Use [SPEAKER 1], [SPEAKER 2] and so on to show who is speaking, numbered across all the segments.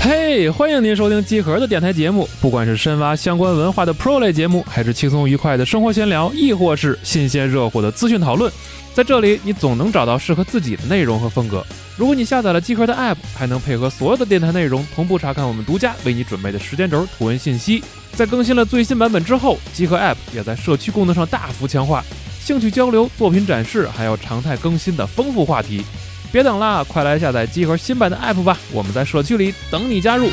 [SPEAKER 1] 嘿欢迎您收听机壳的电台节目，不管是深挖相关文化的 Pro 类节目，还是轻松愉快的生活闲聊，亦或是新鲜热乎的资讯讨论，在这里你总能找到适合自己的内容和风格。如果你下载了机壳的 App，还能配合所有的电台内容同步查看我们独家为你准备的时间轴、图文信息。在更新了最新版本之后，机壳 App 也在社区功能上大幅强化，兴趣交流、作品展示，还有常态更新的丰富话题。别等啦，快来下载机核新版的 App 吧！我们在社区里等你加入。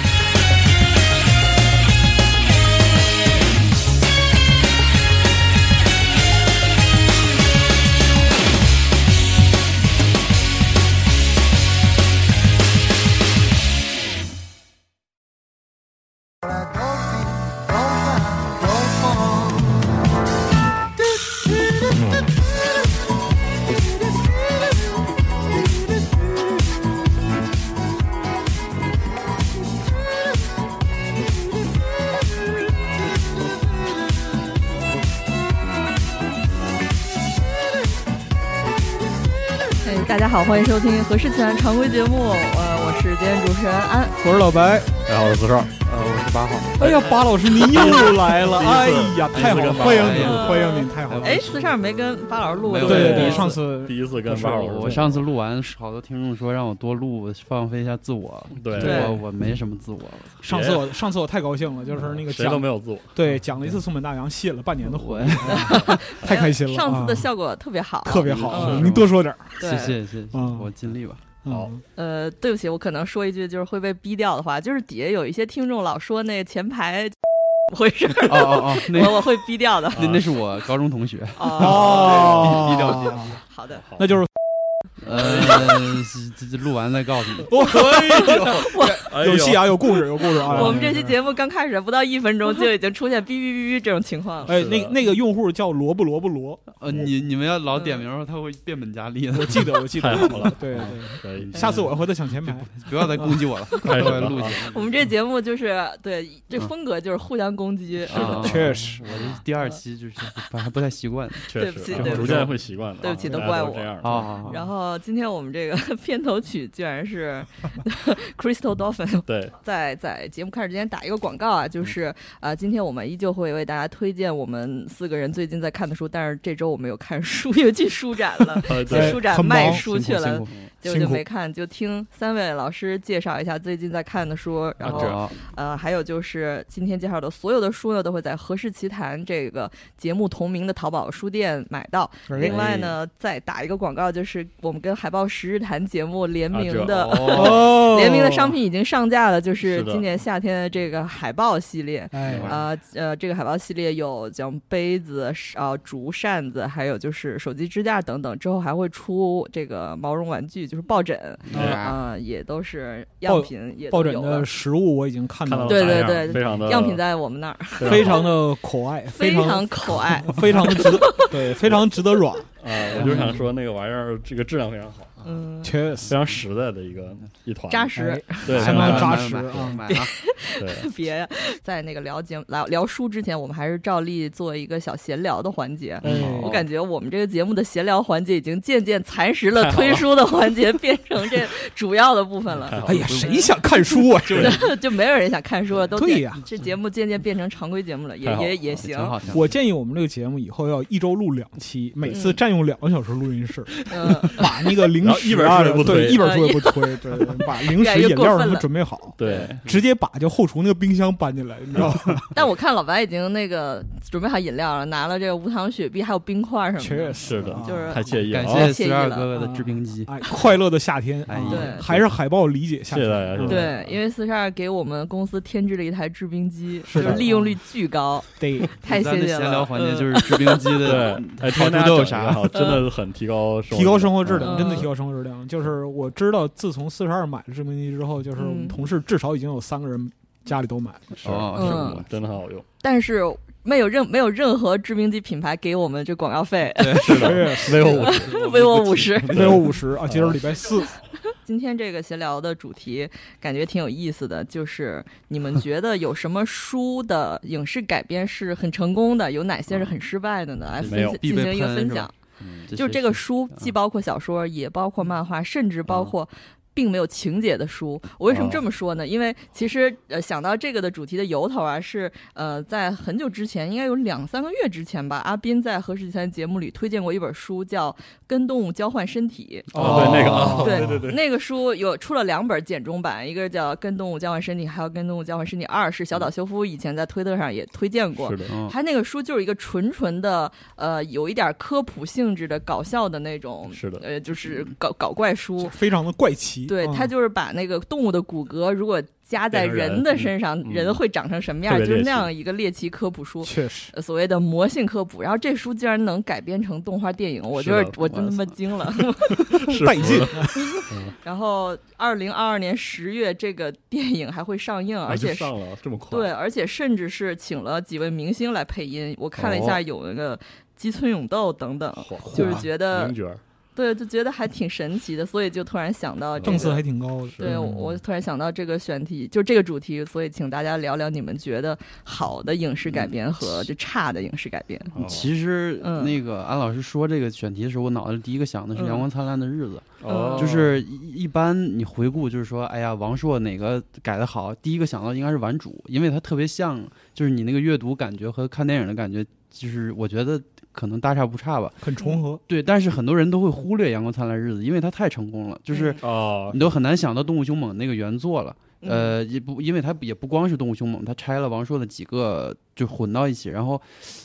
[SPEAKER 2] 哎，大家好，欢迎收听和氏自然常规节目，呃，我是今天主持人安。
[SPEAKER 3] 我是老白，
[SPEAKER 4] 大家好，我是四少。
[SPEAKER 3] 呃，我是八号。哎呀，巴老师您又来了，哎呀，太好了，欢迎你，欢迎你，太好了。
[SPEAKER 2] 哎，四少没跟巴老师录过这
[SPEAKER 4] 没有
[SPEAKER 2] 个，
[SPEAKER 3] 对对
[SPEAKER 4] 第一
[SPEAKER 3] 对，
[SPEAKER 4] 次
[SPEAKER 3] 上次
[SPEAKER 4] 第一次跟
[SPEAKER 3] 不是
[SPEAKER 4] 八号
[SPEAKER 3] 对
[SPEAKER 4] 录
[SPEAKER 5] 我上次录完，好多听众说让我多录，放飞一下自我。
[SPEAKER 4] 对
[SPEAKER 2] 对
[SPEAKER 5] 我我没什么自我，
[SPEAKER 3] 上次我上次我太高兴了，就是那个
[SPEAKER 4] 谁都
[SPEAKER 3] 讲
[SPEAKER 4] 没有自我，
[SPEAKER 3] 对讲了一次松本大洋，吸引了半年的火，
[SPEAKER 5] 我
[SPEAKER 3] 太开心了，
[SPEAKER 2] 哎上次的
[SPEAKER 3] 啊
[SPEAKER 2] 效果特别好，
[SPEAKER 3] 特别好，
[SPEAKER 5] 嗯
[SPEAKER 3] 您多说点儿。
[SPEAKER 2] 对
[SPEAKER 5] 谢谢谢谢，
[SPEAKER 3] 嗯
[SPEAKER 5] 我尽力吧。
[SPEAKER 4] 好
[SPEAKER 3] 嗯，
[SPEAKER 2] 呃，对不起，我可能说一句就是会被逼掉的话，就是底下有一些听众老说那前排 怎么回事，
[SPEAKER 5] 哦哦哦，那
[SPEAKER 2] 我我会逼掉的。
[SPEAKER 5] 那那是我高中同学，
[SPEAKER 3] 哦，
[SPEAKER 5] 低调低
[SPEAKER 3] 调，
[SPEAKER 2] 好的，
[SPEAKER 3] 那就是
[SPEAKER 5] 呃，是这这录完再告诉你。
[SPEAKER 4] 哎呦
[SPEAKER 3] 有戏啊，有故事，有故事啊。
[SPEAKER 2] 我们这期节目刚开始不到一分钟就已经出现哔哔哔哔这种情 况了。
[SPEAKER 3] 哎，
[SPEAKER 4] 是的
[SPEAKER 3] 那那个用户叫萝卜萝卜罗，
[SPEAKER 5] 呃，你你们要老点名的话，他会变本加厉的。
[SPEAKER 3] 我记得，我记得
[SPEAKER 4] 太好了，
[SPEAKER 3] 对对。
[SPEAKER 4] 可以，
[SPEAKER 3] 下次我回头抢前排，
[SPEAKER 5] 不要再攻击我了，
[SPEAKER 4] 开始了
[SPEAKER 5] 快录节
[SPEAKER 2] 我
[SPEAKER 5] 目。
[SPEAKER 2] 们这节目就是对这
[SPEAKER 5] 嗯
[SPEAKER 2] 风格就是互相攻击，
[SPEAKER 5] 是的
[SPEAKER 2] 嗯
[SPEAKER 3] 确实
[SPEAKER 5] 我这第二期就是还不太习惯
[SPEAKER 4] 确
[SPEAKER 2] 对
[SPEAKER 4] 实
[SPEAKER 2] 不起对不起
[SPEAKER 4] 逐渐会习惯的。
[SPEAKER 2] 对不起
[SPEAKER 4] 大家
[SPEAKER 2] 都怪我哦
[SPEAKER 4] 这样
[SPEAKER 5] 啊
[SPEAKER 4] 的。
[SPEAKER 5] 啊。
[SPEAKER 2] 嗯然后今天我们这个 片头曲居然是 Crystal Dolphin，
[SPEAKER 4] 对，
[SPEAKER 2] 在在节目开始之前打一个广告啊，
[SPEAKER 3] 嗯
[SPEAKER 2] 就是呃，今天我们依旧会为大家推荐我们四个人最近在看的书，但是这周我们有看书， 因为去书展了，
[SPEAKER 4] 呃，
[SPEAKER 2] 去
[SPEAKER 4] 对
[SPEAKER 3] 对，
[SPEAKER 2] 书展
[SPEAKER 3] 很忙
[SPEAKER 2] 卖
[SPEAKER 3] 辛
[SPEAKER 2] 书去了，结果
[SPEAKER 3] 辛
[SPEAKER 2] 就
[SPEAKER 3] 苦
[SPEAKER 2] 没看，就听三位老师介绍一下最近在看的书，然
[SPEAKER 5] 然
[SPEAKER 3] 啊
[SPEAKER 2] 后、
[SPEAKER 5] 后
[SPEAKER 2] 呃，还有就是今天介绍的所有的书呢，都会在《何氏奇谈》这个节目同名的淘宝书店买到。
[SPEAKER 3] 哎
[SPEAKER 2] 另外呢，再打一个广告，就是我们跟海报十日谈节目联名的、
[SPEAKER 5] 哦，
[SPEAKER 3] 啊哦，
[SPEAKER 2] 联名的商品已经上架了，就是
[SPEAKER 4] 是的
[SPEAKER 2] 今年夏天的这个海报系列。
[SPEAKER 3] 哎，
[SPEAKER 2] 呃呃，这个海报系列有像杯子、啊竹扇子，还有就是手机支架等等，之后还会出这个毛绒玩具，就是抱枕，
[SPEAKER 5] 啊
[SPEAKER 2] 啊、也都是样品，也
[SPEAKER 3] 抱
[SPEAKER 2] 都
[SPEAKER 3] 枕
[SPEAKER 2] 有
[SPEAKER 3] 的
[SPEAKER 2] 了。
[SPEAKER 3] 实物我已经看
[SPEAKER 4] 看
[SPEAKER 3] 到
[SPEAKER 4] 到
[SPEAKER 3] 了，
[SPEAKER 4] 了
[SPEAKER 2] 对
[SPEAKER 4] 大
[SPEAKER 2] 对
[SPEAKER 4] 样
[SPEAKER 2] 对
[SPEAKER 4] 非常的
[SPEAKER 2] 样品在我们那儿
[SPEAKER 3] 非常的可爱，非
[SPEAKER 2] 非
[SPEAKER 3] 常
[SPEAKER 2] 常可 爱，
[SPEAKER 3] 非常的值得， 对，非常值得软，
[SPEAKER 4] 啊，我就想说那个玩意儿，这个质量非常好，
[SPEAKER 2] 嗯，
[SPEAKER 3] 确实
[SPEAKER 4] 非常实在的一个一
[SPEAKER 3] 哎
[SPEAKER 4] 团
[SPEAKER 2] 扎实。
[SPEAKER 4] 对，
[SPEAKER 3] 相当扎实
[SPEAKER 5] 买买
[SPEAKER 3] 啊
[SPEAKER 5] 买买啊！
[SPEAKER 4] 对，
[SPEAKER 2] 别在那个聊节目聊聊书之前，我们还是照例做一个小闲聊的环节。
[SPEAKER 3] 哎
[SPEAKER 5] 嗯
[SPEAKER 4] 哦
[SPEAKER 2] 我感觉我们这个节目的闲聊环节已经渐渐蚕食了
[SPEAKER 4] 太好
[SPEAKER 2] 推
[SPEAKER 4] 了
[SPEAKER 2] 书的环节，变成这主要的部分了。
[SPEAKER 4] 太好
[SPEAKER 3] 哎
[SPEAKER 4] 了
[SPEAKER 3] 呀，谁想看书啊？就是
[SPEAKER 2] 就没有人想看书了，都
[SPEAKER 3] 对
[SPEAKER 2] 变
[SPEAKER 3] 呀
[SPEAKER 2] 这节目渐渐变成常规节目了，也
[SPEAKER 4] 太好
[SPEAKER 2] 也也行
[SPEAKER 5] 哦挺。好，挺好
[SPEAKER 3] 我建议我们这个节目以后要一周录两期，每次占用两个小时录音室，
[SPEAKER 2] 嗯，
[SPEAKER 3] 把那个零食
[SPEAKER 4] 然后
[SPEAKER 3] 啊
[SPEAKER 4] 一本书也不，推
[SPEAKER 3] 对，一本书也不推，对，对把零食、饮料什么准备好，
[SPEAKER 4] 对，
[SPEAKER 3] 直接把就后厨那个冰箱搬进来，你知道吗？
[SPEAKER 2] 但我看老白已经那个准备好饮料了，拿了这个无糖雪碧，还有冰块什么的
[SPEAKER 3] 确。实
[SPEAKER 4] 是的
[SPEAKER 3] 啊
[SPEAKER 2] 就是
[SPEAKER 4] 太惬意了
[SPEAKER 5] 感
[SPEAKER 4] 啊，
[SPEAKER 5] 谢十二哥
[SPEAKER 2] 嗯
[SPEAKER 5] 哥的制冰机。
[SPEAKER 3] 哎，快乐的夏天，
[SPEAKER 5] 哎
[SPEAKER 3] 啊
[SPEAKER 2] 对
[SPEAKER 3] 还是海报理解夏
[SPEAKER 4] 谢
[SPEAKER 3] 天，
[SPEAKER 4] 谢大家谢谢大家
[SPEAKER 2] 对，因为四十二给我们公司添置了一台制冰机，
[SPEAKER 3] 是
[SPEAKER 2] 就
[SPEAKER 3] 的
[SPEAKER 2] 是利用率巨高，
[SPEAKER 3] 对，
[SPEAKER 2] 太谢
[SPEAKER 5] 咱的
[SPEAKER 2] 谢了。
[SPEAKER 5] 闲聊环节
[SPEAKER 2] 嗯
[SPEAKER 5] 就是制冰机
[SPEAKER 4] 对
[SPEAKER 5] 的，
[SPEAKER 4] 哎，
[SPEAKER 5] 潮
[SPEAKER 4] 超
[SPEAKER 5] 州
[SPEAKER 4] 大
[SPEAKER 5] 豆
[SPEAKER 4] 豆
[SPEAKER 5] 啥
[SPEAKER 4] 啥，好真的很提高生活
[SPEAKER 3] 提高生活质
[SPEAKER 2] 嗯
[SPEAKER 3] 量，真的提高生活质量。就是我知道，自从四十二买了制冰机之后，就是我们
[SPEAKER 2] 嗯
[SPEAKER 3] 同事至少已经有三个人家里都 买了。
[SPEAKER 4] 嗯是
[SPEAKER 5] 哦
[SPEAKER 2] 是
[SPEAKER 4] 是
[SPEAKER 5] 吗
[SPEAKER 4] 真的很好用，
[SPEAKER 2] 但是没有任没有任何制冰机品牌给我们这广告费，
[SPEAKER 4] 是的，没有我
[SPEAKER 2] 为我五十。
[SPEAKER 3] 没有五十啊，今儿礼拜四，
[SPEAKER 2] 今天这个闲聊的主题感觉挺有意思的，就是你们觉得有什么书的影视改编是很成功的，有哪些是很失败的呢？来分
[SPEAKER 4] 没有
[SPEAKER 2] 析
[SPEAKER 5] 必
[SPEAKER 2] 进
[SPEAKER 5] 被
[SPEAKER 2] 行一个
[SPEAKER 5] 喷
[SPEAKER 2] 分
[SPEAKER 5] 是吧
[SPEAKER 2] 享。
[SPEAKER 5] 嗯
[SPEAKER 2] 就是这个书
[SPEAKER 5] 嗯
[SPEAKER 2] 既包括小说，也包括漫画，甚至包括并没有情节的书。我为什么
[SPEAKER 5] 嗯
[SPEAKER 2] 这么说呢？因为其实呃想到这个的主题的由头啊，是呃在很久之前，应该有两三个月之前吧，阿斌在何氏集团节目里推荐过一本书，叫《跟动物交换身体》。
[SPEAKER 4] 哦对那个啊
[SPEAKER 2] 对
[SPEAKER 4] 对对
[SPEAKER 2] 那个书有出了两本简中版，一个叫《跟动物交换身体》，还有《跟动物交换身体二》，是小岛修夫以前在推特上也推荐过
[SPEAKER 4] 是。的，
[SPEAKER 5] 嗯，
[SPEAKER 2] 他那个书就是一个纯纯的，呃，有一点科普性质的搞笑的那种，
[SPEAKER 4] 是的
[SPEAKER 2] 呃，就是搞搞怪书。
[SPEAKER 3] 非常的怪奇。
[SPEAKER 2] 对，
[SPEAKER 3] 嗯
[SPEAKER 2] 他就是把那个动物的骨骼如果加在
[SPEAKER 4] 变成人
[SPEAKER 2] 人的身上，
[SPEAKER 5] 嗯
[SPEAKER 2] 人会长成什么样，
[SPEAKER 4] 特
[SPEAKER 2] 就
[SPEAKER 4] 别
[SPEAKER 2] 是
[SPEAKER 4] 猎奇
[SPEAKER 2] 那样一个猎奇科普书。
[SPEAKER 3] 确实，
[SPEAKER 2] 呃所谓的魔性科普，然后这书竟然能改编成动画电影，我就是
[SPEAKER 4] 的
[SPEAKER 2] 我真他妈惊了。
[SPEAKER 4] 是嗯
[SPEAKER 3] 带劲，
[SPEAKER 2] 然后，二零二二年十月，这个电影还会上
[SPEAKER 5] 啊
[SPEAKER 2] 映，而
[SPEAKER 4] 而
[SPEAKER 2] 且
[SPEAKER 4] 且
[SPEAKER 2] 是
[SPEAKER 4] 上了这么快，
[SPEAKER 2] 啊对，，而且甚至是请了几位明星来配音。我看了一
[SPEAKER 4] 哦
[SPEAKER 2] 下，有那个鸡村勇斗等等，
[SPEAKER 4] 好，
[SPEAKER 2] 就是觉得
[SPEAKER 4] 名角儿
[SPEAKER 2] 对，就觉得还挺神奇的，所以就突然想到这
[SPEAKER 3] 档次
[SPEAKER 2] 个。
[SPEAKER 3] 还挺高的。
[SPEAKER 2] 对，
[SPEAKER 3] 嗯
[SPEAKER 2] 我我突然想到这个选题，就这个主题，所以请大家聊聊你们觉得好的影视改编
[SPEAKER 5] 嗯
[SPEAKER 2] 和就差的影视改编。
[SPEAKER 4] 哦
[SPEAKER 5] 其实
[SPEAKER 2] 嗯
[SPEAKER 5] 那个安老师说这个选题的时候，我脑袋里第一个想的是《
[SPEAKER 2] 嗯
[SPEAKER 5] 阳光灿烂的日子》，
[SPEAKER 4] 哦
[SPEAKER 5] 就是一一般你回顾就是说，哎呀，王朔哪个改的好，第一个想到应该是《顽主》，因为它特别像，就是你那个阅读感觉和看电影的感觉，就是我觉得可能大差不差吧。
[SPEAKER 3] 很重合，
[SPEAKER 5] 对，但是很多人都会忽略《阳光灿烂的日子》，因为它太成功了，就是
[SPEAKER 4] 哦
[SPEAKER 5] 你都很难想到《动物凶猛》那个原作了。
[SPEAKER 2] 嗯，
[SPEAKER 5] 呃，也不，因为它也不光是《动物凶猛》，它拆了王朔的几个就混到一起。然后，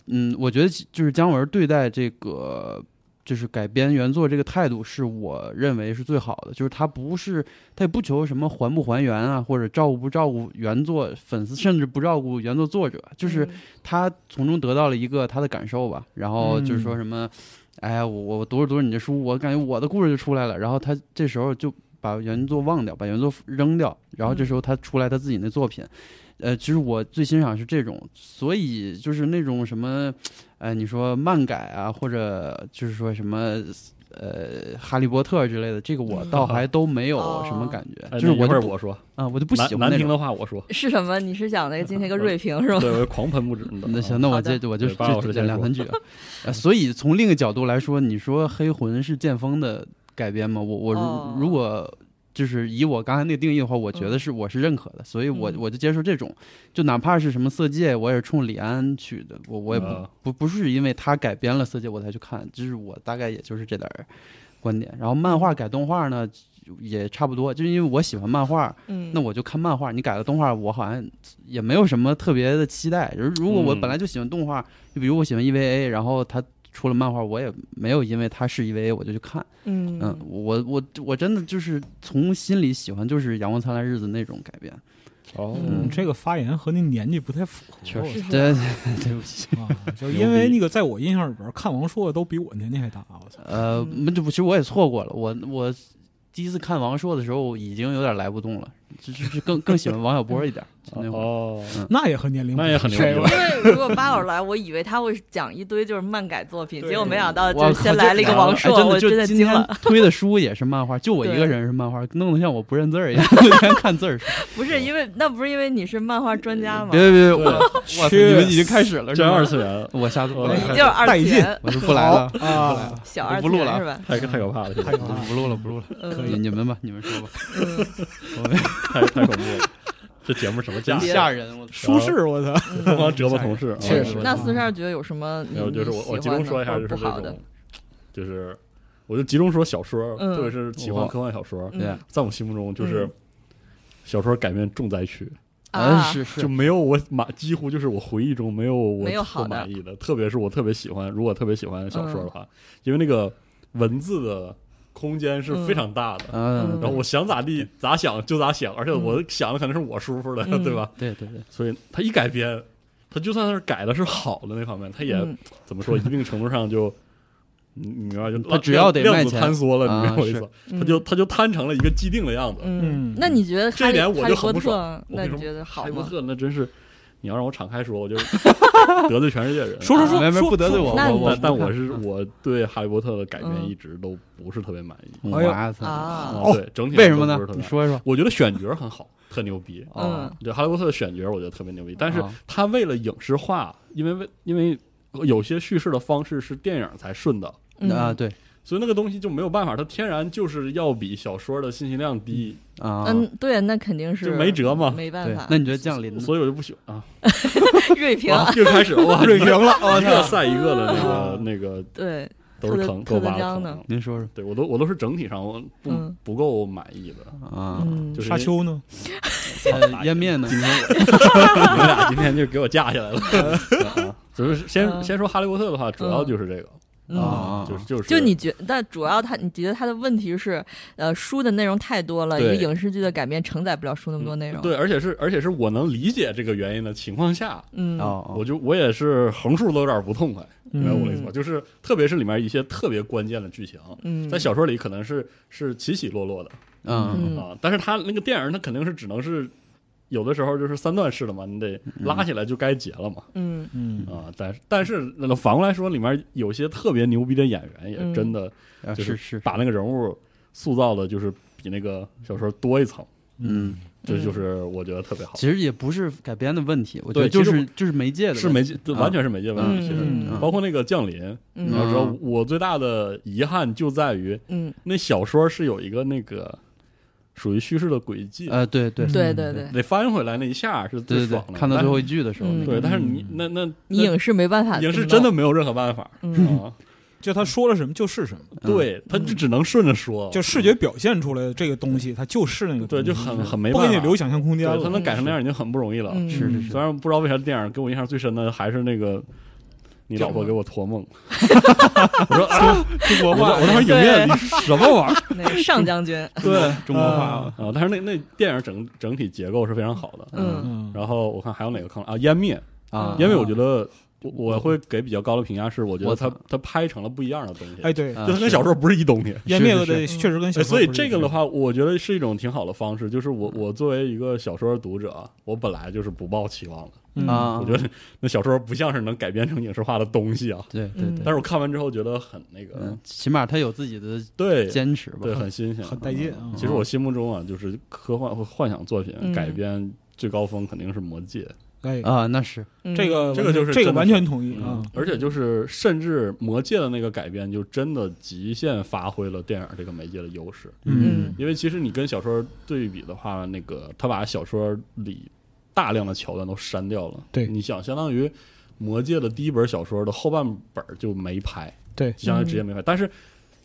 [SPEAKER 5] 嗯，我觉得其就是姜文对待这个就是改编原作这个态度，是我认为是最好的。就是他不是他也不求什么还不还原啊，或者照顾不照顾原作粉丝，甚至不照顾原作作者，就是
[SPEAKER 2] 嗯
[SPEAKER 5] 他从中得到了一个他的感受吧，然后就是
[SPEAKER 4] 嗯
[SPEAKER 5] 说什么，哎呀，我我我读着读着你这书，我感觉我的故事就出来了。然后他这时候就把原作忘掉，把原作扔掉，然后这时候他出来他自己那作品，呃，其实我最欣赏是这种，所以就是那种什么，呃，你说漫改啊，或者就是说什么。呃，哈利波特之类的，这个我 倒还都没有什么感觉，
[SPEAKER 4] 哎
[SPEAKER 5] 嗯就是
[SPEAKER 4] 那一
[SPEAKER 5] 我
[SPEAKER 4] 会
[SPEAKER 5] 就
[SPEAKER 4] 儿
[SPEAKER 5] 不
[SPEAKER 4] 我说，
[SPEAKER 5] 啊，我就不喜欢
[SPEAKER 4] 难
[SPEAKER 5] 那
[SPEAKER 4] 难听
[SPEAKER 5] 种。
[SPEAKER 4] 的话 我说，
[SPEAKER 2] 是什么？你是想那个今天
[SPEAKER 5] 呃
[SPEAKER 2] 个锐评是吗？
[SPEAKER 4] 对，我狂喷不止你的。
[SPEAKER 5] 那行，
[SPEAKER 4] 啊
[SPEAKER 5] 那
[SPEAKER 2] 好
[SPEAKER 5] 我
[SPEAKER 2] 的
[SPEAKER 5] 这我就
[SPEAKER 4] 对巴老师
[SPEAKER 5] 这这
[SPEAKER 4] 先
[SPEAKER 5] 两
[SPEAKER 4] 说
[SPEAKER 5] 三句啊。呃所以从另一个角度来说，你说《黑魂》是剑锋的改编吗？我我如、
[SPEAKER 2] 哦
[SPEAKER 5] 如果就是以我刚才那个定义的话，我觉得是、我是认可的，所以我
[SPEAKER 2] 嗯
[SPEAKER 5] 我就接受这种，就哪怕是什么《色戒》，我也是冲李安去的，我我也不、
[SPEAKER 4] 嗯
[SPEAKER 5] 不不是因为他改编了《色戒》我才去看，就是我大概也就是这点儿观点。然后漫画改动画呢？也差不多，就是因为我喜欢漫画，
[SPEAKER 2] 嗯，
[SPEAKER 5] 那我就看漫画，你改了动画，我好像也没有什么特别的期待。如如果我
[SPEAKER 4] 嗯
[SPEAKER 5] 本来就喜欢动画，就比如我喜欢 EVA，然后他出了漫画，我也没有因为他是 EVA 我就去看。
[SPEAKER 2] 嗯
[SPEAKER 5] 嗯，我我我真的就是从心里喜欢，就是《阳光灿烂日子》那种改编。
[SPEAKER 4] 哦，
[SPEAKER 2] 嗯
[SPEAKER 3] 你这个发言和那年纪不太符合。
[SPEAKER 5] 确
[SPEAKER 2] 是
[SPEAKER 5] 对，对不起。
[SPEAKER 3] 啊，就是因为那个，在我印象里边，看王朔都比我年纪还大。我操，
[SPEAKER 5] 呃，
[SPEAKER 2] 嗯
[SPEAKER 5] 那这不，其实我也错过了。我我第一次看王朔的时候，已经有点来不动了，就就是更更喜欢王小波一点。就嗯那会儿
[SPEAKER 4] 哦，
[SPEAKER 3] 那也很年龄，
[SPEAKER 4] 那也很牛
[SPEAKER 2] 是因
[SPEAKER 4] 逼。
[SPEAKER 2] 为如果巴老师来，我以为他会讲一堆就是漫改作品，
[SPEAKER 3] 对
[SPEAKER 2] 结果没想到
[SPEAKER 5] 我
[SPEAKER 2] 啊就
[SPEAKER 5] 靠
[SPEAKER 2] 先
[SPEAKER 5] 这
[SPEAKER 2] 来了一个
[SPEAKER 5] 聊
[SPEAKER 2] 王
[SPEAKER 5] 哎
[SPEAKER 2] 朔，
[SPEAKER 5] 真
[SPEAKER 2] 我
[SPEAKER 5] 就
[SPEAKER 2] 真的
[SPEAKER 5] 今
[SPEAKER 2] 惊
[SPEAKER 5] 天
[SPEAKER 2] 了。
[SPEAKER 5] 推的书也是漫画，就我一
[SPEAKER 2] 对
[SPEAKER 5] 个人是漫画，弄得像我不认字儿一 样，我天天看字儿似的。
[SPEAKER 2] 不是因为那不是因为你是漫画专家吗？
[SPEAKER 5] 别别别，
[SPEAKER 4] 对
[SPEAKER 5] 我我你
[SPEAKER 3] 去
[SPEAKER 5] 们已经开始了，是
[SPEAKER 4] 真
[SPEAKER 5] 吧
[SPEAKER 4] 二次 元，
[SPEAKER 5] 我下次不来
[SPEAKER 2] 你
[SPEAKER 5] 了，
[SPEAKER 2] 就是二次元
[SPEAKER 5] 我就不来了，
[SPEAKER 3] 啊，
[SPEAKER 2] 小二次
[SPEAKER 5] 我不录
[SPEAKER 2] 元
[SPEAKER 5] 了
[SPEAKER 2] 是吧？
[SPEAKER 4] 太太可怕了，这个
[SPEAKER 3] 太可怕
[SPEAKER 5] 我
[SPEAKER 3] 了
[SPEAKER 5] 不录了，不录了。
[SPEAKER 2] 嗯
[SPEAKER 5] 你你们吧，你们 说吧，
[SPEAKER 2] 嗯
[SPEAKER 4] 太太恐怖了。这节目什么价啊
[SPEAKER 5] 真
[SPEAKER 4] 值？
[SPEAKER 5] 吓人，我
[SPEAKER 3] 舒适，我操，
[SPEAKER 2] 嗯。
[SPEAKER 4] 疯狂折磨同事，啊
[SPEAKER 3] 确
[SPEAKER 5] 实
[SPEAKER 2] 那四十二觉得有什么你
[SPEAKER 4] 没有，就是
[SPEAKER 2] 你
[SPEAKER 4] 我我
[SPEAKER 2] 喜
[SPEAKER 4] 集
[SPEAKER 2] 欢
[SPEAKER 4] 中
[SPEAKER 2] 的
[SPEAKER 4] 说一下，
[SPEAKER 2] 或
[SPEAKER 4] 就是
[SPEAKER 2] 不
[SPEAKER 4] 这
[SPEAKER 2] 好的
[SPEAKER 4] 种，就是我就集中说小说，
[SPEAKER 2] 嗯
[SPEAKER 4] 特别是奇幻
[SPEAKER 5] 哇
[SPEAKER 4] 科幻小说，
[SPEAKER 2] 嗯
[SPEAKER 5] 对
[SPEAKER 4] 在我心目中就是
[SPEAKER 2] 嗯
[SPEAKER 4] 小说改编重灾区，
[SPEAKER 5] 啊
[SPEAKER 2] 啊，
[SPEAKER 5] 是，
[SPEAKER 4] 嗯就是没有我满，几乎就是我回忆中没有我
[SPEAKER 2] 没有
[SPEAKER 4] 特
[SPEAKER 2] 好的
[SPEAKER 4] 满意的，特别是我特别喜欢，如果特别喜欢小说的话，因为那个文字的空间是非常大的。
[SPEAKER 5] 嗯
[SPEAKER 2] 嗯，
[SPEAKER 4] 然后我想咋地咋想就咋想，而且
[SPEAKER 2] 嗯
[SPEAKER 4] 我想的可能是我舒服的，
[SPEAKER 2] 嗯
[SPEAKER 4] 对吧？
[SPEAKER 5] 对对对，
[SPEAKER 4] 所以他一改编，他就算是改的是好的那方面，他也
[SPEAKER 2] 嗯
[SPEAKER 4] 怎么说，一定程度上就，嗯你你明白就
[SPEAKER 5] 他只要得卖
[SPEAKER 4] 量
[SPEAKER 5] 钱
[SPEAKER 4] 子坍缩了，你明
[SPEAKER 5] 啊
[SPEAKER 4] 白我意
[SPEAKER 5] 是
[SPEAKER 4] 思？他就他就摊成了一个既定的样子。
[SPEAKER 2] 嗯
[SPEAKER 3] 嗯，
[SPEAKER 2] 那你觉得
[SPEAKER 4] 这
[SPEAKER 2] 哈利
[SPEAKER 4] 点
[SPEAKER 2] 哈
[SPEAKER 4] 我就
[SPEAKER 2] 利
[SPEAKER 4] 很
[SPEAKER 2] 波
[SPEAKER 4] 不
[SPEAKER 2] 特
[SPEAKER 4] 爽我
[SPEAKER 2] 那
[SPEAKER 4] 跟你
[SPEAKER 2] 你
[SPEAKER 4] 说
[SPEAKER 2] 觉得好
[SPEAKER 4] 哈利波
[SPEAKER 2] 吗？
[SPEAKER 4] 特那真是，你要让我敞开说，我就得罪全世界人。
[SPEAKER 3] 说说
[SPEAKER 5] 啊没
[SPEAKER 3] 说
[SPEAKER 5] 没
[SPEAKER 3] 说
[SPEAKER 5] 不得罪我，
[SPEAKER 3] 说
[SPEAKER 2] 那
[SPEAKER 5] 我我
[SPEAKER 4] 但但
[SPEAKER 5] 不看
[SPEAKER 4] 我是我对哈利波特的改编
[SPEAKER 2] 嗯
[SPEAKER 4] 一直都不是特别满意。
[SPEAKER 5] 我
[SPEAKER 3] 哎呦
[SPEAKER 5] 呀操，
[SPEAKER 2] 啊，
[SPEAKER 4] 嗯对，整体
[SPEAKER 5] 为
[SPEAKER 4] 来
[SPEAKER 5] 什
[SPEAKER 4] 说
[SPEAKER 5] 么呢
[SPEAKER 4] 不是特？别
[SPEAKER 5] 你
[SPEAKER 4] 满意
[SPEAKER 5] 说一说，
[SPEAKER 4] 我觉得选角很好，特牛逼。
[SPEAKER 5] 哦
[SPEAKER 2] 嗯
[SPEAKER 4] 对哈利波特的选角，我觉得特别牛逼。但是
[SPEAKER 5] 啊
[SPEAKER 4] 他为了影视化，因为为因为有些叙事的方式是电影才顺的，
[SPEAKER 2] 嗯
[SPEAKER 5] 啊，对，
[SPEAKER 4] 所以那个东西就没有办法，它天然就是要比小说的信息量低，
[SPEAKER 5] 啊，
[SPEAKER 2] 嗯，对，那肯定是
[SPEAKER 4] 就没辙嘛。
[SPEAKER 2] 没办
[SPEAKER 5] 对
[SPEAKER 2] 法。，
[SPEAKER 5] 那你觉得降临呢？
[SPEAKER 4] 所以我就不喜欢啊，
[SPEAKER 2] 锐评，
[SPEAKER 4] 啊又开始了哇，
[SPEAKER 3] 水平了，
[SPEAKER 4] 一个赛一个的那个那个
[SPEAKER 2] 对，
[SPEAKER 4] 都是坑，给
[SPEAKER 2] 特
[SPEAKER 4] 我
[SPEAKER 2] 别
[SPEAKER 4] 挖
[SPEAKER 2] 特别
[SPEAKER 4] 了
[SPEAKER 2] 脏呢
[SPEAKER 4] 坑。
[SPEAKER 5] 您说说
[SPEAKER 4] 对我都我都是整体上我不、
[SPEAKER 2] 嗯
[SPEAKER 4] 不够满意的，
[SPEAKER 5] 啊，
[SPEAKER 2] 嗯
[SPEAKER 4] 就，是
[SPEAKER 3] 沙丘呢？
[SPEAKER 5] 呃湮灭呢？
[SPEAKER 4] 你们俩今天就给我架起来了。啊 只是先、
[SPEAKER 2] 嗯
[SPEAKER 4] 先说哈利波特的话，主要就是这个、
[SPEAKER 2] 嗯
[SPEAKER 5] 啊
[SPEAKER 4] 就是就是
[SPEAKER 2] 就你觉，但主要他，你觉得他的问题是，呃，书的内容太多了，一
[SPEAKER 4] 对
[SPEAKER 2] 个影视剧的改编承载不了书那么多内容。
[SPEAKER 4] 对，而且是而且是我能理解这个原因的情况下，
[SPEAKER 2] 嗯，
[SPEAKER 5] 哦，哦
[SPEAKER 4] 我就我也是横竖都有点不痛快，明白我的意思吗？
[SPEAKER 2] 嗯
[SPEAKER 4] 就是特别是里面一些特别关键的剧情，
[SPEAKER 2] 嗯，
[SPEAKER 4] 在小说里可能是是起起落落的
[SPEAKER 5] 嗯
[SPEAKER 2] 嗯
[SPEAKER 4] 啊，但是它那个电影它肯定是只能是。有的时候就是三段式的嘛，你得
[SPEAKER 5] 嗯
[SPEAKER 4] 拉起来就该结了嘛，
[SPEAKER 2] 嗯
[SPEAKER 3] 嗯，
[SPEAKER 4] 啊！但是但是那反过来说，里面有些特别牛逼的演员也
[SPEAKER 2] 嗯
[SPEAKER 4] 真的
[SPEAKER 5] 啊
[SPEAKER 4] 就是
[SPEAKER 5] 是，
[SPEAKER 4] 把那个人物塑造的，就是比那个小说多一层，
[SPEAKER 5] 嗯，
[SPEAKER 4] 这
[SPEAKER 2] 嗯
[SPEAKER 4] 就是我觉得特别好，
[SPEAKER 5] 其实也不是改编的问题，我觉
[SPEAKER 4] 对
[SPEAKER 5] 得就
[SPEAKER 4] 其实
[SPEAKER 5] 是就是媒介的
[SPEAKER 4] 是
[SPEAKER 5] 问
[SPEAKER 4] 没
[SPEAKER 5] 题
[SPEAKER 4] 界，对
[SPEAKER 5] 啊
[SPEAKER 4] 完全是没界问题。其实
[SPEAKER 2] 嗯
[SPEAKER 5] 嗯
[SPEAKER 4] 包括那个降临，你
[SPEAKER 2] 嗯
[SPEAKER 4] 要知道
[SPEAKER 5] 嗯，
[SPEAKER 4] 我最大的遗憾就在于
[SPEAKER 2] 嗯，
[SPEAKER 4] 那小说是有一个那个属于叙事的轨迹，
[SPEAKER 5] 呃，对对
[SPEAKER 2] 对对对，
[SPEAKER 4] 得翻回来那一下是
[SPEAKER 5] 对
[SPEAKER 4] 最
[SPEAKER 5] 对
[SPEAKER 4] 爽
[SPEAKER 5] 对，
[SPEAKER 4] 的。
[SPEAKER 5] 看到
[SPEAKER 4] 但
[SPEAKER 5] 最
[SPEAKER 4] 是
[SPEAKER 5] 后一句的时候，
[SPEAKER 2] 嗯
[SPEAKER 5] 那
[SPEAKER 4] 对，
[SPEAKER 5] 个
[SPEAKER 4] 但是你那那
[SPEAKER 2] 你影视没办法
[SPEAKER 4] 那
[SPEAKER 2] 这么
[SPEAKER 4] 影
[SPEAKER 2] 弄，
[SPEAKER 4] 视真的没有任何办法
[SPEAKER 2] 嗯，
[SPEAKER 4] 啊，
[SPEAKER 3] 就他说了什么就是什么，
[SPEAKER 5] 嗯
[SPEAKER 4] 对，他就只能顺着说，
[SPEAKER 3] 就视觉表现出来的这个东西，它就是那个东
[SPEAKER 4] 对，
[SPEAKER 3] 西，
[SPEAKER 4] 就很很没
[SPEAKER 3] 嗯不
[SPEAKER 4] 办
[SPEAKER 3] 给
[SPEAKER 4] 法
[SPEAKER 3] 你留想象空间
[SPEAKER 4] 对，他
[SPEAKER 3] 了。
[SPEAKER 4] 能改成那样已经很不容易了。
[SPEAKER 2] 嗯
[SPEAKER 5] 是是是
[SPEAKER 4] 虽，然不知道为啥电影给我印象最深的还是那个，你老婆给我托梦。 我说啊，中国话，我当时影院里什么玩意儿？
[SPEAKER 2] 那个上将 军，
[SPEAKER 4] 对
[SPEAKER 5] 中国话
[SPEAKER 3] 啊
[SPEAKER 5] 啊，
[SPEAKER 4] 啊，但是那那电影整整体结构是非常好的。
[SPEAKER 2] 嗯
[SPEAKER 3] 嗯，
[SPEAKER 4] 然后我看还有哪个坑啊？湮灭，
[SPEAKER 5] 啊，
[SPEAKER 4] 湮灭，我觉得我我会给比较高的评价，是我觉得
[SPEAKER 5] 我
[SPEAKER 4] 它
[SPEAKER 5] 操
[SPEAKER 4] 它拍成了不一样的东西，
[SPEAKER 3] 哎对，
[SPEAKER 5] 啊
[SPEAKER 4] 就它跟小说不嗯是一东西。
[SPEAKER 3] 湮灭
[SPEAKER 5] 是
[SPEAKER 3] 的
[SPEAKER 2] 是
[SPEAKER 3] 确实跟小
[SPEAKER 4] 哎所
[SPEAKER 3] 说不是
[SPEAKER 4] 以
[SPEAKER 3] 一个
[SPEAKER 4] 这个的话，我觉得是一种挺好的方式。就是我我作为一个小说读者，我本来就是不抱期望的。
[SPEAKER 3] 嗯
[SPEAKER 5] 啊，
[SPEAKER 4] 我觉得那小说不像是能改编成影视化的东西啊。
[SPEAKER 5] 对对
[SPEAKER 2] 嗯
[SPEAKER 5] 对，
[SPEAKER 4] 但是我看完之后觉得很那个，
[SPEAKER 5] 嗯，起码他有自己的
[SPEAKER 4] 对
[SPEAKER 5] 坚持吧
[SPEAKER 4] 对，，很新鲜。
[SPEAKER 3] 很带劲啊。
[SPEAKER 4] 其实我心目中啊，就是科幻或幻想作品、
[SPEAKER 2] 嗯
[SPEAKER 4] 改编最高峰肯定是《魔戒
[SPEAKER 3] 哎，
[SPEAKER 5] 啊，那是
[SPEAKER 2] 嗯
[SPEAKER 3] 这个
[SPEAKER 4] 这个就是
[SPEAKER 3] 这个
[SPEAKER 4] 真的
[SPEAKER 3] 完
[SPEAKER 4] 是
[SPEAKER 3] 全同意》啊
[SPEAKER 4] 嗯，。而且就是甚至《魔戒》的那个改编，就真的极限发挥了电影这个媒介的优势。
[SPEAKER 2] 嗯
[SPEAKER 4] 因为其实你跟小说对比的话，那个他把小说里大量的桥段都删掉了。
[SPEAKER 3] 对
[SPEAKER 4] 你想，相当于《魔戒》的第一本小说的后半本儿就没拍，
[SPEAKER 3] 对
[SPEAKER 4] 相当于直接没拍。但是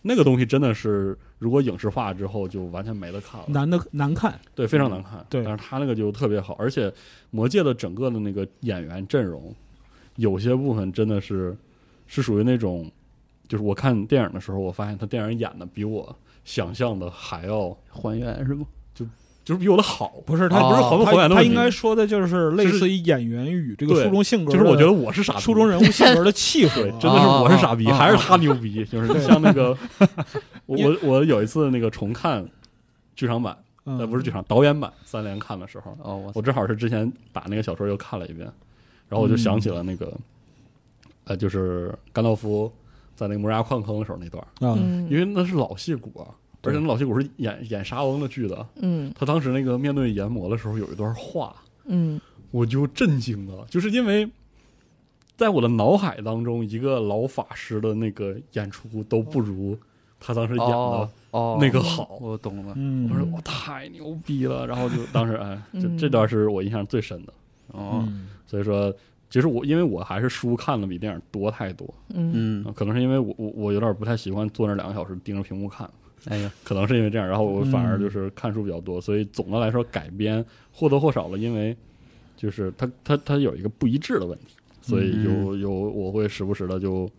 [SPEAKER 4] 那个东西真的是，如果影视化之后就完全没得看了，
[SPEAKER 3] 难的难看，
[SPEAKER 4] 对，非常难看。
[SPEAKER 3] 对
[SPEAKER 4] 但是他那个就特别好，而且《魔戒》的整个的那个演员阵容，有些部分真的是是属于那种，就是我看电影的时候，我发现他电影演的比我想象的还要。
[SPEAKER 5] 还原是吗？
[SPEAKER 4] 就是比我的好，
[SPEAKER 3] 不是他
[SPEAKER 5] 哦
[SPEAKER 3] 不是
[SPEAKER 4] 还不还
[SPEAKER 3] 他
[SPEAKER 4] 原的
[SPEAKER 3] 他
[SPEAKER 4] 问题
[SPEAKER 3] 应该说的就是类
[SPEAKER 4] 就是
[SPEAKER 3] 似于演员与这个
[SPEAKER 4] 对
[SPEAKER 3] 书中性格
[SPEAKER 4] 就
[SPEAKER 3] 的，
[SPEAKER 4] 是我觉得我是傻逼，
[SPEAKER 3] 书中人哦物性格的契合
[SPEAKER 4] 对，真的是我是傻逼，
[SPEAKER 5] 啊啊啊
[SPEAKER 4] 还是他牛逼，就是像那 个我我我有一次那个重看剧场版，
[SPEAKER 3] 嗯
[SPEAKER 4] 呃不是剧场导演版三连看的时候，
[SPEAKER 5] 哦，我
[SPEAKER 4] 我正好是之前把那个小说又看了一遍，然后我就想起了那个
[SPEAKER 3] 嗯
[SPEAKER 4] 呃就是甘道夫在那个摩崖矿坑的时候那段，
[SPEAKER 3] 啊，
[SPEAKER 2] 嗯
[SPEAKER 4] 因为那是老戏骨啊，而且那老戏骨是演演沙翁的剧的，
[SPEAKER 2] 嗯
[SPEAKER 4] 他当时那个面对研磨的时候有一段话，
[SPEAKER 2] 嗯
[SPEAKER 4] 我就震惊了，就是因为在我的脑海当中，一个老法师的那个演出都不如他当时演
[SPEAKER 5] 哦
[SPEAKER 4] 的
[SPEAKER 5] 哦
[SPEAKER 4] 那个好。
[SPEAKER 5] 我懂了，
[SPEAKER 3] 嗯
[SPEAKER 4] 我说我太牛逼了，然后就当时哎，这
[SPEAKER 2] 嗯
[SPEAKER 4] 这段是我印象最深的。
[SPEAKER 5] 哦，
[SPEAKER 3] 嗯
[SPEAKER 4] 所以说，其实我因为我还是书看的比电影多太多，
[SPEAKER 2] 嗯
[SPEAKER 5] 嗯，
[SPEAKER 4] 可能是因为我我我有点不太习惯坐那两个小时盯着屏幕看，
[SPEAKER 5] 哎呀，
[SPEAKER 4] 可能是因为这样，然后我
[SPEAKER 3] 嗯
[SPEAKER 4] 反而就是看书比较多，所以总的来说改编或多或少了，因为就是它它它有一个不一致的问题，所以有
[SPEAKER 3] 嗯
[SPEAKER 4] 有我会时不时的就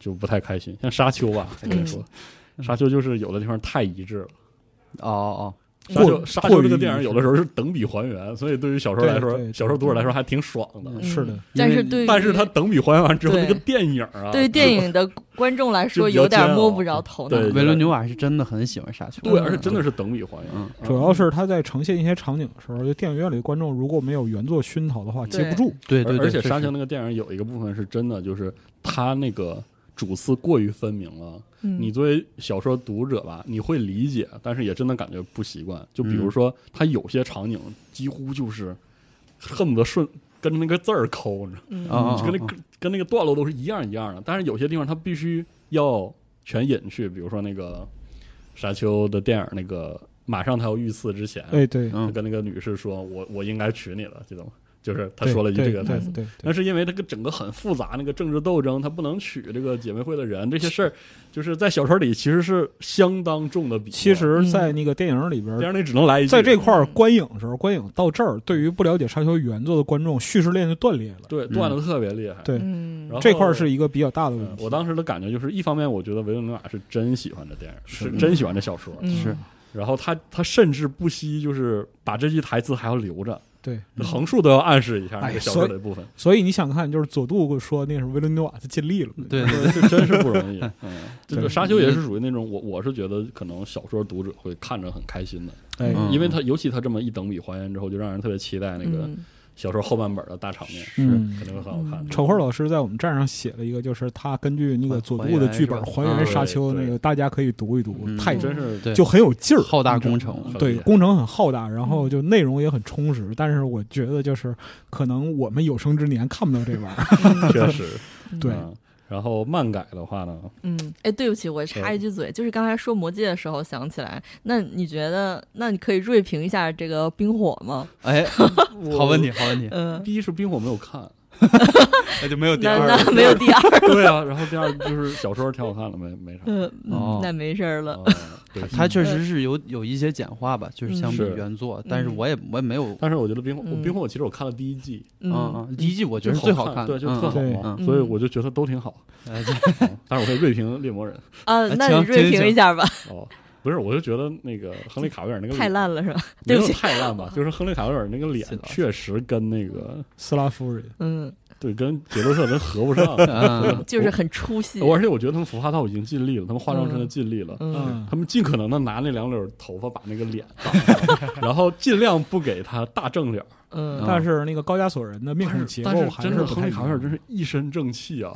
[SPEAKER 4] 就不太开心。像沙丘吧，我跟你说，
[SPEAKER 3] 嗯
[SPEAKER 4] 沙丘就是有的地方太一致了。
[SPEAKER 5] 哦哦，
[SPEAKER 4] 沙丘
[SPEAKER 3] 嗯过
[SPEAKER 4] 沙丘这
[SPEAKER 3] 过
[SPEAKER 4] 个
[SPEAKER 3] 于
[SPEAKER 4] 电影有的时候是等比还原，所以对于小说来
[SPEAKER 3] 对
[SPEAKER 4] 说，
[SPEAKER 3] 对
[SPEAKER 4] 小说读者来说还挺爽的。
[SPEAKER 2] 嗯，
[SPEAKER 3] 是的，
[SPEAKER 2] 但是
[SPEAKER 5] 因为
[SPEAKER 2] 对于，
[SPEAKER 4] 但是它等比还原完之后，
[SPEAKER 2] 对
[SPEAKER 4] 那个电影啊，
[SPEAKER 2] 对于电影的观众来说
[SPEAKER 4] 就比较
[SPEAKER 2] 有点
[SPEAKER 4] 煎熬
[SPEAKER 2] 摸不着头脑，
[SPEAKER 4] 对
[SPEAKER 5] 维伦纽瓦是真的很喜欢沙丘，
[SPEAKER 4] 对，而且真的是等比还原
[SPEAKER 5] 嗯，
[SPEAKER 4] 嗯
[SPEAKER 3] 主要是他在呈现一些场景的时候，就电影院里的观众如果没有原作熏陶
[SPEAKER 4] 嗯
[SPEAKER 3] 的话，
[SPEAKER 2] 对
[SPEAKER 3] 接不住。
[SPEAKER 5] 对对
[SPEAKER 4] 而
[SPEAKER 5] 对，
[SPEAKER 4] 而且
[SPEAKER 5] 是
[SPEAKER 4] 沙
[SPEAKER 5] 是
[SPEAKER 4] 丘那个电影有一个部分是真的，就是它那个主次过于分明了。
[SPEAKER 2] 嗯
[SPEAKER 4] 你作为小说读者吧，你会理解，但是也真的感觉不习惯。就比
[SPEAKER 5] 嗯
[SPEAKER 4] 如说，它有些场景几乎就是恨不得顺跟着那个字儿抠，你知道吗
[SPEAKER 2] 嗯
[SPEAKER 5] 啊啊
[SPEAKER 4] 就跟那个跟那个段落都是一样一样的。但是有些地方它必须要全隐去，比如说那个沙丘的电影那个马上他要遇刺之前，
[SPEAKER 3] 哎，对，
[SPEAKER 4] 他
[SPEAKER 5] 嗯，
[SPEAKER 4] 跟那个女士说：“我我应该娶你了，记得吗？”就是他
[SPEAKER 3] 对
[SPEAKER 4] 说了一句
[SPEAKER 3] 对
[SPEAKER 4] 这个台
[SPEAKER 3] 对
[SPEAKER 4] 词。
[SPEAKER 3] 对，对
[SPEAKER 4] 但是因为那个整个很复杂，那个政治斗争，他不能娶这个姐妹会的人，这些事儿就是在小说里其实是相当重的笔。
[SPEAKER 3] 其，
[SPEAKER 4] 嗯
[SPEAKER 3] 实，在那个电影里
[SPEAKER 4] 这
[SPEAKER 3] 边。
[SPEAKER 4] 样你只能来一句，
[SPEAKER 3] 在这块儿观影的时候，观影到这儿，对于不了解沙丘原作的观众，叙事链就断裂了。
[SPEAKER 4] 对断的特别厉害。
[SPEAKER 3] 嗯对
[SPEAKER 2] 嗯
[SPEAKER 4] 然后
[SPEAKER 3] 这块儿是一个比较大的
[SPEAKER 4] 嗯
[SPEAKER 3] 问题。
[SPEAKER 4] 我当时的感觉就是，一方面我觉得维伦纽瓦是真喜欢这电影，是
[SPEAKER 5] 是
[SPEAKER 4] 真喜欢这小说，
[SPEAKER 2] 嗯
[SPEAKER 5] 是
[SPEAKER 4] 然后他他甚至不惜就是把这句台词还要留着，
[SPEAKER 3] 对，
[SPEAKER 4] 横竖都要暗示一下
[SPEAKER 3] 哎
[SPEAKER 4] 那个小
[SPEAKER 3] 所
[SPEAKER 4] 说
[SPEAKER 3] 以
[SPEAKER 4] 的部分，
[SPEAKER 3] 所以你想看，就是佐杜说那什么维伦纽瓦他尽力了。
[SPEAKER 5] 对对
[SPEAKER 4] 这 真是不 容易。嗯，这
[SPEAKER 3] 对
[SPEAKER 4] 个沙丘也是属于那种我我是觉得可能小说读者会看着很开心的，
[SPEAKER 3] 哎，
[SPEAKER 5] 嗯
[SPEAKER 4] 因为他尤其他这么一等比还原之后，就让人特别期待那个
[SPEAKER 2] 嗯
[SPEAKER 4] 小说后半本的大场面，
[SPEAKER 3] 嗯
[SPEAKER 4] 肯定会很好看的。
[SPEAKER 3] 丑慧老师在我们站上写了一个，就是他根据那个佐杜的剧本还
[SPEAKER 5] 还原
[SPEAKER 3] 原
[SPEAKER 5] 是吧
[SPEAKER 3] 沙丘那
[SPEAKER 4] 对
[SPEAKER 3] 个，大家可以读一读，
[SPEAKER 5] 嗯
[SPEAKER 3] 太
[SPEAKER 4] 真是
[SPEAKER 5] 对
[SPEAKER 3] 就很有劲儿，
[SPEAKER 5] 浩大
[SPEAKER 3] 你知道
[SPEAKER 5] 工
[SPEAKER 3] 吗
[SPEAKER 5] 程，
[SPEAKER 4] 很
[SPEAKER 3] 对，
[SPEAKER 4] 厉害
[SPEAKER 3] 工程很浩大，然后就内容也很充实，但是我觉得就是可能我们有生之年看不到这玩意儿。
[SPEAKER 4] 确实
[SPEAKER 3] 对
[SPEAKER 4] 嗯然后漫改的话呢，
[SPEAKER 2] 嗯，哎，对不起，我插一句嘴，就是刚才说魔戒的时候想起来，那你觉得，那你可以锐评一下这个冰火吗？
[SPEAKER 5] 哎，好问题，好问题，
[SPEAKER 2] 嗯，
[SPEAKER 4] 第一是冰火没有看，
[SPEAKER 5] 那就没有第
[SPEAKER 2] 那
[SPEAKER 5] 二
[SPEAKER 2] 那
[SPEAKER 5] 了。
[SPEAKER 2] 没有第二，
[SPEAKER 4] 对啊，然后第二就是小说挺好看的，没没啥。
[SPEAKER 2] 嗯，嗯
[SPEAKER 5] 哦
[SPEAKER 2] 那没事儿了。
[SPEAKER 4] 啊对
[SPEAKER 5] 它确实是有有一些简化吧，就是相比
[SPEAKER 4] 嗯是
[SPEAKER 5] 原作，但是我也我也没有，
[SPEAKER 4] 但是我觉得冰火，
[SPEAKER 2] 嗯
[SPEAKER 4] 冰火其实我看了第一季，
[SPEAKER 5] 嗯
[SPEAKER 2] 嗯，
[SPEAKER 5] 嗯，第一季我觉得
[SPEAKER 4] 就是
[SPEAKER 5] 最
[SPEAKER 4] 好
[SPEAKER 5] 好看的，
[SPEAKER 4] 对，就特
[SPEAKER 3] 对
[SPEAKER 4] 好嘛，
[SPEAKER 2] 嗯
[SPEAKER 4] 所以我就觉得都挺好。
[SPEAKER 5] 嗯哎对
[SPEAKER 4] 但是我可以锐评《猎魔人
[SPEAKER 2] 啊，
[SPEAKER 5] 哎
[SPEAKER 2] 那
[SPEAKER 5] 行
[SPEAKER 2] 你锐
[SPEAKER 5] 行
[SPEAKER 2] 评一
[SPEAKER 5] 行
[SPEAKER 2] 下吧，》
[SPEAKER 4] 哦，不是，我就觉得那个亨利卡维尔那个
[SPEAKER 2] 太
[SPEAKER 4] 脸
[SPEAKER 2] 烂了是吧？
[SPEAKER 4] 没有
[SPEAKER 2] 对不起
[SPEAKER 4] 太烂吧，就是亨利卡维尔那个 脸
[SPEAKER 5] 是的
[SPEAKER 4] 确实跟那个
[SPEAKER 3] 斯拉夫人，
[SPEAKER 2] 嗯，
[SPEAKER 4] 对跟杰洛特人合不 上，
[SPEAKER 5] 嗯
[SPEAKER 2] 就是很出戏。
[SPEAKER 4] 我而且我觉得他们服化道已经尽力了，他们化妆真的尽力了。
[SPEAKER 2] 嗯，
[SPEAKER 4] 他们尽可能的拿那两绺头发把那个脸挡上，然后尽量不给他大正脸。
[SPEAKER 2] 嗯
[SPEAKER 5] 嗯
[SPEAKER 3] 但是那个高加索人的面
[SPEAKER 4] 但
[SPEAKER 3] 孔
[SPEAKER 4] 是
[SPEAKER 3] 结
[SPEAKER 4] 但
[SPEAKER 3] 构
[SPEAKER 4] 是
[SPEAKER 3] 还
[SPEAKER 4] 真的
[SPEAKER 3] 不
[SPEAKER 4] 亨
[SPEAKER 3] 太
[SPEAKER 4] 利
[SPEAKER 3] 一
[SPEAKER 4] 卡维尔
[SPEAKER 3] 样
[SPEAKER 4] 真是一身正气啊！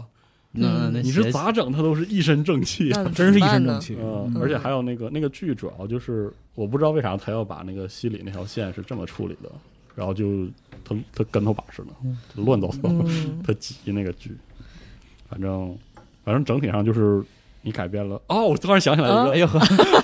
[SPEAKER 5] 那那
[SPEAKER 4] 你
[SPEAKER 5] 写
[SPEAKER 4] 是咋整他都是一身正气啊。
[SPEAKER 2] 那
[SPEAKER 3] 真是一
[SPEAKER 2] 怎么办
[SPEAKER 3] 身正
[SPEAKER 2] 呢？
[SPEAKER 3] 气。
[SPEAKER 4] 嗯
[SPEAKER 3] 嗯，
[SPEAKER 4] 而且还有那个那个剧主要就是我不知道为啥他要把那个西里那条线是这么处理的，然后就他他跟头把式的乱糟糟，
[SPEAKER 2] 嗯
[SPEAKER 4] 他急那个剧，反正反正整体上就是你改变了哦，我突然想起来
[SPEAKER 2] 啊
[SPEAKER 4] 一个，
[SPEAKER 5] 哎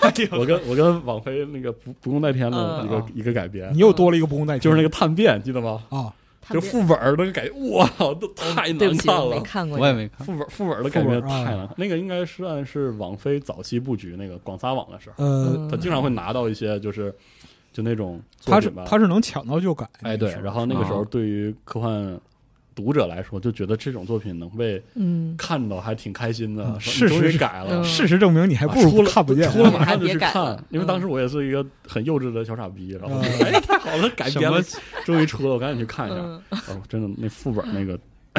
[SPEAKER 5] 呦呵，
[SPEAKER 4] 我跟我跟网飞那个不不共戴天的
[SPEAKER 2] 嗯
[SPEAKER 4] 一个、
[SPEAKER 5] 啊
[SPEAKER 4] 一个改编
[SPEAKER 3] 你，又多了一个不公带，
[SPEAKER 4] 就是那个叛变，记得吗？
[SPEAKER 3] 个啊，
[SPEAKER 2] 他
[SPEAKER 4] 就
[SPEAKER 2] 别
[SPEAKER 4] 副本儿那个改，哇，都太
[SPEAKER 2] 嗯对
[SPEAKER 4] 难
[SPEAKER 2] 不起，
[SPEAKER 4] 看
[SPEAKER 2] 我没。看
[SPEAKER 4] 了
[SPEAKER 2] 过
[SPEAKER 5] 我也没看，
[SPEAKER 4] 副本副本的改
[SPEAKER 3] 副
[SPEAKER 4] 编
[SPEAKER 3] 本啊
[SPEAKER 4] 太难看，那个应该算是网飞早期布局那个广撒网的时候。
[SPEAKER 3] 呃，
[SPEAKER 2] 嗯
[SPEAKER 4] 他经常会拿到一些就是就那种
[SPEAKER 3] 他
[SPEAKER 4] 作
[SPEAKER 3] 是
[SPEAKER 4] 品吧，
[SPEAKER 3] 他是能抢到就改。
[SPEAKER 4] 哎对，然后那个时候
[SPEAKER 5] 啊
[SPEAKER 4] 对于科幻读者来说，就觉得这种作品能被
[SPEAKER 2] 嗯，
[SPEAKER 4] 看到还挺开心的，
[SPEAKER 3] 嗯
[SPEAKER 4] 说
[SPEAKER 3] 是
[SPEAKER 4] 你终于
[SPEAKER 3] 是
[SPEAKER 4] 改了。
[SPEAKER 2] 嗯
[SPEAKER 3] 事实证明你还
[SPEAKER 4] 啊
[SPEAKER 3] 不如
[SPEAKER 4] 出了
[SPEAKER 3] 看不见。
[SPEAKER 4] 出了马上就
[SPEAKER 2] 还别
[SPEAKER 4] 去
[SPEAKER 2] 改了嗯
[SPEAKER 4] 看，因为当时我也是一个很幼稚的小傻逼，然后我就哎太好了，改
[SPEAKER 5] 什
[SPEAKER 4] 编
[SPEAKER 5] 么
[SPEAKER 4] 了，终于出了，我赶紧去看一下。
[SPEAKER 2] 嗯
[SPEAKER 4] 哦，真的那副本 那个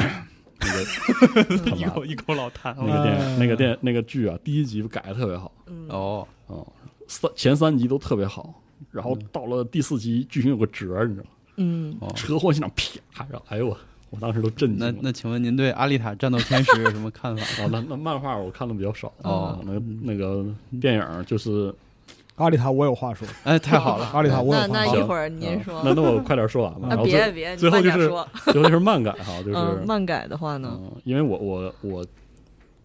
[SPEAKER 4] 那个他妈
[SPEAKER 5] 一口老痰
[SPEAKER 4] 那 个电那个电那个剧啊，第一集改的特别好，
[SPEAKER 2] 嗯
[SPEAKER 5] 哦，
[SPEAKER 4] 哦，三前三集都特别好，然后到了第四集剧情有个折儿，你知道吗？
[SPEAKER 2] 嗯，
[SPEAKER 5] 哦
[SPEAKER 4] 车祸现场啪，然后哎呦我，我当时都震
[SPEAKER 5] 那
[SPEAKER 4] 惊了。
[SPEAKER 5] 那请问您对《阿丽塔：战斗天使》有什么看法？
[SPEAKER 4] 哦，那那漫画我看的比较少
[SPEAKER 5] 哦
[SPEAKER 4] 那那个电影就是
[SPEAKER 3] 阿丽塔，我有话说。
[SPEAKER 5] 哎，太 好了，
[SPEAKER 3] 阿丽塔，我有
[SPEAKER 2] 那
[SPEAKER 3] 话
[SPEAKER 2] 那
[SPEAKER 3] 说。
[SPEAKER 2] 一会儿
[SPEAKER 4] 啊
[SPEAKER 2] 您说
[SPEAKER 4] 那，那我快点说完吧。
[SPEAKER 2] 啊
[SPEAKER 4] 然后
[SPEAKER 2] 别
[SPEAKER 4] 最
[SPEAKER 2] 别，你
[SPEAKER 4] 最后
[SPEAKER 2] 慢
[SPEAKER 4] 就
[SPEAKER 2] 点
[SPEAKER 4] 是
[SPEAKER 2] 说。
[SPEAKER 4] 最后就是漫改哈，就是
[SPEAKER 2] 嗯，漫改的话呢，
[SPEAKER 4] 嗯，因为我我我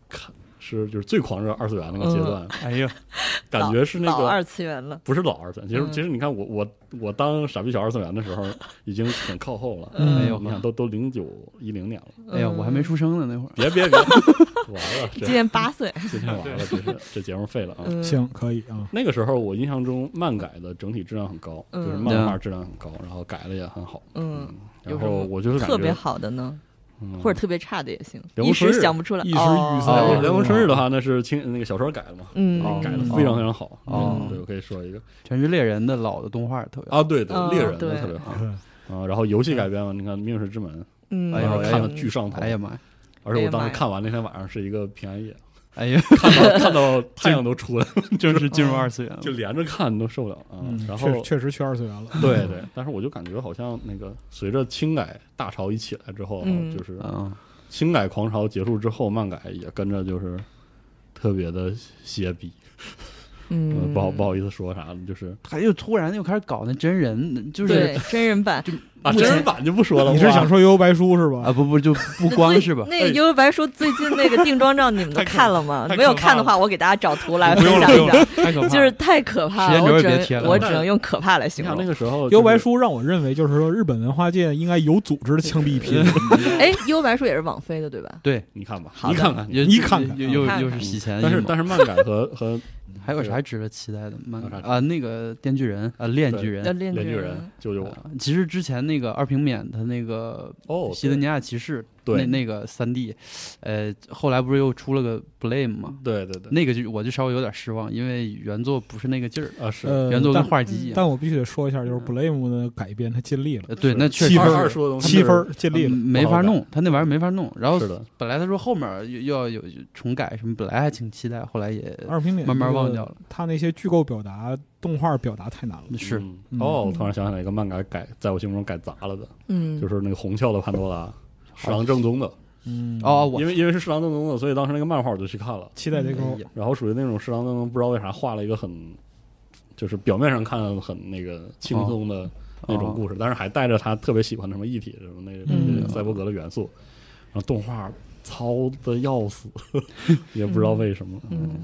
[SPEAKER 4] 看是就是最狂热二次元那个阶段，
[SPEAKER 5] 哎呀，
[SPEAKER 4] 感觉是
[SPEAKER 2] 嗯
[SPEAKER 4] 那
[SPEAKER 2] 老
[SPEAKER 4] 个
[SPEAKER 2] 二次元了。
[SPEAKER 4] 不是老二次元，其实
[SPEAKER 2] 嗯
[SPEAKER 4] 其实你看我我我当傻逼小二次元的时候已经很靠后了。
[SPEAKER 3] 嗯
[SPEAKER 5] 哎呦
[SPEAKER 4] 你，想都都零九一 零年了，
[SPEAKER 5] 哎呀，我还没出生呢那会儿，
[SPEAKER 4] 别别别， 完了，
[SPEAKER 2] 今
[SPEAKER 4] 这
[SPEAKER 2] 年八 岁，
[SPEAKER 4] 今天完了，这是这节目废了啊！
[SPEAKER 2] 嗯，
[SPEAKER 3] 行，可以啊。
[SPEAKER 4] 那个时候我印象中漫改的整体质量很高，
[SPEAKER 2] 嗯
[SPEAKER 4] 就是漫
[SPEAKER 5] 啊
[SPEAKER 4] 画质量很高，然后改的也很好，
[SPEAKER 2] 嗯，
[SPEAKER 4] 然
[SPEAKER 2] 有什
[SPEAKER 4] 后
[SPEAKER 2] 么
[SPEAKER 4] 我就是感觉
[SPEAKER 2] 特别，好的呢，
[SPEAKER 4] 嗯
[SPEAKER 2] 或者特别差的也行，
[SPEAKER 4] 人
[SPEAKER 2] 一
[SPEAKER 4] 工生
[SPEAKER 2] 时
[SPEAKER 4] 日
[SPEAKER 2] 想不出来。
[SPEAKER 3] 一时
[SPEAKER 2] 哦
[SPEAKER 3] 语塞
[SPEAKER 4] 啊
[SPEAKER 5] 哦
[SPEAKER 4] 梁文生日的话，那是青那个小说改的嘛，
[SPEAKER 2] 嗯
[SPEAKER 5] 哦，
[SPEAKER 4] 改的
[SPEAKER 2] 嗯
[SPEAKER 4] 非常非常好。
[SPEAKER 5] 哦
[SPEAKER 4] 嗯对，我可以说一个
[SPEAKER 5] 《全职猎人》的老的动画特别好，
[SPEAKER 4] 啊，对
[SPEAKER 2] 哦
[SPEAKER 4] 的，猎人
[SPEAKER 2] 对
[SPEAKER 4] 的特别好
[SPEAKER 3] 嗯
[SPEAKER 4] 啊。然后游戏改编嘛，你看《命运石之门》，
[SPEAKER 2] 嗯，
[SPEAKER 5] 哎
[SPEAKER 4] 当
[SPEAKER 5] 呦
[SPEAKER 4] 时看的巨上头
[SPEAKER 5] 哎，呀妈呀，
[SPEAKER 4] 而且我当
[SPEAKER 2] 哎呀妈
[SPEAKER 4] 时
[SPEAKER 2] 呀
[SPEAKER 4] 看完那天晚上是一个平安夜，
[SPEAKER 5] 哎呀，
[SPEAKER 4] 看到看到太阳都出来了，
[SPEAKER 5] 正式进入二次元了
[SPEAKER 4] 就连着看都受不了啊
[SPEAKER 3] 嗯，。
[SPEAKER 4] 然后
[SPEAKER 3] 确确实去二次元了。
[SPEAKER 4] 对对，但是我就感觉好像那个随着清改大潮一起来之后啊，
[SPEAKER 2] 嗯
[SPEAKER 4] 就是
[SPEAKER 5] 嗯，
[SPEAKER 4] 清改狂潮结束之后，漫改也跟着就是特别的歇逼，
[SPEAKER 2] 嗯
[SPEAKER 4] 嗯，不好不好意思说啥了，就是
[SPEAKER 5] 他又突然又开始搞那真人，就是
[SPEAKER 2] 对真人版，？
[SPEAKER 4] 啊，
[SPEAKER 3] 目
[SPEAKER 4] 真
[SPEAKER 3] 前
[SPEAKER 4] 人版就不说了。
[SPEAKER 3] 你是
[SPEAKER 4] 哇
[SPEAKER 3] 想说《幽游白书》是吧？
[SPEAKER 5] 啊，不不就不光是吧
[SPEAKER 2] 那个《幽游白书》最近那个定妆照，你们都
[SPEAKER 1] 太可
[SPEAKER 2] 看了吗
[SPEAKER 1] 太？可
[SPEAKER 2] 没有
[SPEAKER 1] 怕
[SPEAKER 2] 看的
[SPEAKER 1] 了
[SPEAKER 2] 话，我给大家找图来
[SPEAKER 1] 不
[SPEAKER 2] 分
[SPEAKER 1] 用了
[SPEAKER 2] 享
[SPEAKER 1] 不
[SPEAKER 2] 一
[SPEAKER 1] 用
[SPEAKER 2] 下，
[SPEAKER 1] 太 可怕了，
[SPEAKER 2] 就是太可怕了，我
[SPEAKER 5] 时间轴也
[SPEAKER 2] 只
[SPEAKER 5] 别
[SPEAKER 2] 能
[SPEAKER 5] 贴了
[SPEAKER 2] 我只能用可怕来
[SPEAKER 4] 你
[SPEAKER 2] 形
[SPEAKER 4] 看那
[SPEAKER 2] 容。
[SPEAKER 4] 个时候，
[SPEAKER 3] 幽游白书让我认为就是说日本文化界应该有组织的枪毙一批人，
[SPEAKER 2] 哎，《幽游白书》也是网飞的对吧？
[SPEAKER 5] 对，
[SPEAKER 4] 你看吧，
[SPEAKER 2] 好
[SPEAKER 4] 你
[SPEAKER 2] 的
[SPEAKER 4] 看看，
[SPEAKER 5] 又
[SPEAKER 3] 你看看
[SPEAKER 5] 又又
[SPEAKER 2] 看看
[SPEAKER 5] 又是洗钱
[SPEAKER 4] 但
[SPEAKER 5] 阴
[SPEAKER 4] 是
[SPEAKER 5] 谋，
[SPEAKER 4] 但是漫改和和
[SPEAKER 5] 还有啥值得期待的漫
[SPEAKER 4] 有啥值
[SPEAKER 5] 啊？那个电锯人啊，炼巨
[SPEAKER 2] 叫
[SPEAKER 5] 人。
[SPEAKER 2] 恋
[SPEAKER 4] 连巨
[SPEAKER 2] 人
[SPEAKER 4] 人。就有
[SPEAKER 5] 啊其实之前那个二平免他那个
[SPEAKER 4] 哦，
[SPEAKER 5] 西德尼亚骑士，
[SPEAKER 4] 对
[SPEAKER 5] 那那个三 D，呃，后来不是又出了个 Blame 吗？
[SPEAKER 4] 对对对，
[SPEAKER 5] 那个就我就稍微有点失望，因为原作不是那个劲儿，
[SPEAKER 4] 啊是
[SPEAKER 3] 呃
[SPEAKER 5] 原作跟
[SPEAKER 3] 但
[SPEAKER 5] 画集一样。
[SPEAKER 3] 但我必须得说一下，就是
[SPEAKER 4] 嗯
[SPEAKER 3] Blame 的改编他尽力了，
[SPEAKER 5] 呃对，那确实
[SPEAKER 3] 七分
[SPEAKER 4] 二
[SPEAKER 5] 是
[SPEAKER 4] 二说的东西
[SPEAKER 3] 七分儿尽力
[SPEAKER 5] 嗯
[SPEAKER 3] 了。
[SPEAKER 5] 没
[SPEAKER 4] 不好
[SPEAKER 5] 法
[SPEAKER 4] 改
[SPEAKER 5] 弄，他那玩意儿没法弄。然后
[SPEAKER 4] 是的，
[SPEAKER 5] 本来他说后面又又要有重改什么，本来还挺期待，后来也
[SPEAKER 3] 二平脸
[SPEAKER 5] 慢慢
[SPEAKER 3] 这个
[SPEAKER 5] 忘掉了。
[SPEAKER 3] 他那些句构表达、动画表达太难了。
[SPEAKER 5] 是
[SPEAKER 4] 嗯
[SPEAKER 3] 嗯
[SPEAKER 4] 哦，我突然想起来一个漫改改，在我心目中改砸了的，
[SPEAKER 2] 嗯，
[SPEAKER 4] 就是那个红鞘的潘多拉，
[SPEAKER 5] 好
[SPEAKER 4] 史郎正宗的，
[SPEAKER 3] 嗯，
[SPEAKER 5] 哦，我
[SPEAKER 4] 因为因为是史郎正宗的，所以当时那个漫画我就去看了，
[SPEAKER 3] 期待这个
[SPEAKER 5] 哎呀
[SPEAKER 4] 然后属于那种史郎正宗，不知道为啥画了一个很，就是表面上看很那个轻松的
[SPEAKER 5] 哦
[SPEAKER 4] 那种故事，但是还带着他特别喜欢的什么一体什么那个
[SPEAKER 3] 嗯
[SPEAKER 4] 那个赛博格的元素，然后动画糙的要死， 也不知道为什么，
[SPEAKER 2] 嗯，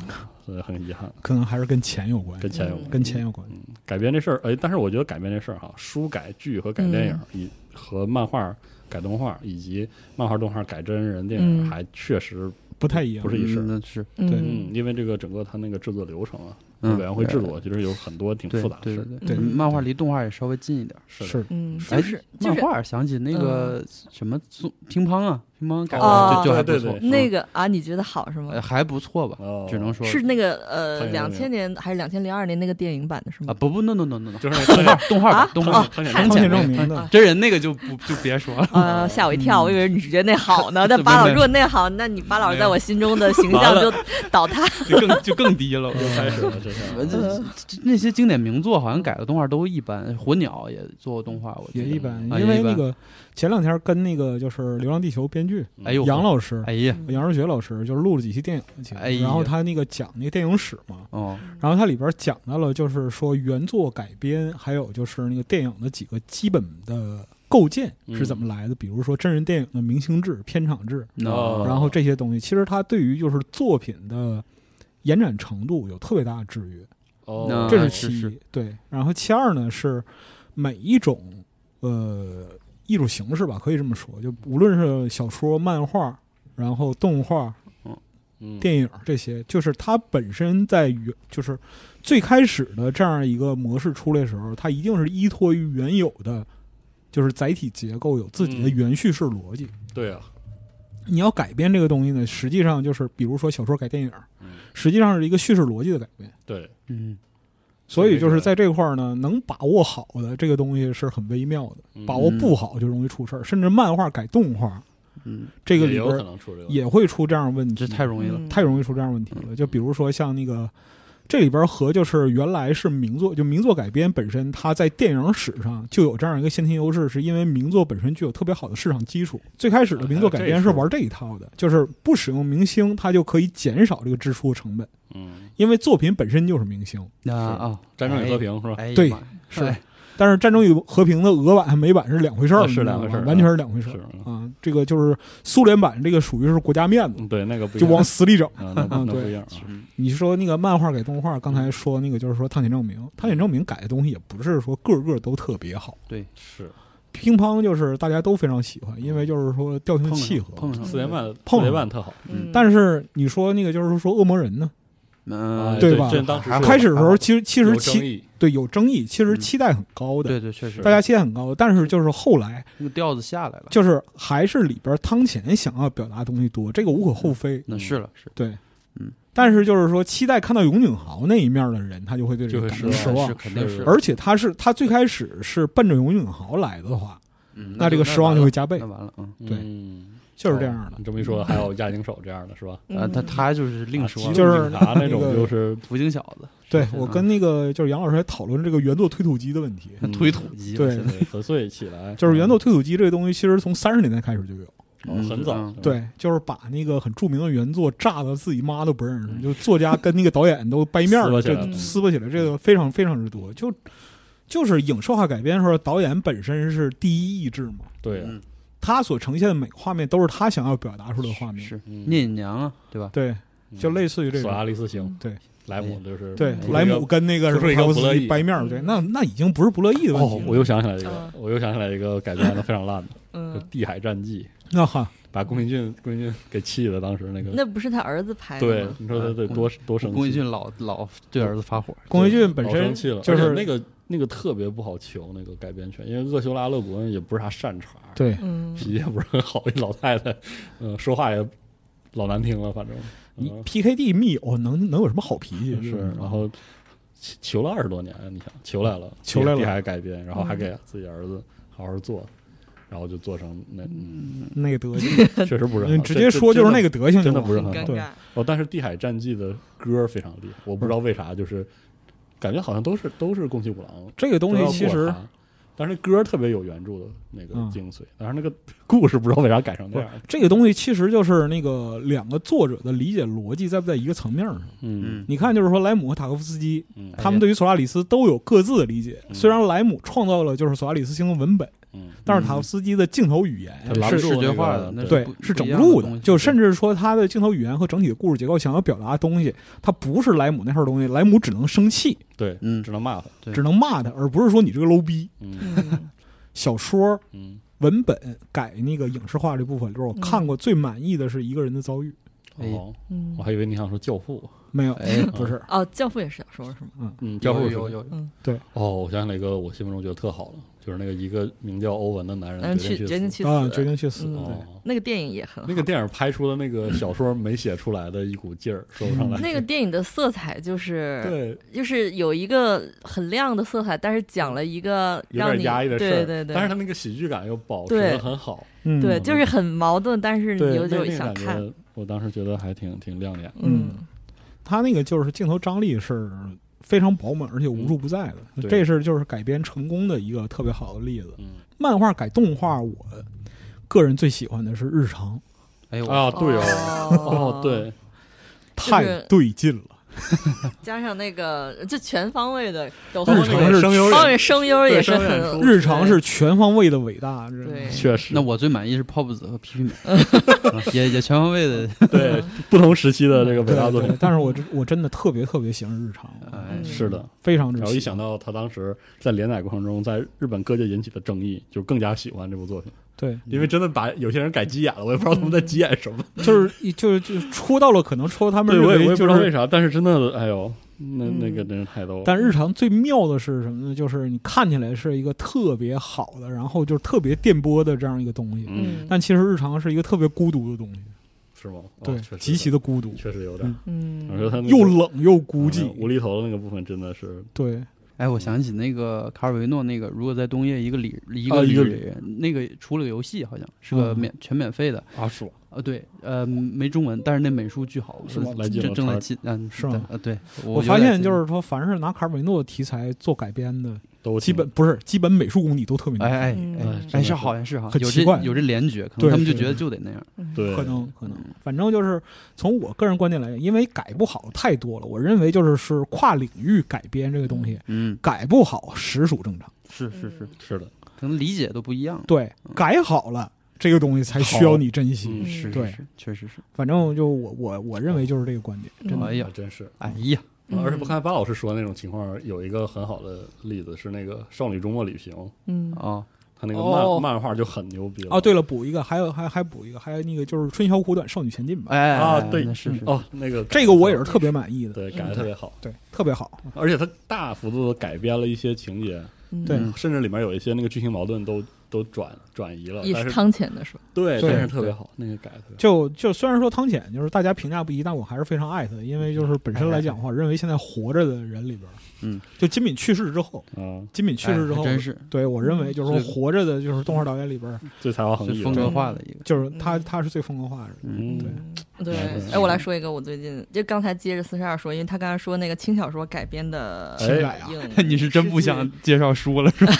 [SPEAKER 4] 所以很遗憾，
[SPEAKER 3] 可能还是跟钱有关，
[SPEAKER 4] 跟钱有关。
[SPEAKER 3] 跟钱有关。
[SPEAKER 4] 嗯，改编这事儿，哎，但是我觉得改编这事儿哈，书改剧和改电影，以和漫画改动画，以及漫画动画改真人电影，
[SPEAKER 2] 嗯
[SPEAKER 4] 还确实，
[SPEAKER 3] 不太一样。
[SPEAKER 4] 不是一事儿
[SPEAKER 5] 嗯那是
[SPEAKER 2] 嗯
[SPEAKER 4] 嗯，因为这个整个它那个制作流程啊，
[SPEAKER 5] 嗯
[SPEAKER 4] 委员会制作，其实有很多挺
[SPEAKER 5] 对
[SPEAKER 4] 复杂的
[SPEAKER 5] 对
[SPEAKER 4] 事儿。
[SPEAKER 5] 对
[SPEAKER 3] 对
[SPEAKER 5] 嗯漫画离动画也稍微近一点儿。
[SPEAKER 4] 是的，
[SPEAKER 3] 是
[SPEAKER 2] 嗯，就
[SPEAKER 5] 哎
[SPEAKER 2] 是就
[SPEAKER 5] 漫
[SPEAKER 2] 是
[SPEAKER 5] 画儿想起那个什么松乒乓啊，乒乓改
[SPEAKER 2] 哦
[SPEAKER 5] 的就就还不
[SPEAKER 4] 对
[SPEAKER 5] 错
[SPEAKER 4] 对，对
[SPEAKER 2] 那个啊，你觉得好是吗
[SPEAKER 5] 呃？还不错吧，
[SPEAKER 4] 哦，
[SPEAKER 5] 只能说
[SPEAKER 2] 是那个
[SPEAKER 4] 苍
[SPEAKER 2] 呃，
[SPEAKER 4] 蝇
[SPEAKER 2] 两
[SPEAKER 4] 的
[SPEAKER 2] 千年还是两千零二年那个电影版的是
[SPEAKER 5] 啊
[SPEAKER 2] 吗？
[SPEAKER 5] 不不 no no no no no
[SPEAKER 4] 就是那
[SPEAKER 5] 动画动画
[SPEAKER 2] 啊
[SPEAKER 5] 吧动画
[SPEAKER 2] 啊还
[SPEAKER 4] 苍井
[SPEAKER 3] 康
[SPEAKER 4] 健
[SPEAKER 3] 健
[SPEAKER 4] 那
[SPEAKER 3] 证
[SPEAKER 4] 个
[SPEAKER 3] 明的，
[SPEAKER 5] 真人那个就不就别说了，
[SPEAKER 2] 呃，吓我一跳，我以为你觉得那好呢。但巴老师如果那好，那你巴老师在我心中的形象就倒塌。
[SPEAKER 5] 就更就更低了。我
[SPEAKER 4] 就开始了，这是
[SPEAKER 5] 呃这这那些经典名作好像改的动画都一般，火鸟也做过动画，我
[SPEAKER 3] 也
[SPEAKER 5] 记
[SPEAKER 3] 一
[SPEAKER 5] 得。
[SPEAKER 3] 般，
[SPEAKER 5] 啊
[SPEAKER 3] 因为
[SPEAKER 5] 也一般
[SPEAKER 3] 那个前两天跟那个就是《流浪地球》编剧
[SPEAKER 5] 哎呦，
[SPEAKER 3] 杨老师。
[SPEAKER 5] 哎呀，
[SPEAKER 3] 杨若雪老师就是录了几期电影节目
[SPEAKER 5] 哎呀
[SPEAKER 3] 然后他那个讲那个电影史嘛，
[SPEAKER 5] 哦，
[SPEAKER 3] 然后它里边讲到了就是说原作改编，还有就是那个电影的几个基本的构建
[SPEAKER 5] 嗯
[SPEAKER 3] 是怎么来的，比如说真人电影的明星制、片场制，
[SPEAKER 5] 那
[SPEAKER 4] 哦
[SPEAKER 3] 然后这些东西，其实它对于就是作品的延展程度有特别大的制约，
[SPEAKER 4] 哦
[SPEAKER 5] 那，
[SPEAKER 3] 这是
[SPEAKER 5] 是
[SPEAKER 3] 其一。
[SPEAKER 5] 是
[SPEAKER 3] 对，然后其二呢是每一种呃艺术形式吧，可以这么说，就无论是小说、漫画，然后动画、
[SPEAKER 4] 嗯
[SPEAKER 3] 电影这些，就是它本身在原就是最开始的这样一个模式出来的时候，它一定是依托于原有的就是载体结构，有自己的
[SPEAKER 4] 嗯
[SPEAKER 3] 原叙事逻辑。
[SPEAKER 4] 对啊，
[SPEAKER 3] 你要改编这个东西呢，实际上就是比如说小说改电影
[SPEAKER 4] 嗯，
[SPEAKER 3] 实际上是一个叙事逻辑的改变。
[SPEAKER 4] 对，
[SPEAKER 5] 嗯，
[SPEAKER 3] 所以就是在这块儿呢，能把握好的这个东西是很微妙的，
[SPEAKER 4] 嗯
[SPEAKER 3] 把握不好就容易出事儿。甚至漫画改动画，
[SPEAKER 5] 嗯，
[SPEAKER 3] 这个
[SPEAKER 4] 也
[SPEAKER 3] 里
[SPEAKER 4] 有可
[SPEAKER 3] 边
[SPEAKER 4] 能出这个，
[SPEAKER 3] 也会出这样的问
[SPEAKER 5] 这
[SPEAKER 3] 题，
[SPEAKER 5] 太容易了。
[SPEAKER 2] 嗯
[SPEAKER 3] 太容易出这样的问题了。就比如说像那个这里边和就是原来是名作，就名作改编本身，它在电影史上就有这样一个先天优势，是因为名作本身具有特别好的市场基础。最开始的名作改编是玩这一套的，就是不使用明星，它就可以减少这个支出成本，
[SPEAKER 4] 嗯，
[SPEAKER 3] 因为作品本身就是明星。
[SPEAKER 5] 那啊，
[SPEAKER 4] 战争与和平是吧？
[SPEAKER 5] 哎呀
[SPEAKER 3] 对
[SPEAKER 5] 妈呀，
[SPEAKER 3] 是
[SPEAKER 5] 哎
[SPEAKER 3] 但是《战争与和平》的俄版和美版是两回事儿，
[SPEAKER 4] 啊是两回事儿
[SPEAKER 3] 你知道吗完全是两回事
[SPEAKER 4] 是
[SPEAKER 3] 儿，啊。这个就是苏联版，这个属于是国家面子，
[SPEAKER 4] 嗯对，那个不一
[SPEAKER 3] 就
[SPEAKER 4] 样
[SPEAKER 3] 往死里整。
[SPEAKER 4] 啊，那
[SPEAKER 3] 嗯
[SPEAKER 4] 那不
[SPEAKER 3] 对
[SPEAKER 4] 一样啊，
[SPEAKER 5] 嗯
[SPEAKER 3] 你说那个漫画给动画，刚才说那个就是说《探险证明》，《探险证明》改的东西也不是说个个都特别好。
[SPEAKER 4] 是
[SPEAKER 3] 乒乓就是大家都非常喜欢，因为就是说调性
[SPEAKER 5] 碰上
[SPEAKER 3] 契合。
[SPEAKER 5] 碰上
[SPEAKER 4] 嗯四连半，
[SPEAKER 3] 碰
[SPEAKER 4] 四连
[SPEAKER 3] 了
[SPEAKER 4] 半特好，
[SPEAKER 5] 嗯
[SPEAKER 3] 但是你说那个就是说恶魔人呢，
[SPEAKER 5] 嗯，
[SPEAKER 3] 对吧
[SPEAKER 4] 啊这当时
[SPEAKER 5] 还
[SPEAKER 4] 是
[SPEAKER 5] 好
[SPEAKER 3] 开始的时
[SPEAKER 5] 还
[SPEAKER 3] 候
[SPEAKER 5] 好
[SPEAKER 3] 其实其
[SPEAKER 4] 有
[SPEAKER 3] 实
[SPEAKER 4] 争
[SPEAKER 3] 期
[SPEAKER 4] 议，
[SPEAKER 3] 对有争议，其实
[SPEAKER 5] 嗯
[SPEAKER 3] 期待很高的，
[SPEAKER 5] 对嗯对，确实
[SPEAKER 3] 大家期待很高，但是就是后来
[SPEAKER 5] 那个调子下来了，
[SPEAKER 3] 就是还是里边汤浅想要表达的东西多，这个无可厚非。
[SPEAKER 5] 那是了是
[SPEAKER 3] 对，
[SPEAKER 5] 嗯，
[SPEAKER 3] 但是就是说，期待看到永井豪那一面的人，他就会对这
[SPEAKER 4] 就
[SPEAKER 3] 个
[SPEAKER 4] 会
[SPEAKER 3] 感
[SPEAKER 4] 失
[SPEAKER 3] 到
[SPEAKER 4] 望
[SPEAKER 3] 失
[SPEAKER 5] 是
[SPEAKER 3] 望。
[SPEAKER 5] 肯定是，
[SPEAKER 3] 而且他是他最开始是奔着永井豪来的话，
[SPEAKER 5] 嗯
[SPEAKER 3] 那这个失望就会加倍
[SPEAKER 5] 那，完了啊
[SPEAKER 3] 对
[SPEAKER 4] 嗯
[SPEAKER 3] 就是这样的。
[SPEAKER 4] 你这么一说，还有亚井手这样的是吧？
[SPEAKER 2] 嗯
[SPEAKER 5] 啊，他他就是另说了，
[SPEAKER 3] 就是
[SPEAKER 4] 拿那种
[SPEAKER 3] 那个
[SPEAKER 4] 就是
[SPEAKER 5] 土精小子，
[SPEAKER 3] 对
[SPEAKER 5] 是
[SPEAKER 3] 我
[SPEAKER 4] 嗯
[SPEAKER 3] 跟那个就是杨老师还讨论这个原作推土机的问题，
[SPEAKER 5] 那推土机，
[SPEAKER 3] 对
[SPEAKER 5] 我
[SPEAKER 4] 对粉碎起来，
[SPEAKER 3] 就是原作推土机这个东西，其实从三十年代开始就有。
[SPEAKER 4] 哦很
[SPEAKER 5] 嗯
[SPEAKER 4] 早，
[SPEAKER 3] 对，就是把那个很著名的原作炸的自己妈都不认识，就作家跟那个导演都掰面
[SPEAKER 4] 嗯撕巴
[SPEAKER 3] 儿，
[SPEAKER 4] 起来
[SPEAKER 3] 这
[SPEAKER 2] 了
[SPEAKER 3] 撕巴起来，这个非常非常之多。就就是影视化改编的时候，导演本身是第一意志嘛，
[SPEAKER 4] 对啊，
[SPEAKER 5] 嗯
[SPEAKER 3] 他所呈现的每个画面都是他想要表达出的画面，
[SPEAKER 5] 是
[SPEAKER 4] 嗯
[SPEAKER 5] 聂隐娘啊，对吧？
[SPEAKER 3] 对，就类似于这
[SPEAKER 4] 索
[SPEAKER 3] 种。
[SPEAKER 4] 拉利斯星，
[SPEAKER 3] 对
[SPEAKER 4] 莱
[SPEAKER 5] 嗯
[SPEAKER 4] 姆就是
[SPEAKER 3] 对
[SPEAKER 4] 不，是
[SPEAKER 3] 莱
[SPEAKER 4] 一个
[SPEAKER 3] 姆跟那个
[SPEAKER 4] 嗯不是一个
[SPEAKER 3] 帕布
[SPEAKER 4] 不乐
[SPEAKER 3] 斯
[SPEAKER 4] 意嗯
[SPEAKER 3] 基掰面儿，对，那那已经不是不乐意的问题
[SPEAKER 4] 哦
[SPEAKER 3] 了。，
[SPEAKER 4] 我又想起来一个
[SPEAKER 2] 嗯，
[SPEAKER 4] 我又想起来一个改编的非常烂的，就《
[SPEAKER 2] 嗯，
[SPEAKER 4] 地海战记
[SPEAKER 3] 那哈，》，
[SPEAKER 4] 把宫崎骏宫崎骏给气的，当时那个
[SPEAKER 2] 那不是他儿子拍的
[SPEAKER 4] 对
[SPEAKER 2] 吗？，
[SPEAKER 4] 你说他得多多生气，
[SPEAKER 5] 嗯宫崎骏老老对儿子发火，
[SPEAKER 3] 宫崎骏本
[SPEAKER 4] 老
[SPEAKER 3] 身
[SPEAKER 4] 生气了，
[SPEAKER 3] 就
[SPEAKER 4] 而且
[SPEAKER 3] 是
[SPEAKER 4] 那个那个特别不好求那个改编权，因为厄修拉·勒古恩也不是啥善茬，
[SPEAKER 3] 对，
[SPEAKER 2] 嗯，
[SPEAKER 4] 脾气也不是很好，一 老太太，嗯，说话也老难听了，反正
[SPEAKER 3] 你啊
[SPEAKER 4] 嗯
[SPEAKER 3] PKD 密友能能有什么好脾气？
[SPEAKER 4] 是，然后求求了二十多年，你想求来了，
[SPEAKER 3] 求来了嗯
[SPEAKER 4] 地海改编，然后还给自己儿子好好做，然后就做成那，嗯，
[SPEAKER 3] 那个德行，
[SPEAKER 4] 确实不是很
[SPEAKER 3] 嗯
[SPEAKER 4] 好，
[SPEAKER 3] 直接说就是那个德行就
[SPEAKER 4] 啊真
[SPEAKER 3] 完
[SPEAKER 4] 的
[SPEAKER 3] 了，
[SPEAKER 4] 不是很
[SPEAKER 2] 尴
[SPEAKER 4] 好。
[SPEAKER 3] 对
[SPEAKER 2] 尬。
[SPEAKER 4] 哦，但是《地海战记》的歌非常厉害，我不知道为啥，就是感觉好像都是都是宫崎五郎
[SPEAKER 3] 这个东
[SPEAKER 4] 都
[SPEAKER 3] 西
[SPEAKER 4] 要
[SPEAKER 3] 其
[SPEAKER 4] 过啊
[SPEAKER 3] 实
[SPEAKER 4] 他。但是歌特别有原著的那个
[SPEAKER 3] 嗯
[SPEAKER 4] 精髓，但是那个故事不知道为啥改成
[SPEAKER 3] 不
[SPEAKER 4] 这
[SPEAKER 3] 是
[SPEAKER 4] 样。
[SPEAKER 3] 这个东西，其实就是那个两个作者的理解逻辑在不在一个层面上。
[SPEAKER 4] 嗯
[SPEAKER 3] 你看，就是说莱姆和塔科夫斯基，
[SPEAKER 4] 嗯
[SPEAKER 3] 他们对于索拉里斯都有各自的理解。
[SPEAKER 4] 嗯
[SPEAKER 3] 虽然莱姆创造了就是索拉里斯星的文本，
[SPEAKER 4] 嗯，
[SPEAKER 3] 但是塔科夫斯基的镜头语言
[SPEAKER 4] 他拦
[SPEAKER 5] 是
[SPEAKER 4] 不住
[SPEAKER 5] 视觉
[SPEAKER 4] 那个
[SPEAKER 5] 化的，那
[SPEAKER 3] 对
[SPEAKER 5] 不
[SPEAKER 3] 是整
[SPEAKER 5] 不一
[SPEAKER 3] 不
[SPEAKER 5] 样的
[SPEAKER 3] 住
[SPEAKER 5] 东
[SPEAKER 3] 的，
[SPEAKER 5] 西
[SPEAKER 3] 就甚至说他的镜头语言和整体的故事结构想要表达的东西，他不是莱姆那套东西。莱姆只能生气，
[SPEAKER 4] 对，
[SPEAKER 5] 嗯
[SPEAKER 4] 只能骂他。
[SPEAKER 5] 对
[SPEAKER 3] 只能骂他，而不是说你这个 low 逼。
[SPEAKER 4] 嗯
[SPEAKER 2] 嗯，
[SPEAKER 3] 小说
[SPEAKER 4] 嗯，
[SPEAKER 3] 文本改那个影视化这部分，就是我看过最满意的是一个人的遭遇，
[SPEAKER 5] 哎
[SPEAKER 4] 哦，
[SPEAKER 2] 嗯
[SPEAKER 4] 我还以为你想说《教父》。
[SPEAKER 3] 没有，
[SPEAKER 5] 哎
[SPEAKER 3] 不
[SPEAKER 4] 啊
[SPEAKER 3] 是。
[SPEAKER 2] 哦，教父也是小说是吗？
[SPEAKER 4] 嗯，《教
[SPEAKER 5] 有
[SPEAKER 4] 父》
[SPEAKER 5] 有
[SPEAKER 4] 是
[SPEAKER 5] 有有
[SPEAKER 4] 哦，我想起来一个我心目中觉得特好的，就是那个一个名叫欧文的男
[SPEAKER 2] 嗯，
[SPEAKER 4] 人
[SPEAKER 2] 去
[SPEAKER 4] 决
[SPEAKER 2] 决定
[SPEAKER 4] 定去
[SPEAKER 2] 去
[SPEAKER 3] 啊，
[SPEAKER 2] 死，
[SPEAKER 3] 决定去死。
[SPEAKER 4] 死。
[SPEAKER 2] 嗯
[SPEAKER 3] 对，
[SPEAKER 4] 哦，
[SPEAKER 2] 那个电影也 很好
[SPEAKER 4] 那个电影拍出的那个小说没写出来的一股劲儿，说不上来。
[SPEAKER 5] 嗯
[SPEAKER 2] 那个电影的色彩就是，
[SPEAKER 4] 对，
[SPEAKER 2] 就是有一个很亮的色彩，但是讲了一个
[SPEAKER 4] 有
[SPEAKER 2] 让
[SPEAKER 4] 点
[SPEAKER 2] 你
[SPEAKER 4] 压抑的事儿，
[SPEAKER 2] 对对对，
[SPEAKER 4] 但是他那个喜剧感又保持的
[SPEAKER 2] 对
[SPEAKER 4] 很好，
[SPEAKER 3] 嗯，
[SPEAKER 2] 对，就是很矛盾，但是你
[SPEAKER 4] 对，
[SPEAKER 2] 又
[SPEAKER 4] 那
[SPEAKER 2] 有
[SPEAKER 4] 那个
[SPEAKER 2] 想
[SPEAKER 4] 感
[SPEAKER 2] 看，
[SPEAKER 4] 觉，我当时觉得还挺挺亮眼。
[SPEAKER 2] 嗯
[SPEAKER 3] 他那个就是镜头张力是非常饱满，而且无处不在的。
[SPEAKER 4] 嗯对
[SPEAKER 3] 这是就是改编成功的一个特别好的例子。
[SPEAKER 4] 嗯
[SPEAKER 3] 漫画改动画，我个人最喜欢的是日常，
[SPEAKER 5] 哎呦，
[SPEAKER 4] 啊，对哦，
[SPEAKER 2] 哦
[SPEAKER 4] 哦，，对，
[SPEAKER 3] 太对劲了。
[SPEAKER 2] 加上那个就全方位的都
[SPEAKER 3] 日
[SPEAKER 2] 包
[SPEAKER 3] 常是
[SPEAKER 4] 声优
[SPEAKER 2] 括
[SPEAKER 4] 人
[SPEAKER 2] 那声优也是
[SPEAKER 4] 对声优演
[SPEAKER 2] 很，
[SPEAKER 4] 出
[SPEAKER 3] 日常是全方位的伟大，真的
[SPEAKER 2] 对
[SPEAKER 4] 确实
[SPEAKER 5] 那，我最满意是泡泡子和皮皮美，也也全方位的，
[SPEAKER 4] 对 不同时期的这个伟
[SPEAKER 3] 对
[SPEAKER 4] 大作
[SPEAKER 3] 对
[SPEAKER 4] 品，
[SPEAKER 3] 但是我真我真的特别特别喜欢日常，
[SPEAKER 5] 哎，
[SPEAKER 4] 是的。
[SPEAKER 3] 非常之
[SPEAKER 4] 然后
[SPEAKER 3] 喜
[SPEAKER 4] 一
[SPEAKER 3] 欢
[SPEAKER 4] 想到他当时在连载过程中，在日本各界引起的争议，就更加喜欢这部作品，
[SPEAKER 3] 对，
[SPEAKER 4] 因为真的把有些人改急眼了，我也不知道他们在急眼什么。
[SPEAKER 3] 就是一就是就是戳到了可能戳到他们
[SPEAKER 4] 嗯对，我也我
[SPEAKER 3] 认
[SPEAKER 4] 也
[SPEAKER 3] 为
[SPEAKER 4] 不知
[SPEAKER 3] 就
[SPEAKER 4] 道为
[SPEAKER 3] 是。
[SPEAKER 4] 啥，但是真的，哎呦，那
[SPEAKER 2] 嗯
[SPEAKER 4] 那个真是太逗了。
[SPEAKER 3] 但日常最妙的是什么呢？就是你看起来是一个特别好的，然后就是特别电波的这样一个东西，
[SPEAKER 4] 嗯，
[SPEAKER 3] 但其实日常是一个特别孤独的东西，
[SPEAKER 4] 是吗？哦
[SPEAKER 3] 对
[SPEAKER 4] 确，实
[SPEAKER 3] 极其
[SPEAKER 4] 的，
[SPEAKER 3] 的孤独，
[SPEAKER 4] 确实有点。
[SPEAKER 2] 嗯
[SPEAKER 4] 我觉得他那个
[SPEAKER 3] 又冷又孤
[SPEAKER 4] 啊无
[SPEAKER 3] 寂。
[SPEAKER 4] 厘头的那个部分真的是，
[SPEAKER 3] 对，
[SPEAKER 5] 哎，我想起那个卡尔维诺那个，如果在冬夜一个里一
[SPEAKER 4] 啊
[SPEAKER 5] 个
[SPEAKER 4] 一
[SPEAKER 5] 里
[SPEAKER 4] 个
[SPEAKER 5] 人，那个出了个游戏，好像是个
[SPEAKER 3] 嗯
[SPEAKER 5] 免全免费的。
[SPEAKER 4] 啊，是吧？
[SPEAKER 5] 呃，对，呃，没中文，但是那美术巨好，
[SPEAKER 4] 是吗
[SPEAKER 5] 我
[SPEAKER 4] 来劲
[SPEAKER 5] 正
[SPEAKER 4] 了
[SPEAKER 5] 正
[SPEAKER 4] 他
[SPEAKER 5] 来劲，嗯，
[SPEAKER 3] 是吗
[SPEAKER 5] 呃，对，
[SPEAKER 3] 我
[SPEAKER 5] 我
[SPEAKER 3] 发
[SPEAKER 5] 有点
[SPEAKER 3] 现
[SPEAKER 5] 劲
[SPEAKER 3] 就是说，凡是拿卡尔维诺题材做改编的，
[SPEAKER 4] 都
[SPEAKER 3] 基本不是基本美术功底都特别牛
[SPEAKER 5] 哎，哎
[SPEAKER 2] 嗯
[SPEAKER 5] 哎
[SPEAKER 4] 真
[SPEAKER 5] 哎，
[SPEAKER 4] 的
[SPEAKER 5] 是
[SPEAKER 4] 是
[SPEAKER 5] 好像是哈，
[SPEAKER 3] 很
[SPEAKER 5] 有
[SPEAKER 3] 奇
[SPEAKER 5] 这
[SPEAKER 3] 怪
[SPEAKER 5] 有这联觉，可能
[SPEAKER 3] 对
[SPEAKER 5] 他们就
[SPEAKER 3] 对
[SPEAKER 5] 觉得就得那样。
[SPEAKER 4] 对，嗯
[SPEAKER 3] 可能可能，反正就是从我个人观点来讲，因为改不好太多了，我认为就是是跨领域改编这个东西，
[SPEAKER 5] 嗯，
[SPEAKER 3] 改不好实属正常。
[SPEAKER 5] 是是是，
[SPEAKER 4] 是的，
[SPEAKER 5] 可能理解都不一样。
[SPEAKER 3] 对，改好了这个东西才需要你珍惜。
[SPEAKER 4] 嗯，
[SPEAKER 5] 是是
[SPEAKER 3] 对
[SPEAKER 5] 是，确实是。
[SPEAKER 3] 反正就我我我认为就是这个观点，真的
[SPEAKER 5] 哎呀，
[SPEAKER 4] 真是。啊
[SPEAKER 5] 哎呀，
[SPEAKER 2] 嗯
[SPEAKER 4] 而且不看巴老师说的那种情况，有一个很好的例子是那个《少女周末旅行》，
[SPEAKER 2] 嗯
[SPEAKER 5] 哦，
[SPEAKER 4] 他那个
[SPEAKER 3] 哦
[SPEAKER 4] 漫漫画就很牛逼了。
[SPEAKER 3] 哦，对了，补一个，还有还还补一个，还有那个就是《春宵苦短，少女前进》吧，
[SPEAKER 5] 哎
[SPEAKER 4] 啊
[SPEAKER 5] 哎
[SPEAKER 4] 对
[SPEAKER 5] 那是是，
[SPEAKER 4] 哦，那个
[SPEAKER 3] 这个我也是特别满意的，
[SPEAKER 4] 对改的特别好，
[SPEAKER 3] 对，特别好。
[SPEAKER 4] 而且他大幅度的改编了一些情节，
[SPEAKER 2] 嗯
[SPEAKER 3] 对
[SPEAKER 5] 嗯
[SPEAKER 4] 甚至里面有一些那个剧情矛盾都都转转移了，
[SPEAKER 2] 也
[SPEAKER 4] 但
[SPEAKER 2] 是
[SPEAKER 4] 是
[SPEAKER 2] 汤浅的是吧？
[SPEAKER 4] 对，
[SPEAKER 3] 对
[SPEAKER 4] 但是特别好，那个改的特别好。
[SPEAKER 3] 就就虽然说汤浅就是大家评价不一，但我还是非常爱他的，因为就是本身来讲的话，认为现在活着的人里边，
[SPEAKER 5] 嗯，
[SPEAKER 3] 就金敏去世之后，
[SPEAKER 4] 啊，
[SPEAKER 3] 金敏去世之
[SPEAKER 5] 哎还
[SPEAKER 3] 后，
[SPEAKER 5] 真是
[SPEAKER 3] 对我认为就是说
[SPEAKER 5] 是
[SPEAKER 3] 活着的就是动画导演里边，
[SPEAKER 4] 最才华横溢
[SPEAKER 5] 是
[SPEAKER 4] 的，
[SPEAKER 5] 风格化的一个。
[SPEAKER 3] 就是他他是最风格化的人，
[SPEAKER 5] 嗯，，
[SPEAKER 4] 对
[SPEAKER 2] 对
[SPEAKER 4] 嗯，
[SPEAKER 2] 哎，我来说一个，我最近就刚才接着四十二说，因为他刚才说那个轻小说改编的
[SPEAKER 4] 哎
[SPEAKER 3] 感呀
[SPEAKER 2] 影
[SPEAKER 5] 你是真不想介绍书了是吧？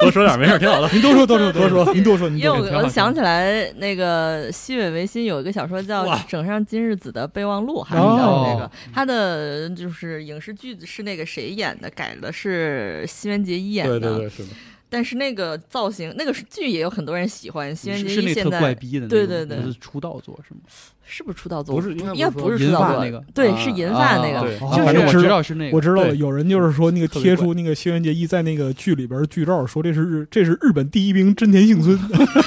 [SPEAKER 4] 多说点没事儿，挺好的。你多
[SPEAKER 3] 说多说多说，您多说您
[SPEAKER 2] 因为
[SPEAKER 3] 多
[SPEAKER 2] 我
[SPEAKER 3] 说。
[SPEAKER 2] 我想起来，那个西尾维新有一个小说叫
[SPEAKER 4] 哇
[SPEAKER 2] 《整上今日子的备忘录》，还是叫那个
[SPEAKER 5] 哦
[SPEAKER 2] 他的就是影视剧是那个谁演的，改的是西元杰一演的，
[SPEAKER 4] 对对对，是的，
[SPEAKER 2] 但是那个造型，那个剧也有很多人喜欢。西元
[SPEAKER 5] 是
[SPEAKER 2] 杰
[SPEAKER 5] 是
[SPEAKER 2] 一
[SPEAKER 5] 那
[SPEAKER 2] 现
[SPEAKER 5] 特怪
[SPEAKER 2] 在
[SPEAKER 5] 逼的那
[SPEAKER 2] 对
[SPEAKER 5] 种，
[SPEAKER 2] 对
[SPEAKER 5] 不
[SPEAKER 2] 对
[SPEAKER 5] 是出道作是吗？
[SPEAKER 2] 是不是出道作？
[SPEAKER 4] 不是
[SPEAKER 2] 应
[SPEAKER 4] 应
[SPEAKER 2] 该
[SPEAKER 4] 该
[SPEAKER 2] 不是
[SPEAKER 4] 是
[SPEAKER 2] 出
[SPEAKER 5] 银
[SPEAKER 2] 道
[SPEAKER 5] 发
[SPEAKER 2] 作
[SPEAKER 5] 那个，
[SPEAKER 2] 对
[SPEAKER 5] 啊
[SPEAKER 2] 是银发那个
[SPEAKER 5] 啊
[SPEAKER 4] 对
[SPEAKER 5] 啊
[SPEAKER 2] 就是。
[SPEAKER 5] 反正我知道是那个，
[SPEAKER 3] 我知道了，
[SPEAKER 4] 对
[SPEAKER 3] 有人就是说那个
[SPEAKER 4] 特别
[SPEAKER 3] 贴
[SPEAKER 4] 怪
[SPEAKER 3] 出那个新垣结衣在那个剧里边剧照，说这是日这是日本第一兵真田幸村，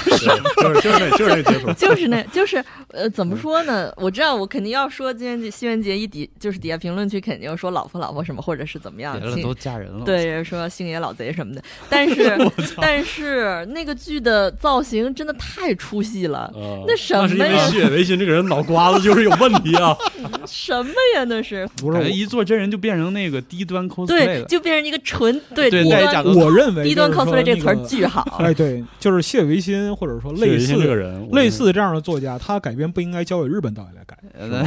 [SPEAKER 4] 对就是就是那就是那接 触
[SPEAKER 2] 就是 那，就是呃，怎
[SPEAKER 5] 嗯
[SPEAKER 2] 么说呢？我知道，我肯定要说今天西元节一底，就是底下评论区肯定说老婆老婆什么，或者是怎么样
[SPEAKER 5] 别，了
[SPEAKER 2] 亲
[SPEAKER 5] 都嫁人了，
[SPEAKER 2] 啊对，说星爷老贼什么的。但是但是那个剧的造型真的太出戏了，
[SPEAKER 4] 啊
[SPEAKER 2] 那什
[SPEAKER 4] 是因
[SPEAKER 2] 么
[SPEAKER 4] 为
[SPEAKER 2] 呀
[SPEAKER 4] 西野维新这个人脑瓜子就是有问题 啊！
[SPEAKER 2] 什么呀？那是
[SPEAKER 3] 不是
[SPEAKER 5] 感觉一做真人就变成那个低端 cosplay
[SPEAKER 2] 对，
[SPEAKER 5] 了，
[SPEAKER 2] 就变成一个纯对
[SPEAKER 5] 对
[SPEAKER 2] 低
[SPEAKER 5] 戴一
[SPEAKER 2] 端
[SPEAKER 5] 假
[SPEAKER 3] 我
[SPEAKER 5] 头
[SPEAKER 3] 我认为
[SPEAKER 2] 低端
[SPEAKER 3] 就是说
[SPEAKER 2] cosplay 这词儿
[SPEAKER 3] 那个
[SPEAKER 2] 巨好。
[SPEAKER 3] 哎，对，就是谢维新或者说类
[SPEAKER 4] 西
[SPEAKER 3] 似
[SPEAKER 4] 野维新这个人，
[SPEAKER 3] 类似这样的作家，他改编不应该交给日本导演来改，
[SPEAKER 5] 呃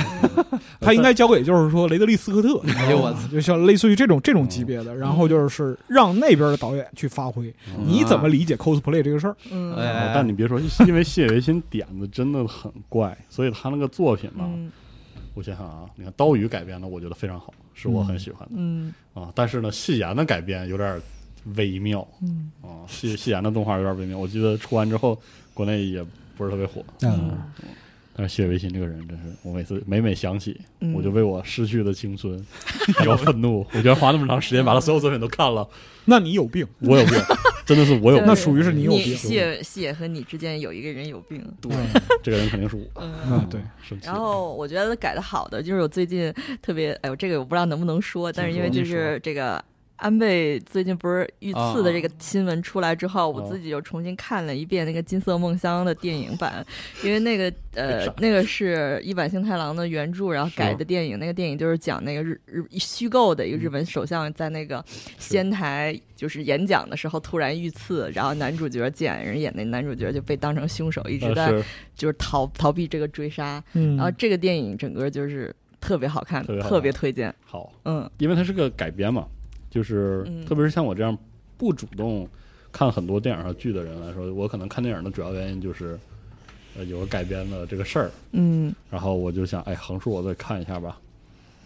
[SPEAKER 3] 他应该交给就是说雷德利·斯科 特，
[SPEAKER 5] 哎呦我操！
[SPEAKER 3] 就像类似于这种这种级
[SPEAKER 4] 哦
[SPEAKER 3] 别的，然后就是让那边的导演去发挥。
[SPEAKER 4] 嗯
[SPEAKER 3] 你怎么理解 cosplay 这个事儿？
[SPEAKER 2] 嗯
[SPEAKER 5] 哎
[SPEAKER 4] 啊但你别说，因为谢维新点子真的很怪，所以他那个作品吧，
[SPEAKER 2] 嗯
[SPEAKER 4] 我想想啊，你看《刀鱼》改编的，我觉得非常好，是我很喜欢的、
[SPEAKER 2] 嗯
[SPEAKER 4] 啊。但是呢，戏言的改编有点微妙
[SPEAKER 2] 嗯
[SPEAKER 4] 啊，戏戏言的动画有点微妙。我记得出完之后，国内也不是特别火。
[SPEAKER 3] 嗯，
[SPEAKER 4] 但是谢维新这个人真是，我每次每每想起，
[SPEAKER 2] 嗯
[SPEAKER 4] 我就为我逝去的青春 比较愤怒。我居然花那么长时间把他所有作品都看了，
[SPEAKER 3] 那你有病，
[SPEAKER 4] 我有病，真的是我有病。
[SPEAKER 3] 那属于是你有
[SPEAKER 2] 你
[SPEAKER 3] 病
[SPEAKER 2] 戏野戏野和你之间有一个人有病，
[SPEAKER 4] 对，这个人肯定是我。
[SPEAKER 2] 嗯。
[SPEAKER 3] 嗯，对，
[SPEAKER 4] 生气了。
[SPEAKER 2] 然后我觉得改的好的就是我最近特别，哎呦，这个我不知道能不能说，但是因为就
[SPEAKER 5] 请说啊
[SPEAKER 2] 是这个安倍最近不是遇刺的这个新闻出来之后，我
[SPEAKER 4] 啊
[SPEAKER 5] 哦
[SPEAKER 2] 自己又重新看了一遍那个《金色梦乡》的电影版，因为那个呃
[SPEAKER 4] 为啥
[SPEAKER 2] 那个是一坂幸太郎的原著，然后改的电影，那个电影就是讲那个日日虚构的一个
[SPEAKER 5] 嗯
[SPEAKER 2] 日本首相在那个仙台就是演讲的时候突然遇刺，然后男主角简人演那男主角就被当成凶手，一
[SPEAKER 5] 啊
[SPEAKER 2] 直在
[SPEAKER 4] 呃、是
[SPEAKER 2] 就是逃逃避这个追杀。
[SPEAKER 3] 嗯
[SPEAKER 2] 然后这个电影整个就是特别好看，
[SPEAKER 4] 特别好看
[SPEAKER 2] 特别推荐。
[SPEAKER 4] 好，
[SPEAKER 2] 嗯
[SPEAKER 4] 因为它是个改编嘛，就是、
[SPEAKER 2] 嗯
[SPEAKER 4] 特别是像我这样不主动看很多电影和剧的人来说，我可能看电影的主要原因就是呃有个改编的这个事儿，
[SPEAKER 2] 嗯
[SPEAKER 4] 然后我就想，哎，横竖我再看一下吧，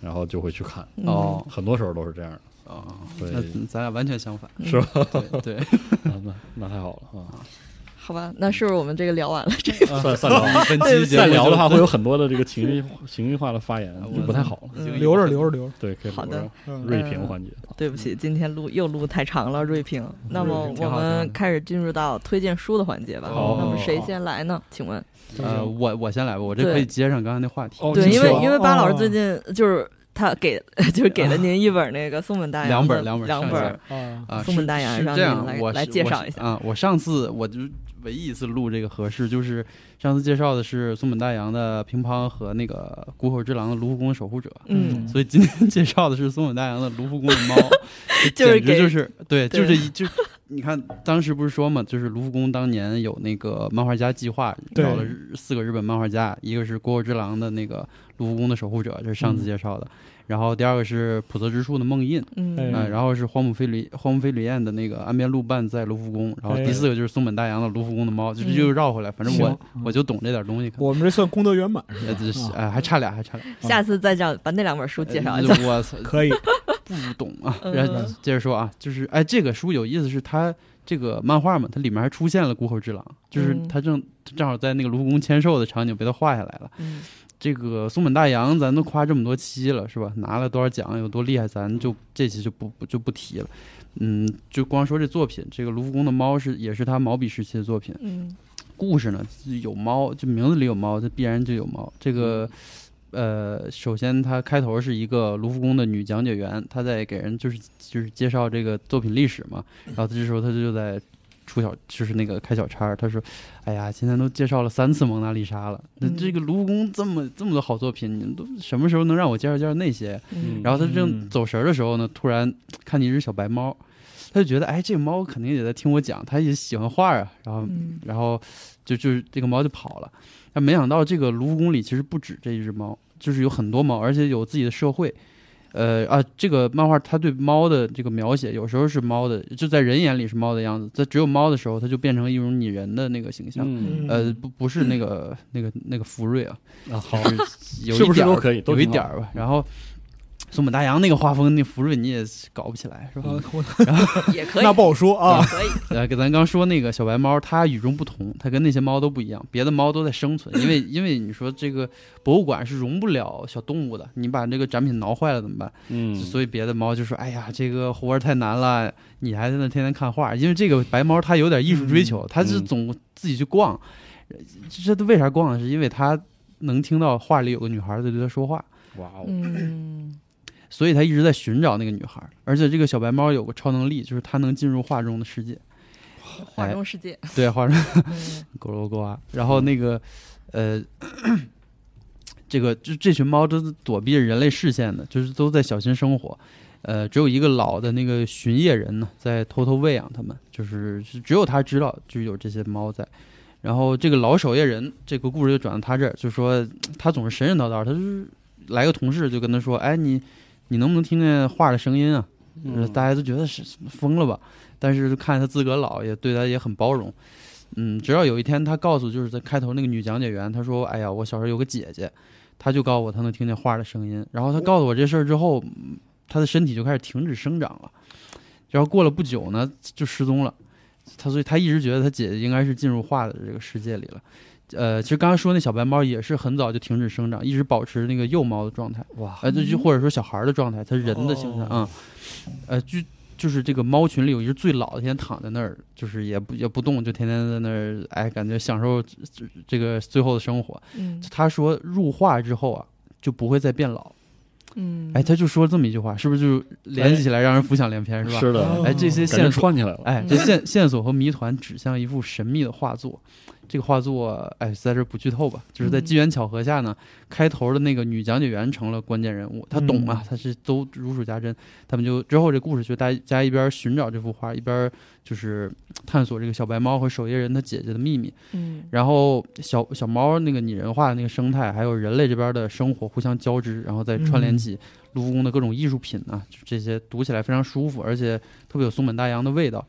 [SPEAKER 4] 然后就会去看，
[SPEAKER 2] 嗯
[SPEAKER 5] 哦
[SPEAKER 4] 很多时候都是这样的，
[SPEAKER 5] 哦，
[SPEAKER 4] 所
[SPEAKER 5] 那
[SPEAKER 4] 以
[SPEAKER 5] 咱俩完全 相反，
[SPEAKER 2] 嗯
[SPEAKER 4] 是吧？
[SPEAKER 5] 对对，
[SPEAKER 4] 啊那那太好了啊，
[SPEAKER 2] 好吧，那是不是我们这个聊完了？这
[SPEAKER 4] 算算聊吧。
[SPEAKER 5] 本期节目
[SPEAKER 4] 再聊的话，
[SPEAKER 5] 就
[SPEAKER 4] 会有很多的这个情 绪情绪化的发言，就不太好了。
[SPEAKER 5] 已
[SPEAKER 2] 嗯
[SPEAKER 5] 经
[SPEAKER 3] 留着留着留着，
[SPEAKER 4] 对，可以
[SPEAKER 2] 好
[SPEAKER 4] 留
[SPEAKER 2] 的
[SPEAKER 4] 着
[SPEAKER 3] 嗯，
[SPEAKER 4] 锐评环节。
[SPEAKER 2] 对不起，今天录又录太长了，瑞平。那么
[SPEAKER 5] 挺
[SPEAKER 2] 我
[SPEAKER 5] 好
[SPEAKER 2] 们
[SPEAKER 5] 的
[SPEAKER 2] 开始进入到推荐书的环节吧。
[SPEAKER 5] 好
[SPEAKER 2] 那么谁先来呢？请问，
[SPEAKER 5] 呃，我我先来吧，我这
[SPEAKER 2] 对
[SPEAKER 5] 可以接上刚才那话题。
[SPEAKER 4] 哦
[SPEAKER 2] 对，
[SPEAKER 4] 你
[SPEAKER 2] 因
[SPEAKER 4] 先
[SPEAKER 2] 为
[SPEAKER 4] 说
[SPEAKER 2] 因为巴老师最
[SPEAKER 3] 哦
[SPEAKER 2] 近就是他给就是给了您一本那个松本大洋
[SPEAKER 5] 两本
[SPEAKER 2] 的
[SPEAKER 5] 两本
[SPEAKER 2] 哎两
[SPEAKER 5] 上
[SPEAKER 2] 本
[SPEAKER 5] 下
[SPEAKER 2] 儿，
[SPEAKER 3] 啊，
[SPEAKER 5] 啊，
[SPEAKER 2] 松
[SPEAKER 5] 是
[SPEAKER 2] 本大洋
[SPEAKER 5] 是
[SPEAKER 2] 让
[SPEAKER 5] 这
[SPEAKER 2] 你
[SPEAKER 5] 样，
[SPEAKER 2] 来
[SPEAKER 5] 我
[SPEAKER 2] 来
[SPEAKER 5] 是
[SPEAKER 2] 介
[SPEAKER 5] 我
[SPEAKER 2] 绍
[SPEAKER 5] 是
[SPEAKER 2] 一下
[SPEAKER 5] 啊。我上次我就唯一一次录这个合适，就是上次介绍的是松本大洋的《乒乓》和那个《谷口之狼》的《卢浮宫守护者》。
[SPEAKER 2] 嗯，，
[SPEAKER 5] 所以今天 介绍的是松本大洋的《卢浮宫的猫》
[SPEAKER 2] 就是
[SPEAKER 5] 简直
[SPEAKER 2] 给
[SPEAKER 5] 就是对，
[SPEAKER 2] 对
[SPEAKER 5] 就是一就你看当时不是说嘛，就是卢浮宫当年有那个漫画家计划，
[SPEAKER 3] 对
[SPEAKER 5] 找了日四个日本漫画家，一个是国口之狼的那个卢浮宫的守护者，这是上次介绍的，然后第二个是普泽之树的梦印，
[SPEAKER 2] 嗯
[SPEAKER 3] 哎
[SPEAKER 5] 啊，然后是荒木飞吕荒木飞吕彦的那个岸边露伴在卢浮宫，然后
[SPEAKER 3] 哎
[SPEAKER 5] 第四个就是松本大洋的卢浮宫的猫，就
[SPEAKER 2] 嗯
[SPEAKER 5] 是又绕回来，反正我
[SPEAKER 3] 行
[SPEAKER 5] 我就懂这点东西。
[SPEAKER 3] 我们这算功德圆满是
[SPEAKER 5] 呃，这是
[SPEAKER 3] 吧？啊
[SPEAKER 5] 哎，还差俩，还差俩。
[SPEAKER 2] 下次再讲把那两本书介绍一下。
[SPEAKER 5] 呃我操，
[SPEAKER 3] 可以，
[SPEAKER 5] 不懂啊！
[SPEAKER 2] 嗯
[SPEAKER 5] 然后接着说啊，就是哎，这个书有意思是它这个漫画嘛，它里面还出现了谷口之狼，就是
[SPEAKER 2] 嗯
[SPEAKER 5] 他正正好在那个卢浮宫签售的场景被他画下来了。
[SPEAKER 2] 嗯
[SPEAKER 5] 这个松本大洋，咱都夸这么多期了，是吧？拿了多少奖，有多厉害，咱就这期就不不就不提了。嗯，就光说这作品，这个卢浮宫的猫是也是他毛笔时期的作品。
[SPEAKER 2] 嗯
[SPEAKER 5] 故事呢有猫，就名字里有猫，它必然就有猫。这个呃，首先它开头是一个卢浮宫的女讲解员，她在给人就是就是介绍这个作品历史嘛，然后她这时候她就在。出小就是那个开小差儿，她说：“哎呀，今天都介绍了三次蒙娜丽莎了，那
[SPEAKER 2] 嗯
[SPEAKER 5] 这个卢浮宫这么这么多好作品，你们都什么时候能让我介绍介绍那些？
[SPEAKER 2] 嗯
[SPEAKER 5] 然后他正
[SPEAKER 3] 嗯
[SPEAKER 5] 走神儿的时候呢，突然看见一只小白猫，他就觉得哎，这猫肯定也在听我讲，它也喜欢画啊，然后、
[SPEAKER 2] 嗯
[SPEAKER 5] 然后就就是这个猫就跑了。但没想到这个卢浮宫里其实不止这一只猫，就是有很多猫，而且有自己的社会。呃啊，这个漫画它对猫的这个描写，有时候是猫的，就在人眼里是猫的样子，在只有猫的时候，它就变成一种拟人的那个形象。
[SPEAKER 4] 嗯
[SPEAKER 5] 呃，不 不是那个那个那个福瑞啊，
[SPEAKER 4] 啊 好，
[SPEAKER 5] 有
[SPEAKER 4] 是
[SPEAKER 5] 一
[SPEAKER 4] 不是
[SPEAKER 5] 点
[SPEAKER 4] 都
[SPEAKER 5] 儿
[SPEAKER 4] 可以？都
[SPEAKER 5] 有一
[SPEAKER 4] 挺好
[SPEAKER 5] 点儿吧。然后松本大洋那个画风，那福瑞你也搞不起来是吧？
[SPEAKER 4] 嗯
[SPEAKER 3] 啊，我
[SPEAKER 2] 也可以，
[SPEAKER 3] 那不好说啊。
[SPEAKER 2] 也可以，
[SPEAKER 5] 呃，跟咱刚说那个小白猫，它与众不同，它跟那些猫都不一样，别的猫都在生存， 因为因为你说这个博物馆是容不了小动物的，你把这个展品挠坏了怎么办？
[SPEAKER 4] 嗯，
[SPEAKER 5] 所以别的猫就说：“哎呀，这个活儿太难了，你还在那天天看画。”因为这个白猫它有点艺术追求，它是
[SPEAKER 4] 嗯
[SPEAKER 5] 总自己去逛。这这都为啥逛？是因为它能听到画里有个女孩在对它说话，
[SPEAKER 4] 哇哦，
[SPEAKER 2] 嗯，
[SPEAKER 5] 所以它一直在寻找那个女孩。而且这个小白猫有个超能力，就是它能进入画中的世界，
[SPEAKER 2] 画中世界，
[SPEAKER 5] 对画中
[SPEAKER 2] 嗯
[SPEAKER 5] 狗狗狗啊。然后那个呃。这个就这群猫都是躲避人类视线的，就是都在小心生活。呃，只有一个老的那个巡夜人呢，在偷偷喂养它们，就是是只有他知道就有这些猫在。然后这个老守夜人，这个故事就转到他这儿，就说他总是神神叨叨，他就是来个同事就跟他说：“哎，你你能不能听见画的声音啊？”呃大家都觉得是疯了吧，但是看他自个儿老也对他也很包容。嗯，直到有一天，他告诉就是在开头那个女讲解员，他说：“哎呀，我小时候有个姐姐，她就告诉我她能听见花的声音。然后她告诉我这事儿之后，嗯她的身体就开始停止生长了。然后过了不久呢，就失踪了。她所以她一直觉得她姐姐应该是进入画的这个世界里了。呃，其实刚刚说那小白猫也是很早就停止生长，一直保持那个幼猫的状态。
[SPEAKER 4] 哇，
[SPEAKER 5] 呃，就就或者说小孩儿的状态，它人的形态啊、嗯，呃，就就是这个猫群里有一只最老的，天天躺在那儿，就是也不也不动，就天天在那儿，哎，感觉享受这这这个最后的生活。
[SPEAKER 2] 嗯
[SPEAKER 5] 他说入画之后啊，就不会再变老。
[SPEAKER 2] 嗯，
[SPEAKER 5] 哎，他就说这么一句话，是不是就联系起来让人浮想联翩，是吧？
[SPEAKER 4] 是的，
[SPEAKER 5] 哎，这些
[SPEAKER 4] 感觉
[SPEAKER 5] 线索
[SPEAKER 4] 串起来了，嗯
[SPEAKER 5] 哎，这线线索和谜团指向一幅神秘的画作。这个画作，哎，在这儿不剧透吧，就是在
[SPEAKER 2] 嗯
[SPEAKER 5] 机缘巧合下呢，开头的那个女讲解员成了关键人物，她懂啊，她是都如数家珍。他们就之后这故事就大家一边寻找这幅画，一边就是探索这个小白猫和守夜人他姐姐的秘密。
[SPEAKER 2] 嗯
[SPEAKER 5] 然后小小猫那个拟人化的那个生态，还有人类这边的生活互相交织，然后再串
[SPEAKER 4] 嗯
[SPEAKER 5] 联起卢浮宫的各种艺术品啊，就这些读起来非常舒服，而且特别有松本大洋的味道。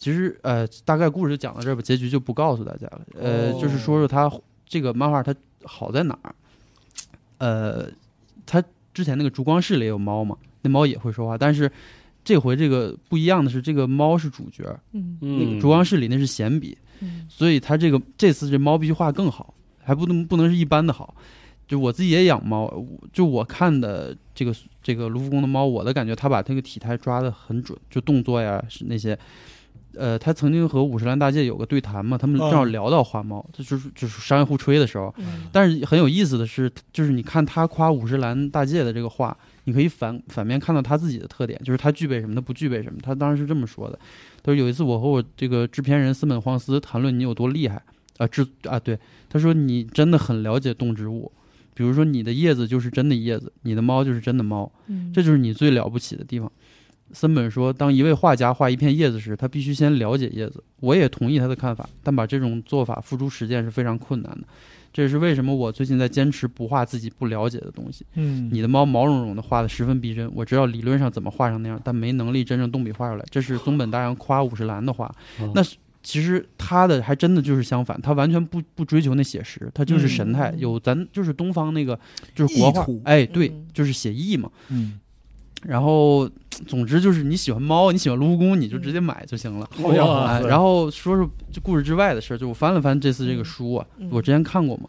[SPEAKER 5] 其实呃，大概故事就讲到这儿吧，结局就不告诉大家了。呃，
[SPEAKER 4] 哦
[SPEAKER 5] 就是说说它这个漫画它好在哪儿？呃，它之前那个烛光室里有猫嘛，那猫也会说话，但是这回这个不一样的是，这个猫是主角，
[SPEAKER 2] 嗯
[SPEAKER 5] 那
[SPEAKER 4] 嗯，
[SPEAKER 5] 个烛光室里那是闲笔，
[SPEAKER 2] 嗯
[SPEAKER 5] 所以它这个这次这猫必须画更好，还不能不能是一般的好。就我自己也养猫，我就我看的这个这个卢浮宫的猫，我的感觉它把这个体态抓得很准，就动作呀是那些。呃，他曾经和五十岚大介有个对谈嘛，他们正好
[SPEAKER 3] 嗯
[SPEAKER 5] 聊到花猫，这就是就是商业互吹的时候。
[SPEAKER 2] 嗯
[SPEAKER 5] 但是很有意思的是，就是你看他夸五十岚大介的这个话，你可以反反面看到他自己的特点，就是他具备什么，他不具备什么。他当时是这么说的：，他说有一次我和我这个制片人森本晃司谈论你有多厉害啊，制啊对，他说你真的很了解动植物，比如说你的叶子就是真的叶子，你的猫就是真的猫，
[SPEAKER 2] 嗯
[SPEAKER 5] 这就是你最了不起的地方。森本说，当一位画家画一片叶子时，他必须先了解叶子。我也同意他的看法，但把这种做法付诸实践是非常困难的。这也是为什么我最近在坚持不画自己不了解的东西。
[SPEAKER 3] 嗯，
[SPEAKER 5] 你的猫毛茸茸的画的十分逼真，我知道理论上怎么画成那样，但没能力真正动笔画出来。这是松本大洋夸五十岚的画，
[SPEAKER 4] 哦
[SPEAKER 5] 那是其实他的还真的就是相反，他完全不不追求那写实，他就是神态，
[SPEAKER 2] 嗯
[SPEAKER 5] 有咱就是东方那个就是国画
[SPEAKER 3] 意图，
[SPEAKER 5] 哎，对
[SPEAKER 2] 嗯，
[SPEAKER 5] 就是写意嘛。
[SPEAKER 3] 嗯，
[SPEAKER 5] 然后，总之就是你喜欢猫，你喜欢卢浮宫，你就直接买就行了。
[SPEAKER 4] 好家伙
[SPEAKER 5] 哎，然后说说这故事之外的事儿，就我翻了翻这次这个书啊，
[SPEAKER 2] 嗯
[SPEAKER 5] 我之前看过嘛，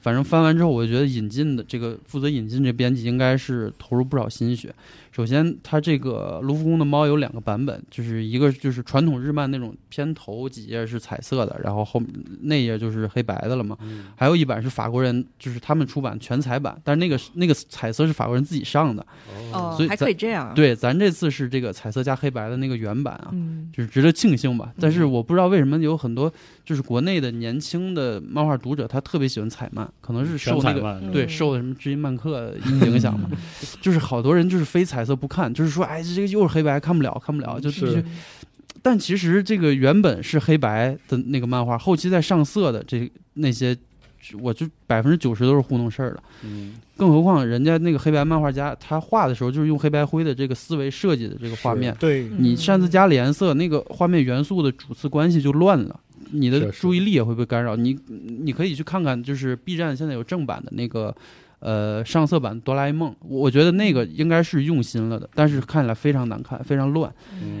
[SPEAKER 5] 反正翻完之后，我就觉得引进的这个负责引进这编辑应该是投入不少心血。首先，它这个卢浮宫的猫有两个版本，就是一个就是传统日漫那种片头几页是彩色的，然后后那页就是黑白的了嘛，
[SPEAKER 4] 嗯
[SPEAKER 5] 还有一版是法国人就是他们出版全彩版，但是那个那个彩色是法国人自己上的。
[SPEAKER 2] 哦
[SPEAKER 5] 所以，
[SPEAKER 2] 还
[SPEAKER 5] 咱
[SPEAKER 2] 可以这样，，啊
[SPEAKER 5] 对，咱这次是这个彩色加黑白的那个原版啊，
[SPEAKER 2] 嗯
[SPEAKER 5] 就是值得庆幸吧。但是
[SPEAKER 2] 嗯
[SPEAKER 5] 我不知道为什么有很多就是国内的年轻的漫画读者，他特别喜欢彩漫，可能是
[SPEAKER 4] 全
[SPEAKER 5] 受那
[SPEAKER 4] 彩
[SPEAKER 5] 个。
[SPEAKER 4] 漫，
[SPEAKER 5] 对，
[SPEAKER 2] 嗯
[SPEAKER 5] 受的什么知音漫客影响嘛， 就是好多人就是非彩色不看，就是说，哎，这个又是黑白，看不了，看不了，就必
[SPEAKER 4] 是
[SPEAKER 5] 须。但其实这个原本是黑白的那个漫画，后期在上色的这那些我就百分之九十都是糊弄事儿的。
[SPEAKER 4] 嗯
[SPEAKER 5] 更何况人家那个黑白漫画家，他画的时候就是用黑白灰的这个思维设计的这个画面，
[SPEAKER 3] 对，
[SPEAKER 2] 嗯
[SPEAKER 5] 你擅自加了颜色，那个画面元素的主次关系就乱了，你
[SPEAKER 4] 确
[SPEAKER 5] 的
[SPEAKER 4] 实
[SPEAKER 5] 注意力也会被干扰。你你可以去看看，就是 B 站现在有正版的那个。呃，上色版《哆啦 A 梦》，我我觉得那个应该是用心了的，但是看起来非常难看，非常乱。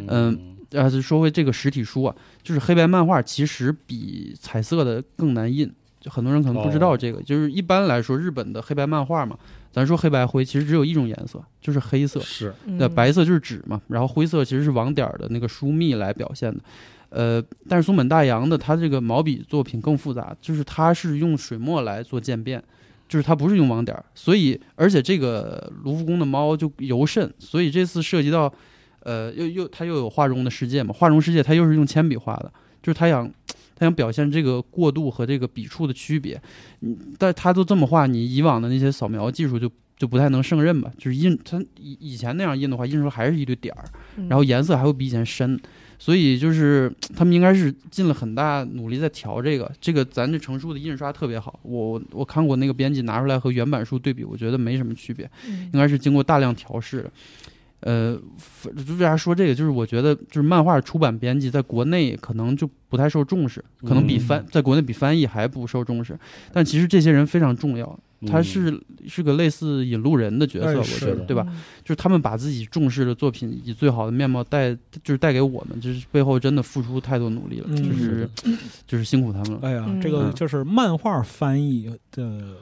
[SPEAKER 4] 嗯
[SPEAKER 5] 呃，说回这个实体书啊，就是黑白漫画其实比彩色的更难印，就很多人可能不知道这个。就是一般来说，日本的黑白漫画嘛，咱说黑白灰，其实只有一种颜色，就是黑色。
[SPEAKER 4] 是
[SPEAKER 5] 那
[SPEAKER 2] 嗯
[SPEAKER 5] 白色就是纸嘛，然后灰色其实是网点儿的那个疏密来表现的。呃，但是松本大洋的他这个毛笔作品更复杂，就是他是用水墨来做渐变，就是他不是用网点儿，所以而且这个卢浮宫的猫就尤甚，所以这次涉及到，呃，又又他又有画中的世界嘛，画中世界他又是用铅笔画的，就是他想他想表现这个过渡和这个笔触的区别，嗯，但他都这么画，你以往的那些扫描技术就就不太能胜任吧，就是印他以以前那样印的话，印出来还是一堆点儿，
[SPEAKER 2] 嗯
[SPEAKER 5] 然后颜色还会比以前深，所以就是他们应该是尽了很大努力在调这个。这个咱这成书的印刷特别好，我我看过那个编辑拿出来和原版书对比，我觉得没什么区别，
[SPEAKER 2] 嗯
[SPEAKER 5] 应该是经过大量调试的。呃，反为啥说这个？就是我觉得，就是漫画出版编辑在国内可能就不太受重视，可能比
[SPEAKER 4] 嗯
[SPEAKER 5] 翻、在国内比翻译还不受重视。但其实这些人非常重要，他是是个类似引路人的角色，
[SPEAKER 3] 嗯哎
[SPEAKER 5] 我
[SPEAKER 3] 是
[SPEAKER 5] 觉得，
[SPEAKER 4] 的
[SPEAKER 5] 对吧？？就是他们把自己重视的作品以最好的面貌带，就是带给我们，就是背后真的付出太多努力了，
[SPEAKER 3] 嗯
[SPEAKER 5] 就是 就是辛苦他们了。
[SPEAKER 3] 哎呀
[SPEAKER 2] 嗯，
[SPEAKER 3] 这个就是漫画翻译的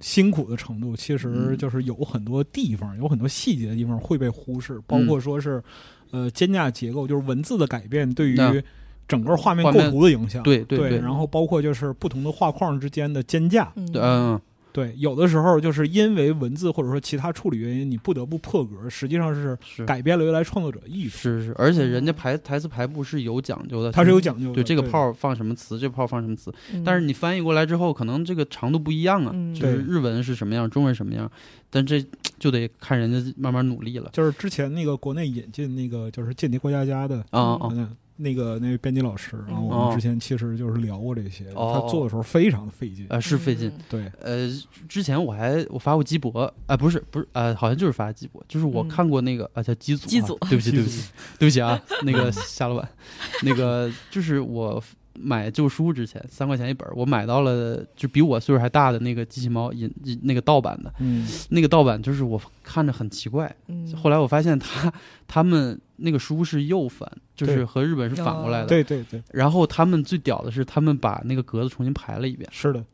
[SPEAKER 3] 辛苦的程度，其
[SPEAKER 5] 嗯
[SPEAKER 3] 实就是有很多地方，有很多细节的地方会被忽视，包
[SPEAKER 5] 嗯
[SPEAKER 3] 括说是呃间架结构，就是文字的改变对
[SPEAKER 5] 那
[SPEAKER 3] 于整个画面
[SPEAKER 5] 画
[SPEAKER 3] 构
[SPEAKER 5] 面
[SPEAKER 3] 图的影响。
[SPEAKER 5] 对对
[SPEAKER 3] 对，
[SPEAKER 5] 对，
[SPEAKER 3] 然后包括就是不同的画框之间的间架，
[SPEAKER 2] 嗯
[SPEAKER 5] 对嗯，
[SPEAKER 3] 对，有的时候就是因为文字或者说其他处理原因，你不得不破格，实际上是
[SPEAKER 5] 是
[SPEAKER 3] 改变了原来创作者的意图，
[SPEAKER 5] 是是，而且人家排台词排布是有讲究的，
[SPEAKER 3] 它是有讲究的。嗯
[SPEAKER 5] 对这个泡放什么词，这泡放什么词，但是你翻译过来之后，可能这个长度不一样啊，
[SPEAKER 2] 嗯
[SPEAKER 5] 就是
[SPEAKER 3] 对
[SPEAKER 5] 日文是什么样，中文什么样，但这就得看人家慢慢努力了。
[SPEAKER 3] 就是之前那个国内引进那个就是《间谍过家家》的
[SPEAKER 5] 啊啊啊，
[SPEAKER 3] 嗯，那个那位编辑老师，然后
[SPEAKER 2] 嗯
[SPEAKER 3] 我们之前其实就是聊过这些，
[SPEAKER 5] 哦
[SPEAKER 3] 他做的时候非常的费劲。
[SPEAKER 2] 嗯
[SPEAKER 5] 呃，是费劲。，
[SPEAKER 3] 对，
[SPEAKER 5] 呃，之前我还我发过鸡博，啊、不是不是，呃，好像就是发鸡博，就是我
[SPEAKER 2] 嗯
[SPEAKER 5] 看过那个，啊，叫鸡组、啊，
[SPEAKER 2] 鸡组
[SPEAKER 5] 对不起对不起对不起啊，那个夏老板， 那个就是我买旧书之前三块钱一本儿，我买到了就比我岁数还大的那个机器猫引引那个盗版的，
[SPEAKER 3] 嗯，
[SPEAKER 5] 那个盗版就是我看着很奇怪，
[SPEAKER 2] 嗯
[SPEAKER 5] 后来我发现他他们那个书是右翻，就是
[SPEAKER 3] 对
[SPEAKER 5] 和日本是反过
[SPEAKER 2] 哦
[SPEAKER 5] 来的，
[SPEAKER 3] 对对对，
[SPEAKER 5] 然后他们最屌的是他们把那个格子重新排了一遍，
[SPEAKER 3] 是的，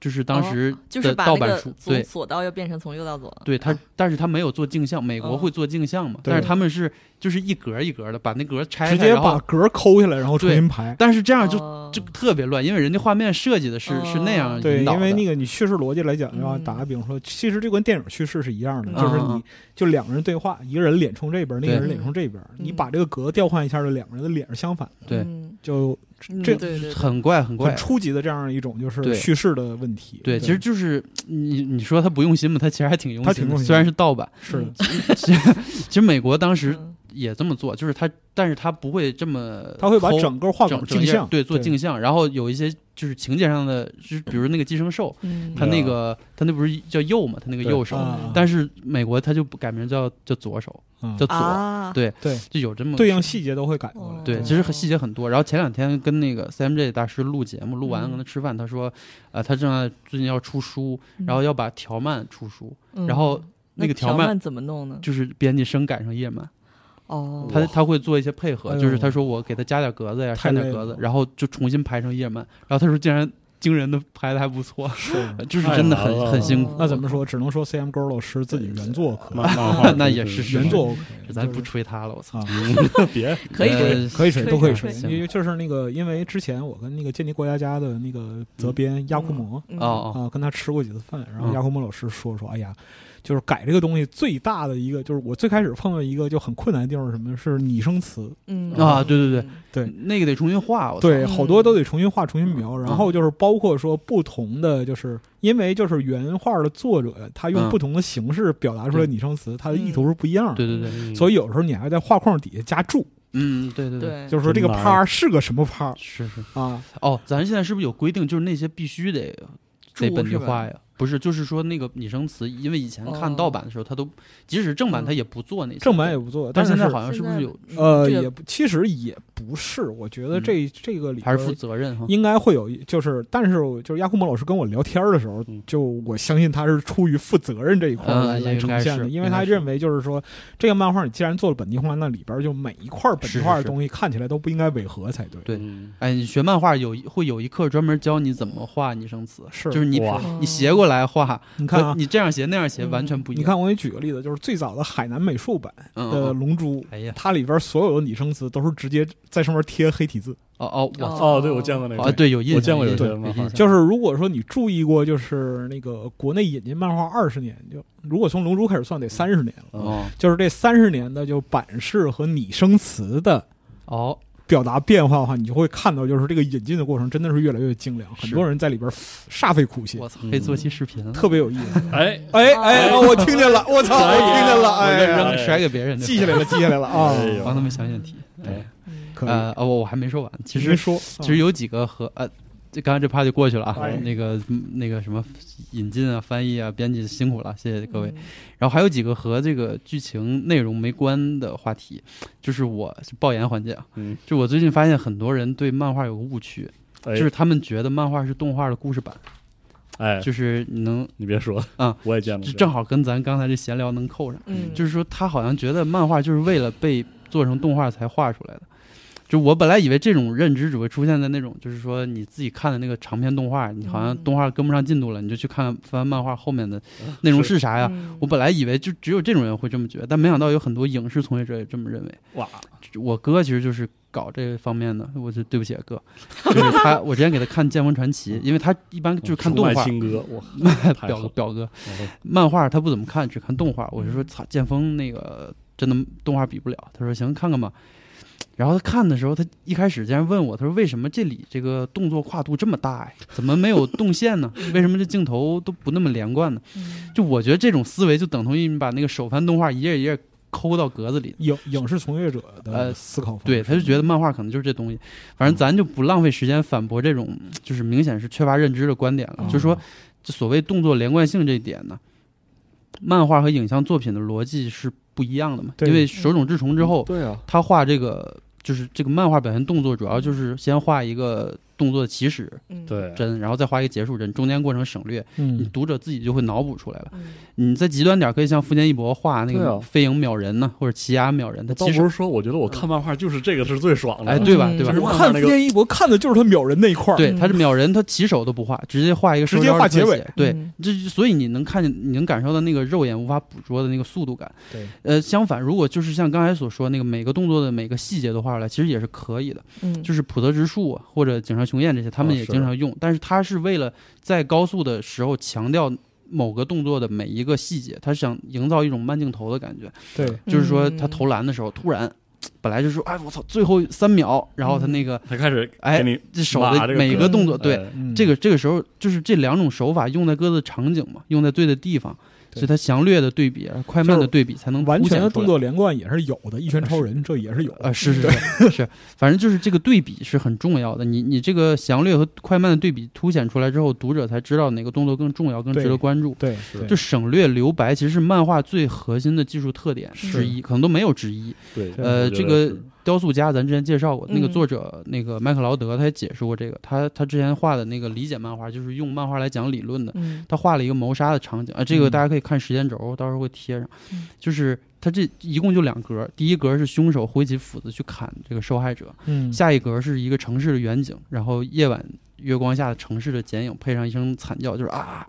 [SPEAKER 5] 就是当时
[SPEAKER 2] 哦就是
[SPEAKER 5] 的
[SPEAKER 2] 把
[SPEAKER 5] 盗
[SPEAKER 2] 那
[SPEAKER 5] 版
[SPEAKER 2] 个
[SPEAKER 5] 书，
[SPEAKER 2] 从
[SPEAKER 5] 对。
[SPEAKER 2] 左到右变成从右到
[SPEAKER 3] 啊
[SPEAKER 2] 左，
[SPEAKER 5] 对他，但是他没有做镜像，美国
[SPEAKER 2] 嗯
[SPEAKER 5] 会做镜像嘛？
[SPEAKER 3] 哦对
[SPEAKER 5] 但是他们是就是一格一格的把那格拆
[SPEAKER 3] 直
[SPEAKER 5] 开，
[SPEAKER 3] 接
[SPEAKER 5] 然
[SPEAKER 3] 把
[SPEAKER 5] 后
[SPEAKER 3] 格抠下来，然后重新排。
[SPEAKER 5] 但是这样就
[SPEAKER 2] 哦
[SPEAKER 5] 就特别乱，因为人家画面设计的是
[SPEAKER 2] 哦
[SPEAKER 5] 是那样
[SPEAKER 3] 对，
[SPEAKER 5] 引导
[SPEAKER 3] 因为
[SPEAKER 5] 的。
[SPEAKER 3] 那个你叙事逻辑来讲的话，
[SPEAKER 2] 嗯
[SPEAKER 3] 打个比方说，其实就跟电影叙事是一样的，
[SPEAKER 2] 嗯
[SPEAKER 3] 就是
[SPEAKER 5] 嗯
[SPEAKER 3] 你就两个人对话，一个人脸冲这边，那个
[SPEAKER 5] 对
[SPEAKER 3] 人脸冲这边，
[SPEAKER 2] 嗯
[SPEAKER 3] 你把这个格调换一下，就两个人的脸是相反的，
[SPEAKER 5] 对
[SPEAKER 2] 嗯
[SPEAKER 3] 就
[SPEAKER 2] 嗯
[SPEAKER 3] 这
[SPEAKER 2] 对对对
[SPEAKER 5] 很怪很怪
[SPEAKER 3] 很，初级的这样一种就是
[SPEAKER 5] 对
[SPEAKER 3] 叙事的问题。
[SPEAKER 5] 对，其实就是你你说他不用心吗？他其实还挺用
[SPEAKER 3] 他
[SPEAKER 5] 心
[SPEAKER 3] 挺
[SPEAKER 5] 的，
[SPEAKER 3] 用心
[SPEAKER 5] 虽然是盗版。
[SPEAKER 3] 是的，
[SPEAKER 5] 其实美国当时
[SPEAKER 2] 嗯
[SPEAKER 5] 也这么做，就是他，但是他不会这么
[SPEAKER 3] 他会把
[SPEAKER 5] 抠
[SPEAKER 3] 整个画
[SPEAKER 5] 整
[SPEAKER 3] 稿
[SPEAKER 5] 整
[SPEAKER 3] 镜
[SPEAKER 5] 页
[SPEAKER 3] 像，
[SPEAKER 5] 对做镜像，然后有一些就是情节上的，就是比如那个寄生兽，
[SPEAKER 2] 嗯
[SPEAKER 5] 他那个他那不是叫右嘛，他那个
[SPEAKER 4] 对
[SPEAKER 5] 右手，
[SPEAKER 3] 啊，
[SPEAKER 5] 但是美国他就不改名叫叫左手，
[SPEAKER 3] 嗯
[SPEAKER 5] 叫左，
[SPEAKER 2] 啊，
[SPEAKER 5] 对
[SPEAKER 3] 对
[SPEAKER 5] 就有这么
[SPEAKER 3] 对应细节都会改过来。
[SPEAKER 5] 对
[SPEAKER 2] 哦
[SPEAKER 5] 其实很细节很多。然后前两天跟那个 CMJ 大师录节目，录完
[SPEAKER 2] 嗯
[SPEAKER 5] 跟他吃饭，他说，呃，他正在最近要出书，然后要把条漫出书，
[SPEAKER 2] 嗯
[SPEAKER 5] 然后
[SPEAKER 2] 嗯
[SPEAKER 5] 那个
[SPEAKER 2] 条
[SPEAKER 5] 漫
[SPEAKER 2] 怎么弄呢？
[SPEAKER 5] 就是编辑生改成页漫，
[SPEAKER 2] 哦，
[SPEAKER 5] 他他会做一些配
[SPEAKER 3] 哎
[SPEAKER 5] 合，
[SPEAKER 3] 呦
[SPEAKER 5] 就是他说我给他加点格子呀，
[SPEAKER 3] 太
[SPEAKER 5] 删点
[SPEAKER 3] 累
[SPEAKER 5] 格子
[SPEAKER 3] 了，
[SPEAKER 5] 然后就重新排成页漫。然后他说竟然 惊人的排的还不 错，
[SPEAKER 3] 是
[SPEAKER 5] 就是
[SPEAKER 4] 太
[SPEAKER 5] 真的
[SPEAKER 4] 难
[SPEAKER 5] 很
[SPEAKER 4] 了
[SPEAKER 5] 很辛苦。
[SPEAKER 3] 那怎么说？只能说 CM 勾老师自己原作 可
[SPEAKER 4] 漫漫
[SPEAKER 5] 那
[SPEAKER 4] 画
[SPEAKER 5] 那也是
[SPEAKER 3] 原作
[SPEAKER 5] 做
[SPEAKER 3] OK，
[SPEAKER 5] 咱不
[SPEAKER 3] 就是
[SPEAKER 5] 吹他了，我操！
[SPEAKER 3] 啊，
[SPEAKER 4] 别
[SPEAKER 2] 可以
[SPEAKER 5] 呃
[SPEAKER 3] 可以吹
[SPEAKER 2] 吹
[SPEAKER 3] 都可以
[SPEAKER 2] 吹
[SPEAKER 3] 吹，
[SPEAKER 5] 吹
[SPEAKER 3] 因为就是那个，因为之前我跟那个《间谍过家家》的那个责编亚库摩
[SPEAKER 2] 嗯
[SPEAKER 5] 哦哦，
[SPEAKER 3] 啊，跟他吃过几次饭，然后
[SPEAKER 5] 嗯
[SPEAKER 3] 亚库摩老师说说，哎呀，就是改这个东西最大的一个，就是我最开始碰到一个就很困难的地方是什么？是拟声词，
[SPEAKER 2] 嗯
[SPEAKER 5] 啊对对对
[SPEAKER 2] 嗯
[SPEAKER 3] 对
[SPEAKER 5] 那个得重新画，我操！
[SPEAKER 3] 对，
[SPEAKER 2] 嗯
[SPEAKER 3] 好多都得重新画、重新描，
[SPEAKER 5] 嗯
[SPEAKER 3] 然后就是包括说不同的，就是因为就是原画的作者他用
[SPEAKER 5] 嗯
[SPEAKER 3] 不同的形式表达出
[SPEAKER 5] 对
[SPEAKER 3] 来
[SPEAKER 5] 嗯
[SPEAKER 3] 拟声词，他的意图是不一样的。
[SPEAKER 5] 对对对，
[SPEAKER 3] 所以有时候你还在画框底下加注，
[SPEAKER 5] 嗯，对对，
[SPEAKER 2] 对，
[SPEAKER 3] 就是说这个
[SPEAKER 4] 真难
[SPEAKER 3] 趴儿是个什么趴儿
[SPEAKER 5] 是是。
[SPEAKER 3] 啊？
[SPEAKER 2] 嗯
[SPEAKER 5] 哦，咱现在是不是有规定，就是那些必须得
[SPEAKER 2] 住
[SPEAKER 5] 得本地
[SPEAKER 2] 是吧
[SPEAKER 5] 化呀？不是，就是说那个拟声词，因为以前看
[SPEAKER 2] 哦
[SPEAKER 5] 盗版的时候，他都即使正版
[SPEAKER 2] 嗯
[SPEAKER 5] 他也不做那些，
[SPEAKER 3] 正版也，不做，
[SPEAKER 5] 但
[SPEAKER 3] 但
[SPEAKER 5] 是现在
[SPEAKER 3] 是
[SPEAKER 5] 好像是不是有
[SPEAKER 2] 现在
[SPEAKER 3] 呃，
[SPEAKER 2] 这个
[SPEAKER 3] 也不其实也不是，我觉得这这个里
[SPEAKER 5] 还是
[SPEAKER 3] 边
[SPEAKER 5] 负责任哈？
[SPEAKER 3] 应该会有一，就是，但是我就是亚库莫老师跟我聊天儿的时候
[SPEAKER 4] 嗯，
[SPEAKER 3] 就我相信他是出于负责任这一块儿
[SPEAKER 5] 嗯
[SPEAKER 3] 来来
[SPEAKER 5] 应该
[SPEAKER 3] 呈现的，
[SPEAKER 5] 是
[SPEAKER 3] 因
[SPEAKER 5] 应
[SPEAKER 3] 为
[SPEAKER 5] 该
[SPEAKER 3] 他
[SPEAKER 5] 是
[SPEAKER 3] 认为就是说，这个漫画你既然做了本地化，那里边儿就每一块儿本地
[SPEAKER 5] 是
[SPEAKER 3] 化的
[SPEAKER 5] 是
[SPEAKER 3] 东西看起来都不应该违和才对。
[SPEAKER 5] 对
[SPEAKER 4] 嗯
[SPEAKER 5] 哎，你学漫画有一会有一课专门教你怎么画拟声词，
[SPEAKER 3] 是
[SPEAKER 5] 就是你
[SPEAKER 4] 哇，
[SPEAKER 5] 你斜过来画，
[SPEAKER 3] 你看
[SPEAKER 5] 和
[SPEAKER 3] 啊，
[SPEAKER 5] 你这样斜那样斜
[SPEAKER 2] 嗯
[SPEAKER 5] 完全不一
[SPEAKER 3] 你呃
[SPEAKER 5] 样。
[SPEAKER 3] 看我给你举个例子，就是最早的海南美术版
[SPEAKER 5] 嗯，
[SPEAKER 3] 的《
[SPEAKER 5] 嗯嗯
[SPEAKER 3] 龙珠》，
[SPEAKER 5] 哎呀，
[SPEAKER 3] 它里边儿所有的拟声词都是直接在上面贴黑体字。
[SPEAKER 5] 哦哦，我
[SPEAKER 2] 哦
[SPEAKER 5] 操
[SPEAKER 4] 哦，对，我见过那个，
[SPEAKER 5] 啊，对，有印象，
[SPEAKER 4] 我见过有
[SPEAKER 5] 印象
[SPEAKER 4] 些漫画
[SPEAKER 5] 印象
[SPEAKER 3] 就是如果说你注意过，就是那个国内引进漫画二十年，就如果从《龙珠》开始算，得三十年了。
[SPEAKER 5] 哦
[SPEAKER 3] 就是这三十年的就版式和拟声词的
[SPEAKER 5] 哦，
[SPEAKER 3] 表达变化的话，你就会看到，就是这个引进的过程真的是越来越精良，
[SPEAKER 5] 是
[SPEAKER 3] 很多人在里边煞费苦心
[SPEAKER 5] 我，操，
[SPEAKER 4] 嗯
[SPEAKER 5] 可以做期视频了，
[SPEAKER 3] 特别有意思。
[SPEAKER 4] 哎，
[SPEAKER 3] 哎
[SPEAKER 5] 啊嗯
[SPEAKER 3] 哎，
[SPEAKER 2] 哦
[SPEAKER 3] 我听见了，我操，我听见了，
[SPEAKER 5] 我
[SPEAKER 3] 哎
[SPEAKER 5] 就
[SPEAKER 3] 呀，
[SPEAKER 5] 扔甩给别人，
[SPEAKER 3] 记下来了，记下来了啊，
[SPEAKER 4] 哎呦
[SPEAKER 5] 帮他们想想题。哎
[SPEAKER 4] 哎，
[SPEAKER 2] 嗯
[SPEAKER 3] 可以。
[SPEAKER 5] 呃，哦，我还没说完，其
[SPEAKER 3] 您
[SPEAKER 5] 实
[SPEAKER 3] 说，啊
[SPEAKER 5] 其实有几个和呃，这刚才这趴就过去了啊
[SPEAKER 3] 哎，
[SPEAKER 5] 那个嗯那个什么引进啊、翻译啊、编辑辛苦了，谢谢
[SPEAKER 3] 嗯
[SPEAKER 5] 各位。，然后还有几个和这个剧情内容没关的话题，就是我爆言环节啊，
[SPEAKER 4] 嗯，
[SPEAKER 5] 就我最近发现很多人对漫画有个误区，
[SPEAKER 4] 哎
[SPEAKER 5] 就是他们觉得漫画是动画的故事版，
[SPEAKER 4] 哎，
[SPEAKER 5] 就是你能
[SPEAKER 3] 嗯
[SPEAKER 4] 你别说
[SPEAKER 5] 啊，
[SPEAKER 4] 我也见过
[SPEAKER 5] 就
[SPEAKER 4] 这个，
[SPEAKER 5] 正好跟咱刚才这闲聊能扣上，
[SPEAKER 2] 嗯，
[SPEAKER 5] 就是说他好像觉得漫画就是为了被做成动画才画出来的。就我本来以为这种认知只会出现在那种，就是说你自己看的那个长篇动画，你好像
[SPEAKER 2] 嗯
[SPEAKER 5] 动画跟不上进度了，你就去看翻漫画后面的内容
[SPEAKER 4] 是
[SPEAKER 5] 是啥呀？
[SPEAKER 2] 嗯
[SPEAKER 5] 我本来以为就只有这种人会这么觉得，但没想到有很多影视从业者也这么认为。
[SPEAKER 4] 哇，
[SPEAKER 5] 我哥其实就是搞这方面的，我就对不起啊 哥，就是他，我之前给他看《剑魂传奇》，因为他一般
[SPEAKER 4] 嗯
[SPEAKER 5] 就是看动画。
[SPEAKER 4] 新 歌，哇， 太
[SPEAKER 5] 表
[SPEAKER 4] 好
[SPEAKER 5] 哥
[SPEAKER 4] 了，
[SPEAKER 5] 表哥，
[SPEAKER 4] 嗯
[SPEAKER 5] 漫画他不怎么看，只看动画。我就说，
[SPEAKER 2] 嗯
[SPEAKER 5] 操，剑锋那个真的动画比不了。他说行，看看吧。然后他看的时候，他一开始竟然问我，他说为什么这里这个动作跨度这么大呀？怎么没有动线呢？ 为什么这镜头都不那么连贯呢？
[SPEAKER 2] 嗯
[SPEAKER 5] 就我觉得这种思维就等同于你把那个手翻动画一页一页抠到格子里。
[SPEAKER 3] 影影视从业者的
[SPEAKER 5] 呃
[SPEAKER 3] 思考方式，
[SPEAKER 5] 对，他就觉得漫画可能就是这东西，
[SPEAKER 4] 嗯
[SPEAKER 5] 反正咱就不浪费时间反驳这种就是明显是缺乏认知的观点了。
[SPEAKER 2] 嗯
[SPEAKER 4] 哦
[SPEAKER 5] 就是说，这所谓动作连贯性这一点呢，漫画和影像作品的逻辑是不一样的嘛。
[SPEAKER 3] 对
[SPEAKER 5] 因为手冢治虫之后，
[SPEAKER 4] 嗯对啊，
[SPEAKER 5] 他画这个就是这个漫画表现动作，主要就是先画一个动作的起始
[SPEAKER 2] 嗯，
[SPEAKER 4] 对，
[SPEAKER 5] 帧，然后再画一个结束帧，中间过程省略，你
[SPEAKER 3] 嗯，
[SPEAKER 5] 读者自己就会脑补出来了。
[SPEAKER 2] 嗯
[SPEAKER 5] 你再极端点，可以像富坚义博画那
[SPEAKER 4] 对
[SPEAKER 5] 个
[SPEAKER 4] 啊
[SPEAKER 5] 飞影秒人呢，或者奇牙秒人，
[SPEAKER 4] 我
[SPEAKER 5] 他
[SPEAKER 4] 倒
[SPEAKER 5] 其
[SPEAKER 4] 不
[SPEAKER 5] 实
[SPEAKER 4] 是说，我觉得我看漫画就是这个是最爽的，
[SPEAKER 5] 哎，对吧？
[SPEAKER 2] 嗯
[SPEAKER 5] 对吧
[SPEAKER 4] 就是？
[SPEAKER 3] 我看《福建一博》看的就是他秒人那一块儿，
[SPEAKER 5] 对，
[SPEAKER 2] 嗯
[SPEAKER 5] 他是秒人，他起手都不画，直接画一个
[SPEAKER 3] 直
[SPEAKER 5] 收
[SPEAKER 3] 接
[SPEAKER 5] 腰的
[SPEAKER 3] 画结
[SPEAKER 5] 特
[SPEAKER 3] 尾
[SPEAKER 5] 写对，
[SPEAKER 2] 嗯
[SPEAKER 5] 这所以你能看见，你能感受到那个肉眼无法捕捉的那个速度感。
[SPEAKER 3] 对，
[SPEAKER 5] 呃，相反，如果就是像刚才所说，那个每个动作的每个细节都画出来，其实也是可以的。
[SPEAKER 2] 嗯，
[SPEAKER 5] 就是普泽直树啊或者井上雄彦这些，他们
[SPEAKER 3] 哦
[SPEAKER 4] 啊
[SPEAKER 5] 也
[SPEAKER 4] 是
[SPEAKER 5] 经常用，但是他是为了在高速的时候强调某个动作的每一个细节，他想营造一种慢镜头的感觉。
[SPEAKER 3] 对，
[SPEAKER 5] 就是说，
[SPEAKER 2] 嗯
[SPEAKER 5] 他投篮的时候突然。本来就说，哎，我操，最后三秒，然后他那个
[SPEAKER 4] 他开始
[SPEAKER 5] 哎
[SPEAKER 4] 给你
[SPEAKER 5] 这手
[SPEAKER 4] 码
[SPEAKER 5] 的
[SPEAKER 4] 这个
[SPEAKER 5] 每
[SPEAKER 4] 格
[SPEAKER 5] 个动作，
[SPEAKER 2] 嗯
[SPEAKER 5] 对，
[SPEAKER 4] 哎
[SPEAKER 3] 嗯
[SPEAKER 5] 这个这个时候就是这两种手法用在各自的场景嘛，用在对的地方，
[SPEAKER 3] 对
[SPEAKER 5] 所以它详略的对比、快慢的对比才能
[SPEAKER 3] 完
[SPEAKER 5] 凸显
[SPEAKER 3] 全的
[SPEAKER 5] 出
[SPEAKER 3] 动
[SPEAKER 5] 来。
[SPEAKER 3] 作连贯也是有的，《一拳超人》这也是有的
[SPEAKER 5] 啊，是是 是是，反正就是这个对比是很重要的。你你这个详略和快慢的对比凸显出来之后，读者才知道哪个动作更重要、更值
[SPEAKER 3] 对
[SPEAKER 5] 得关注。
[SPEAKER 3] 对，
[SPEAKER 4] 是
[SPEAKER 3] 对
[SPEAKER 5] 就省略留白，其实是漫画最核心的技术特点之一，可能都没有之一。
[SPEAKER 4] 对，
[SPEAKER 5] 呃，
[SPEAKER 4] 我觉
[SPEAKER 5] 这
[SPEAKER 4] 得
[SPEAKER 5] 个
[SPEAKER 4] 是
[SPEAKER 5] 雕塑家咱之前介绍过，那个
[SPEAKER 2] 嗯
[SPEAKER 5] 作者那个麦克劳德他也解释过这个，他他之前画的那个理解漫画就是用漫画来讲理论的。
[SPEAKER 2] 嗯
[SPEAKER 5] 他画了一个谋杀的场景啊，这个
[SPEAKER 3] 嗯
[SPEAKER 5] 大家可以看时间轴，我到时候会贴上
[SPEAKER 2] 嗯。
[SPEAKER 5] 就是他这一共就两格，第一格是凶手挥起斧子去砍这个受害者，
[SPEAKER 3] 嗯，
[SPEAKER 5] 下一格是一个城市的远景，然后夜晚月光下的城市的剪影，配上一声惨叫，就是啊。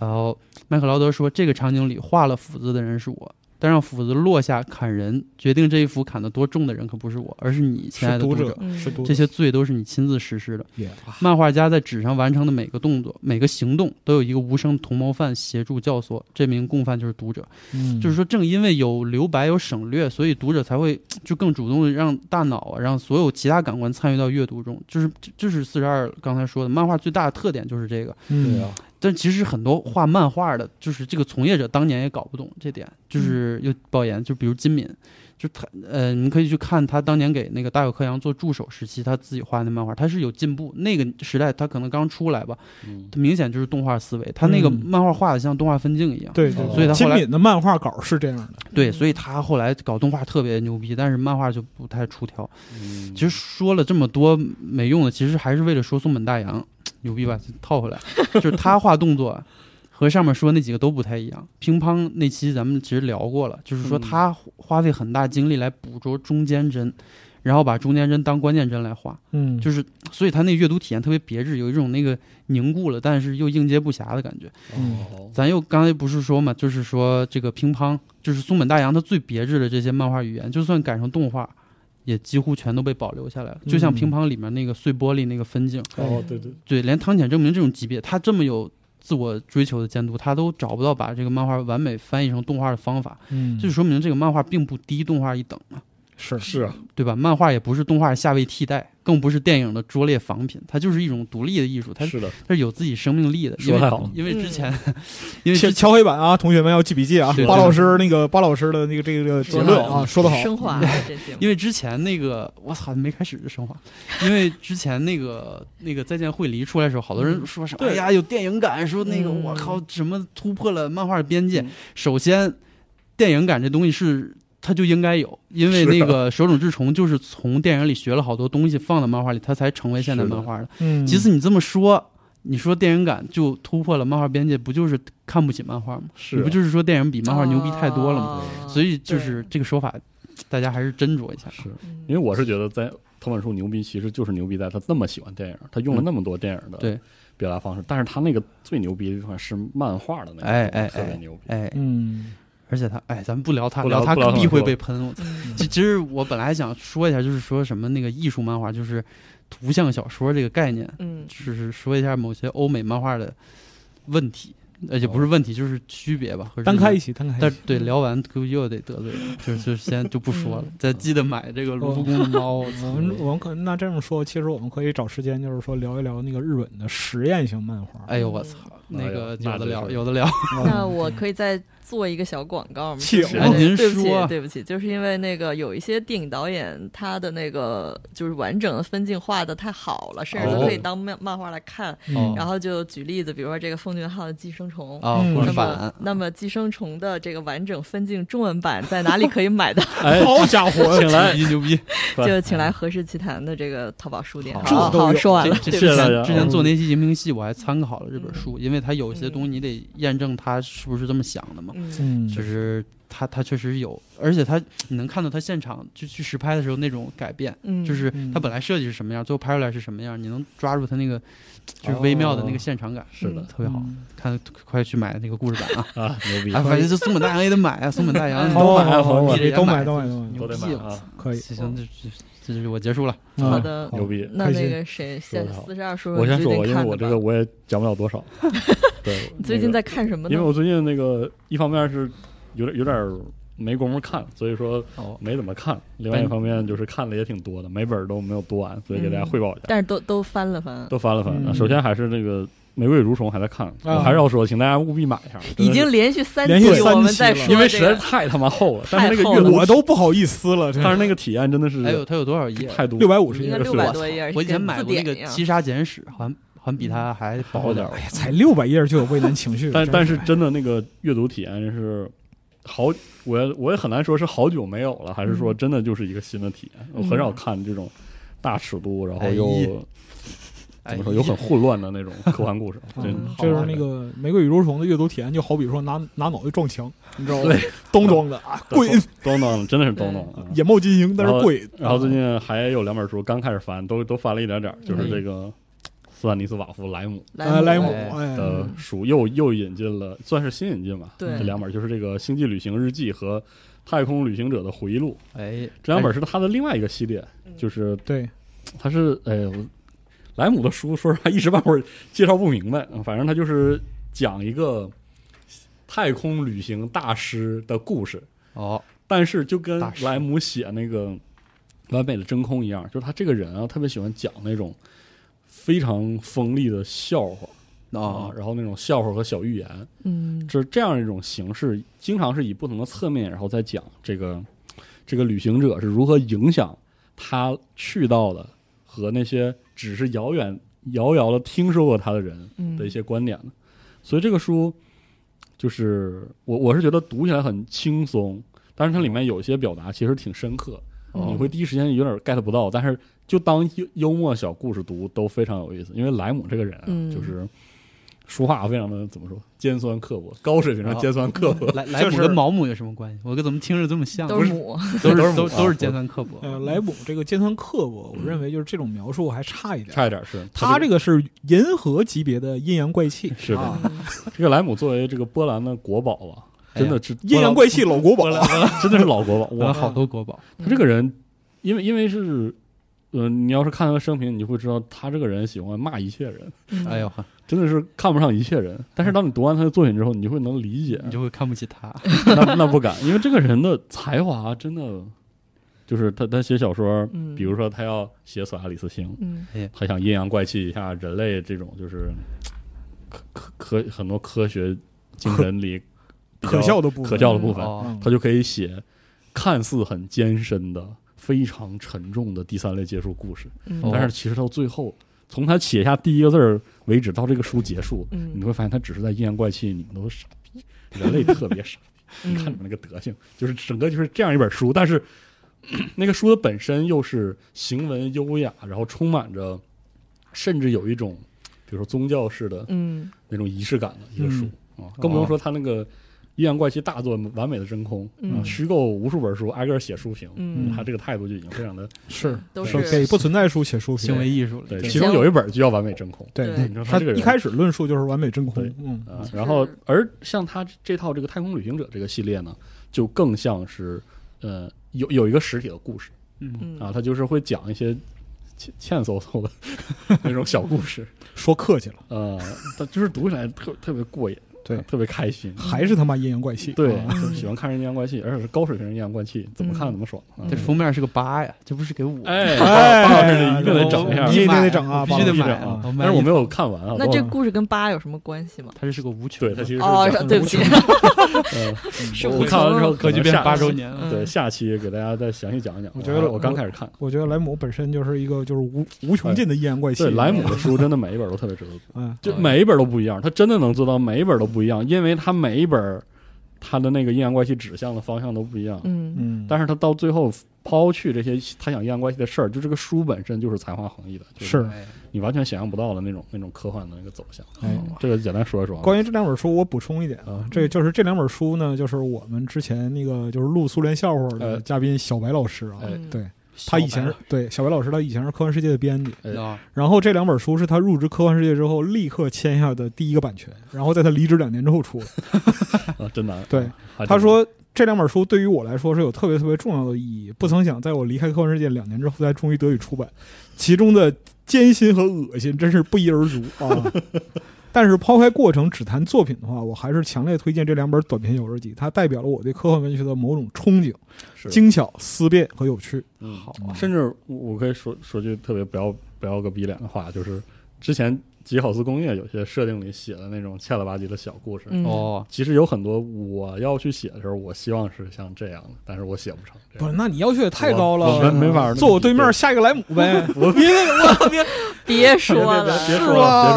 [SPEAKER 5] 然后麦克劳德说，这个场景里画了斧子的人是我。但让斧子落下砍人，决定这一斧砍得多重的人可不是我，而是你，亲爱
[SPEAKER 3] 是
[SPEAKER 5] 的
[SPEAKER 3] 读
[SPEAKER 5] 读
[SPEAKER 3] 者，
[SPEAKER 2] 嗯
[SPEAKER 3] 是读者
[SPEAKER 5] 这些罪都是你亲自实施的。
[SPEAKER 3] 也啊
[SPEAKER 5] 漫画家在纸上完成的每个动作、每个行动，都有一个无声同谋犯协助教唆，这名共犯就是读者。
[SPEAKER 3] 嗯
[SPEAKER 5] 就是说，正因为有留白、有省略，所以读者才会就更主动地让大脑啊，让所有其他感官参与到阅读中。就是这就是四十二刚才说的，漫画最大的特点就是这个。
[SPEAKER 4] 对
[SPEAKER 3] 嗯
[SPEAKER 4] 啊，
[SPEAKER 5] 但其实很多画
[SPEAKER 3] 嗯
[SPEAKER 5] 漫画的，就是这个从业者当年也搞不懂这点，就是又爆言，就比如金敏，就他呃，你可以去看他当年给那个大有克洋做助手时期他自己画的那漫画，他是有进步。那个时代他可能刚出来吧，
[SPEAKER 4] 嗯
[SPEAKER 5] 他明显就是动画思维，他那个
[SPEAKER 3] 嗯
[SPEAKER 5] 漫画画的像动画分镜一样。
[SPEAKER 3] 对对，
[SPEAKER 4] 哦
[SPEAKER 5] 所以他
[SPEAKER 3] 金
[SPEAKER 5] 后来
[SPEAKER 3] 敏的漫画稿是这样的，
[SPEAKER 5] 对，所以他后来搞动画特别牛逼，但是漫画就不太出挑。
[SPEAKER 4] 嗯
[SPEAKER 5] 其实说了这么多没用的，其实还是为了说松本大洋牛逼吧，套回来，就是他画动作和上面说那几个都不太一样。乒乓那期咱们其实聊过了，就是说
[SPEAKER 4] 嗯
[SPEAKER 5] 他花费很大精力来捕捉中间帧，然后把中间帧当关键帧来画，
[SPEAKER 3] 嗯，
[SPEAKER 5] 就是所以他那阅读体验特别别致，有一种那个凝固了但是又应接不暇的感觉。
[SPEAKER 4] 哦
[SPEAKER 5] 咱又刚才不是说嘛，就是说这个乒乓，就是松本大洋他最别致的这些漫画语言，就算改成动画，也几乎全都被保留下来了。就像
[SPEAKER 3] 嗯
[SPEAKER 5] 乒乓里面那个碎玻璃那个分镜，
[SPEAKER 4] 哦，对对，
[SPEAKER 5] 对，连汤浅证明这种级别，他这么有自我追求的监督，他都找不到把这个漫画完美翻译成动画的方法，
[SPEAKER 3] 嗯，
[SPEAKER 5] 这就说明这个漫画并不低动画一等啊，
[SPEAKER 3] 是
[SPEAKER 4] 是啊，
[SPEAKER 5] 对吧？漫画也不是动画的下位替代，更不是电影的拙劣仿品，它就是一种独立的艺术，嗯它
[SPEAKER 4] 是的，
[SPEAKER 5] 它是有自己生命力的。因
[SPEAKER 4] 说
[SPEAKER 5] 为
[SPEAKER 4] 太好了
[SPEAKER 5] 因为之
[SPEAKER 2] 嗯
[SPEAKER 5] 前， 因为之
[SPEAKER 3] 敲敲黑板啊，同学们要记笔记啊
[SPEAKER 5] 对！
[SPEAKER 3] 巴
[SPEAKER 5] 对
[SPEAKER 3] 老师那个巴老师的那个这个结论啊，说得好，
[SPEAKER 2] 升华了这节目。
[SPEAKER 5] 嗯因为之前那个我操没开始就升华，因为之前那个那个再见惠梨出来的时候，好多
[SPEAKER 4] 嗯
[SPEAKER 5] 人说什么
[SPEAKER 3] 对
[SPEAKER 5] 哎呀有电影感，说那个
[SPEAKER 2] 嗯
[SPEAKER 5] 我靠什么突破了漫画的边界
[SPEAKER 4] 嗯。
[SPEAKER 5] 首先，电影感这东西是。它就应该有，因为
[SPEAKER 4] 是啊
[SPEAKER 5] 那个手冢治虫就是从电影里学了好多东西，放到漫画里，它才成为现代
[SPEAKER 4] 是的
[SPEAKER 5] 漫画的。
[SPEAKER 3] 嗯，
[SPEAKER 5] 其实你这么说，你说电影感就突破了漫画边界，不就是看不起漫画吗？
[SPEAKER 4] 是
[SPEAKER 5] 你不
[SPEAKER 4] 啊
[SPEAKER 5] 就是说电影比漫画牛逼太多了吗？
[SPEAKER 2] 吗
[SPEAKER 5] 所以就是这个说法，大家还是斟酌一下。
[SPEAKER 4] 是，
[SPEAKER 2] 嗯
[SPEAKER 4] 因为我是觉得在藤本树牛逼，其实就是牛逼在他那么喜欢电影，他
[SPEAKER 2] 嗯
[SPEAKER 4] 用了那么多电影的
[SPEAKER 5] 对
[SPEAKER 4] 表达方式，但是他那个最牛逼的地方是漫画的那个，
[SPEAKER 5] 哎哎
[SPEAKER 4] 特别
[SPEAKER 5] 哎
[SPEAKER 4] 牛逼，
[SPEAKER 5] 哎，
[SPEAKER 3] 嗯，
[SPEAKER 5] 而且他，哎，咱们不聊他，
[SPEAKER 4] 不聊
[SPEAKER 5] 他
[SPEAKER 4] 不聊
[SPEAKER 5] 肯
[SPEAKER 4] 他
[SPEAKER 5] 定会
[SPEAKER 4] 了
[SPEAKER 5] 被喷。我操！
[SPEAKER 2] 嗯
[SPEAKER 5] 其其实我本来还想说一下，就是说什么那个艺术漫画，就是图像小说这个概念，
[SPEAKER 2] 嗯
[SPEAKER 5] 就是说一下某些欧美漫画的问题，而且不是问题，就是区别吧。和日
[SPEAKER 3] 单开
[SPEAKER 5] 本
[SPEAKER 3] 一期，单开一
[SPEAKER 5] 但
[SPEAKER 3] 期，
[SPEAKER 5] 对，聊完估计又得得罪人，就是就是先就不说了。
[SPEAKER 3] 嗯
[SPEAKER 5] 再记得买这个卢
[SPEAKER 3] 哦
[SPEAKER 5] 浮宫的猫，我
[SPEAKER 3] 我
[SPEAKER 5] 操
[SPEAKER 3] 们我们可那这么说，其实我们可以找时间，就是说聊一聊那个日本的实验型漫画。
[SPEAKER 5] 哎呦我操，那个
[SPEAKER 4] 那
[SPEAKER 5] 有的
[SPEAKER 4] 真
[SPEAKER 5] 聊，
[SPEAKER 4] 是
[SPEAKER 5] 有的聊。
[SPEAKER 2] 那我可以再做一个小广告吗？
[SPEAKER 3] 气
[SPEAKER 2] 就是
[SPEAKER 4] 哦
[SPEAKER 5] 哎您
[SPEAKER 2] 对不起
[SPEAKER 5] 说，啊
[SPEAKER 2] 对不起，就是因为那个有一些电影导演他的那个就是完整的分镜画的太好了，甚至都可以
[SPEAKER 4] 哦
[SPEAKER 2] 当漫漫画来看。
[SPEAKER 5] 哦
[SPEAKER 2] 然后就举例子，比如说这个奉俊昊的《寄生虫》
[SPEAKER 5] 啊，
[SPEAKER 3] 嗯
[SPEAKER 5] 国
[SPEAKER 2] 那
[SPEAKER 5] 产
[SPEAKER 2] 么
[SPEAKER 5] 版，，
[SPEAKER 2] 那么《寄生虫》的这个完整分镜中文版在哪里可以买到？
[SPEAKER 4] 哎，
[SPEAKER 3] 好家伙，
[SPEAKER 4] 请 来，
[SPEAKER 5] 牛逼牛逼！
[SPEAKER 2] 就请来和氏奇谈的这个淘宝书店。
[SPEAKER 4] 好
[SPEAKER 2] 好，
[SPEAKER 3] 这都有
[SPEAKER 2] 好，说完了，
[SPEAKER 5] 这
[SPEAKER 2] 对不
[SPEAKER 5] 这
[SPEAKER 4] 谢
[SPEAKER 2] 起
[SPEAKER 4] 谢大家
[SPEAKER 5] 之前做那期荧屏戏，我还参考了这本书，因为它有一些
[SPEAKER 2] 嗯
[SPEAKER 5] 东西你得验证它是不是这么想的嘛。
[SPEAKER 2] 嗯，
[SPEAKER 3] 嗯，
[SPEAKER 5] 就是它它确实有，而且它你能看到它现场就去实拍的时候那种改变，
[SPEAKER 2] 嗯
[SPEAKER 5] 就是它本来设计是什么样，最后拍出来是什么样，你能抓住它那个就是微妙的那个现场感，
[SPEAKER 4] 是
[SPEAKER 2] 嗯
[SPEAKER 4] 的
[SPEAKER 5] 特别好。
[SPEAKER 3] 嗯
[SPEAKER 5] 看，快去买那个故事版啊！
[SPEAKER 4] 啊，牛逼
[SPEAKER 5] 哎，，反正就松本大洋也得买啊，松本大洋
[SPEAKER 2] 嗯
[SPEAKER 3] 都
[SPEAKER 5] 都
[SPEAKER 3] 买，
[SPEAKER 5] 买，
[SPEAKER 3] 哎好啊
[SPEAKER 5] 你这也
[SPEAKER 3] 都买，
[SPEAKER 5] 买，
[SPEAKER 3] 都买，都买，
[SPEAKER 4] 都得买啊，
[SPEAKER 3] 可以，
[SPEAKER 5] 行行，这这这就是我结束了。
[SPEAKER 3] 嗯
[SPEAKER 2] 好的
[SPEAKER 4] 牛逼。
[SPEAKER 2] 那
[SPEAKER 3] 开
[SPEAKER 2] 那
[SPEAKER 3] 心
[SPEAKER 2] 个谁，
[SPEAKER 4] 说
[SPEAKER 2] 现
[SPEAKER 4] 得好
[SPEAKER 2] 四十二叔叔，
[SPEAKER 4] 我先
[SPEAKER 2] 你
[SPEAKER 4] 说
[SPEAKER 2] 最
[SPEAKER 4] 我，
[SPEAKER 2] 近
[SPEAKER 4] 因为
[SPEAKER 2] 看
[SPEAKER 4] 我
[SPEAKER 2] 的
[SPEAKER 4] 这
[SPEAKER 2] 吧
[SPEAKER 4] 个我也讲不了多少。 对，
[SPEAKER 2] 你最
[SPEAKER 4] 那
[SPEAKER 2] 近
[SPEAKER 4] 个
[SPEAKER 2] 在看什么呢
[SPEAKER 4] 因为？我最近那个一方面是有点有点儿没工夫看，所以说
[SPEAKER 5] 哦，
[SPEAKER 4] 没怎么看；另外一方面就是看的也挺多的，每本儿都没有读完，所以给
[SPEAKER 2] 嗯
[SPEAKER 4] 大家汇报一下。
[SPEAKER 2] 但是都都翻了翻，
[SPEAKER 4] 都翻了翻，
[SPEAKER 3] 嗯啊
[SPEAKER 4] 首先还是那个《玫瑰蠕虫》还在看，我还是要说，请大家务必买一下，真
[SPEAKER 2] 已
[SPEAKER 4] 的是
[SPEAKER 2] 经连续三
[SPEAKER 3] 连续
[SPEAKER 2] 期
[SPEAKER 3] 三
[SPEAKER 2] 我们
[SPEAKER 3] 期
[SPEAKER 2] 在
[SPEAKER 3] 了
[SPEAKER 2] 说
[SPEAKER 4] 因为
[SPEAKER 2] 这
[SPEAKER 4] 实在是
[SPEAKER 2] 个
[SPEAKER 4] 太他妈厚了，
[SPEAKER 2] 太
[SPEAKER 4] 但是那个
[SPEAKER 2] 厚
[SPEAKER 4] 阅
[SPEAKER 2] 了哎
[SPEAKER 4] 读，
[SPEAKER 3] 我都不好意思了，真
[SPEAKER 4] 但是
[SPEAKER 3] 是
[SPEAKER 4] 那个体验真的是
[SPEAKER 5] 还有它有多少页？啊
[SPEAKER 4] 太多
[SPEAKER 3] 六百五十
[SPEAKER 2] 应该
[SPEAKER 3] 页，
[SPEAKER 2] 六百多页，
[SPEAKER 5] 我以前
[SPEAKER 2] 跟
[SPEAKER 5] 买
[SPEAKER 2] 哎字
[SPEAKER 5] 过那
[SPEAKER 2] 典嗯
[SPEAKER 5] 个
[SPEAKER 2] 一
[SPEAKER 5] 《
[SPEAKER 2] 样。
[SPEAKER 5] 七杀简史》，好像好像比它还薄点儿。
[SPEAKER 3] 哎呀，才六百页就有畏难情绪，
[SPEAKER 4] 但
[SPEAKER 3] 真
[SPEAKER 4] 但是真的那个阅读体验是好，我也我也很难说是好久没有了，还是
[SPEAKER 3] 嗯
[SPEAKER 4] 说真的就是一个新的体验。我很少
[SPEAKER 2] 嗯
[SPEAKER 4] 看这种大尺度，然后又、
[SPEAKER 5] 哎
[SPEAKER 4] 怎
[SPEAKER 5] 哎
[SPEAKER 4] 么说，有很混乱的那种科幻故事。
[SPEAKER 3] 嗯
[SPEAKER 4] 这
[SPEAKER 3] 这就是那个《玫瑰与蠕虫》的阅读体验，就好比说拿拿脑袋撞墙，你知道吗
[SPEAKER 4] 对？
[SPEAKER 3] 咚咚的啊，过瘾，
[SPEAKER 4] 咚咚，真的是咚咚啊！
[SPEAKER 3] 眼冒金星，但是过瘾。
[SPEAKER 4] 然后最近还有两本书刚开始翻，都都翻了一点点儿，就是这个斯坦尼斯瓦夫莱姆
[SPEAKER 3] 呃，莱
[SPEAKER 2] 莱
[SPEAKER 3] 姆
[SPEAKER 2] 姆，
[SPEAKER 3] 哎，
[SPEAKER 4] 的书，又又引进了，算是新引进吧。
[SPEAKER 2] 对
[SPEAKER 4] 这两本就是这个《星际旅行日记》和《太空旅行者的回忆录》。
[SPEAKER 5] 哎，
[SPEAKER 4] 这两本是他的另外一个系列，就是
[SPEAKER 3] 对，
[SPEAKER 4] 他是哎呦，莱姆的书，说实话一时半会儿介绍不明白。嗯反正他就是讲一个太空旅行大师的故事，
[SPEAKER 5] 哦，
[SPEAKER 4] 但是就跟
[SPEAKER 5] 大师
[SPEAKER 4] 莱姆写那个《完美的真空》一样，就是他这个人啊，特别喜欢讲那种非常锋利的笑话啊，
[SPEAKER 5] 哦，
[SPEAKER 4] 然后那种笑话和小寓言，
[SPEAKER 2] 嗯
[SPEAKER 4] 这这样一种形式，经常是以不同的侧面，然后再讲这个这个旅行者是如何影响他去到的和那些只是遥远遥遥的听说过他的人
[SPEAKER 2] 嗯
[SPEAKER 4] 的一些观点的。所以这个书就是我我是觉得读起来很轻松，但是它里面有些表达其实挺深刻，
[SPEAKER 2] 哦
[SPEAKER 4] 你会第一时间有点 get 不到，但是就当幽幽默小故事读都非常有意思，因为莱姆这个人啊，
[SPEAKER 2] 嗯
[SPEAKER 4] 就是说话非常的怎么说，尖酸刻薄，高水平上
[SPEAKER 5] 哦
[SPEAKER 4] 尖酸刻薄。
[SPEAKER 5] 莱莱姆跟毛姆有什么关系？我跟怎么听着这么像？
[SPEAKER 2] 嗯都是母，
[SPEAKER 5] 都
[SPEAKER 4] 都
[SPEAKER 5] 是
[SPEAKER 4] 是
[SPEAKER 5] 都
[SPEAKER 4] 母啊
[SPEAKER 5] 都是尖酸 刻薄。
[SPEAKER 3] 呃，莱姆这个尖酸刻薄，我认为就是这种描述还差一点。
[SPEAKER 4] 嗯差一点是
[SPEAKER 3] 他
[SPEAKER 4] 这
[SPEAKER 3] 这个是银河级别的阴阳怪 气，
[SPEAKER 4] 是的
[SPEAKER 3] 啊，
[SPEAKER 4] 个这个莱姆作为这个波兰的国宝啊，
[SPEAKER 5] 哎呀
[SPEAKER 4] 真的是
[SPEAKER 3] 阴阳怪气老国宝，
[SPEAKER 4] 真的是老国宝。
[SPEAKER 5] 我
[SPEAKER 4] 我
[SPEAKER 5] 嗯好多国宝，
[SPEAKER 2] 嗯
[SPEAKER 4] 他这个人，因为因为是，呃，你要是看他的生平，你就会知道他这个人喜欢骂一切人，
[SPEAKER 2] 嗯，
[SPEAKER 5] 哎呦，
[SPEAKER 4] 真的是看不上一切人。但是当你读完他的作品之后，你就会能理 解，
[SPEAKER 5] 你就会看不起他。
[SPEAKER 4] 那那不敢，因为这个人的才华真的，就是他他写小说，
[SPEAKER 2] 嗯，
[SPEAKER 4] 比如说他要写索亚里斯星，
[SPEAKER 2] 嗯，
[SPEAKER 4] 他想阴阳怪气一下人类这种就是科科科很多科学精神里比较
[SPEAKER 3] 可笑的部分，
[SPEAKER 4] 可笑的部分，
[SPEAKER 5] 哦，
[SPEAKER 3] 嗯
[SPEAKER 4] 他就可以写看似很艰深的、非常沉重的第三类结束故事，
[SPEAKER 2] 嗯，
[SPEAKER 5] 哦
[SPEAKER 4] 但是其实到最后，从他写下第一个字儿为止，到这个书结束，
[SPEAKER 2] 嗯
[SPEAKER 4] 你会发现他只是在阴阳怪气，你们都是傻逼，人类特别 傻。
[SPEAKER 2] 嗯
[SPEAKER 4] 你看你们那个德行，就是整个就是这样一本书，但是那个书的本身又是行文优雅，然后充满着，甚至有一种比如说宗教式的
[SPEAKER 2] 嗯
[SPEAKER 4] 那种仪式感的一个书、啊，
[SPEAKER 5] 哦
[SPEAKER 4] 更不用说他那个阴阳怪气大作《完美的真空》
[SPEAKER 2] 嗯
[SPEAKER 4] 啊虚构无数本书，挨个儿写书评，
[SPEAKER 2] 嗯
[SPEAKER 4] 他这个态度就已经非常的
[SPEAKER 3] 是
[SPEAKER 2] 都
[SPEAKER 4] 是
[SPEAKER 3] 给
[SPEAKER 2] 是
[SPEAKER 3] 不存在书写书
[SPEAKER 5] 行
[SPEAKER 3] 评。
[SPEAKER 5] 为艺术了。
[SPEAKER 4] 对，
[SPEAKER 5] 这
[SPEAKER 4] 其中有一本就叫《完美真空》
[SPEAKER 2] 对
[SPEAKER 4] 你说
[SPEAKER 3] 他
[SPEAKER 4] 这个人
[SPEAKER 3] 一开始论述就是完美真空
[SPEAKER 4] 对，
[SPEAKER 3] 嗯，
[SPEAKER 4] 啊
[SPEAKER 2] 就，是
[SPEAKER 4] 然后而像他这这套这个太空旅行者这个系列呢，就更像是呃有有一个实体的故事。
[SPEAKER 5] 嗯，
[SPEAKER 2] 嗯
[SPEAKER 4] 啊，他就是会讲一些欠欠嗖嗖 的那种小故事，
[SPEAKER 3] 说客气了，
[SPEAKER 4] 呃，他就是读起来特特别过瘾，啊
[SPEAKER 3] 对
[SPEAKER 4] 特别开心，
[SPEAKER 3] 还是他妈阴阳怪气，
[SPEAKER 4] 对
[SPEAKER 3] 啊，
[SPEAKER 2] 嗯
[SPEAKER 4] 喜欢看人阴阳怪气，而且是高水平人阴阳怪气，怎么看
[SPEAKER 2] 嗯
[SPEAKER 4] 怎么爽啊！
[SPEAKER 5] 这封面是个八呀，这不是给我。
[SPEAKER 4] 哎，
[SPEAKER 3] 哎
[SPEAKER 4] 巴老师这一定得整一下
[SPEAKER 5] 我
[SPEAKER 3] 你
[SPEAKER 5] 必
[SPEAKER 3] 也
[SPEAKER 5] 须买
[SPEAKER 3] 得整啊，
[SPEAKER 5] 我必须得
[SPEAKER 3] 爸爸
[SPEAKER 5] 买
[SPEAKER 4] 啊
[SPEAKER 5] 啊！
[SPEAKER 4] 但是我没有看完啊，
[SPEAKER 2] 那
[SPEAKER 4] 我
[SPEAKER 2] 这故事跟八有什么关系吗？
[SPEAKER 5] 它这是个无穷
[SPEAKER 4] 对
[SPEAKER 5] 的，
[SPEAKER 4] 他其实
[SPEAKER 2] 哦，
[SPEAKER 4] 是
[SPEAKER 2] 对不 起，
[SPEAKER 4] 起
[SPEAKER 2] 是
[SPEAKER 4] 嗯我
[SPEAKER 2] 无
[SPEAKER 4] 看完之后
[SPEAKER 2] 穷
[SPEAKER 4] 可
[SPEAKER 5] 格局
[SPEAKER 4] 能
[SPEAKER 5] 变
[SPEAKER 4] 下
[SPEAKER 5] 八周年了。
[SPEAKER 2] 嗯
[SPEAKER 4] 对下期给大家再详细讲一讲。啊
[SPEAKER 3] 我觉得
[SPEAKER 4] 我刚开始看，
[SPEAKER 3] 我觉得莱姆本身就是一个就是无无穷尽的阴阳怪气，
[SPEAKER 4] 哎对莱姆的书真的每一本都特别值得读。
[SPEAKER 3] 嗯，
[SPEAKER 4] 就每一本都不一样，他真的能做到每一本都不一样，因为他每一本他的那个阴阳怪气指向的方向都不一样。
[SPEAKER 2] 嗯
[SPEAKER 3] 嗯，
[SPEAKER 4] 但是他到最后抛去这些他想阴阳怪气的事儿，就这个书本身就是才华横溢的，就是
[SPEAKER 5] 哎
[SPEAKER 4] 你完全想象不到的那种那种科幻的那个走向。
[SPEAKER 3] 哎
[SPEAKER 4] 这个简单说一说啊。
[SPEAKER 3] 关于这两本书，我补充一点
[SPEAKER 4] 啊
[SPEAKER 3] 这就是这两本书呢，就是我们之前那个就是录苏联笑话的
[SPEAKER 4] 呃
[SPEAKER 3] 嘉宾小白老师啊，
[SPEAKER 4] 哎
[SPEAKER 2] 嗯
[SPEAKER 3] 对他以前是对小白老师，他以前是科幻世界的编辑，
[SPEAKER 4] 哎
[SPEAKER 5] 啊，
[SPEAKER 3] 然后这两本书是他入职科幻世界之后立刻签下的第一个版权，然后在他离职两年之后出的。
[SPEAKER 4] 啊，真难。
[SPEAKER 3] 对
[SPEAKER 4] 啊，还
[SPEAKER 3] 他
[SPEAKER 4] 真
[SPEAKER 3] 说这两本书对于我来说是有特别特别重要的意义，不曾想在我离开科幻世界两年之后才终于得以出版，其中的艰辛和恶心真是不一而足啊。 但是抛开过程只谈作品的话，我还是强烈推荐这两本短篇小说集，它代表了我对科幻文学的某种憧憬，
[SPEAKER 4] 是
[SPEAKER 3] 精巧、思辨和有趣。
[SPEAKER 4] 嗯
[SPEAKER 5] 好
[SPEAKER 4] 甚至我我可以说说句特别不要不要个逼脸的话，就是之前吉好斯工业有些设定里写的那种欠了吧唧的小故事，
[SPEAKER 2] 嗯，
[SPEAKER 5] 哦，
[SPEAKER 4] 其实有很多我要去写的时候，我希望是像这样的，但是我写不成这
[SPEAKER 3] 不
[SPEAKER 4] 样。
[SPEAKER 3] 是，那你要求也太高
[SPEAKER 4] 我
[SPEAKER 3] 了，
[SPEAKER 4] 们没法
[SPEAKER 3] 坐我对面下一个莱姆呗。
[SPEAKER 4] 我别
[SPEAKER 2] 别说了，
[SPEAKER 4] 别 别别说
[SPEAKER 3] 是吧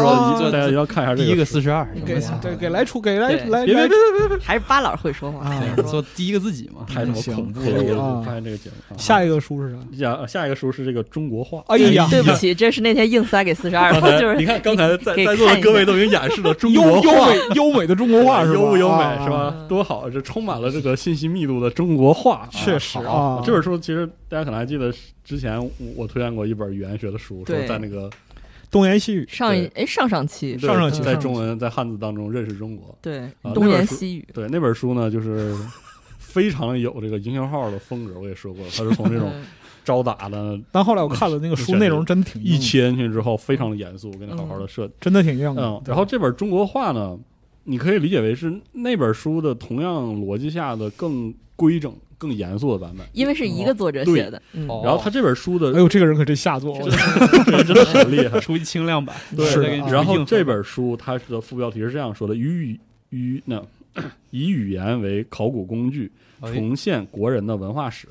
[SPEAKER 4] 了，别说
[SPEAKER 5] 这
[SPEAKER 4] 了，大家要看一下这
[SPEAKER 5] 第一个
[SPEAKER 4] 书
[SPEAKER 5] 四十二，
[SPEAKER 3] 给
[SPEAKER 5] 什么
[SPEAKER 3] 对给来出给来
[SPEAKER 2] 对
[SPEAKER 3] 来
[SPEAKER 4] 别别
[SPEAKER 3] 来
[SPEAKER 4] 别
[SPEAKER 2] 还是巴老师会说话。
[SPEAKER 3] 啊！
[SPEAKER 5] 做第一个自己嘛。
[SPEAKER 4] 太他妈
[SPEAKER 3] 行
[SPEAKER 4] 恐怖
[SPEAKER 3] 可
[SPEAKER 4] 了！
[SPEAKER 3] 以
[SPEAKER 4] 我
[SPEAKER 3] 啊
[SPEAKER 4] 发现这个节目啊。
[SPEAKER 3] 下一个书是啥？
[SPEAKER 4] 下下一个书是这个中国画。
[SPEAKER 3] 哎呀，
[SPEAKER 2] 对不起，这是那天硬塞给四十二
[SPEAKER 4] 刚
[SPEAKER 2] 了，
[SPEAKER 4] 才
[SPEAKER 2] 就是
[SPEAKER 4] 你看刚才在
[SPEAKER 2] 给
[SPEAKER 4] 在座的
[SPEAKER 2] 看一
[SPEAKER 4] 各位
[SPEAKER 2] 下
[SPEAKER 4] 都已经演示了中
[SPEAKER 3] 优
[SPEAKER 4] 国
[SPEAKER 3] 优
[SPEAKER 4] 画。
[SPEAKER 3] 美 优美的中国画是吧？
[SPEAKER 4] 优不优美
[SPEAKER 3] 啊
[SPEAKER 4] 是吧？多好！这充满了这个信息密度的中国画，啊
[SPEAKER 3] 确实
[SPEAKER 4] 好
[SPEAKER 3] 啊
[SPEAKER 4] 这本书其实大家可能还记得，之前我我推荐过一本语言学的书，说
[SPEAKER 2] 对
[SPEAKER 4] 在那个
[SPEAKER 3] 东言西语，
[SPEAKER 2] 上一哎上上期
[SPEAKER 4] 对
[SPEAKER 3] 上上期
[SPEAKER 4] 在
[SPEAKER 3] 上
[SPEAKER 4] 中文在汉字当中认识中国。
[SPEAKER 2] 对
[SPEAKER 4] 啊
[SPEAKER 2] 东
[SPEAKER 4] 那本
[SPEAKER 2] 言
[SPEAKER 4] 书
[SPEAKER 2] 西语，
[SPEAKER 4] 对那本书呢，就是非常有这个营销号的风格。我也说过，它是 从这种
[SPEAKER 2] 嗯
[SPEAKER 4] 招打的
[SPEAKER 3] 但后来我看了那个书
[SPEAKER 4] 嗯
[SPEAKER 3] 内容，真的挺
[SPEAKER 4] 一
[SPEAKER 3] 硬，
[SPEAKER 4] 切进去之后，非常的严肃，给你好好的设。
[SPEAKER 3] 真的挺硬的。
[SPEAKER 4] 嗯，然后这本中国画呢，你可以理解为是那本书的同样逻辑下的更规整、更严肃的版本。
[SPEAKER 2] 因为是一个作者
[SPEAKER 4] 哦对
[SPEAKER 2] 写的，嗯，
[SPEAKER 5] 哦
[SPEAKER 4] 然后他这本书的
[SPEAKER 3] 哎呦，这个人可真下作，
[SPEAKER 4] 真的很厉 害。
[SPEAKER 5] 出一轻量版，
[SPEAKER 4] 对，
[SPEAKER 3] 是的
[SPEAKER 5] 再给你出一
[SPEAKER 4] 然后
[SPEAKER 5] 硬
[SPEAKER 4] 这本书它的副标题是这样说的：以语 与那以语言为考古工具，
[SPEAKER 5] 哎
[SPEAKER 4] 重现国人的文化史。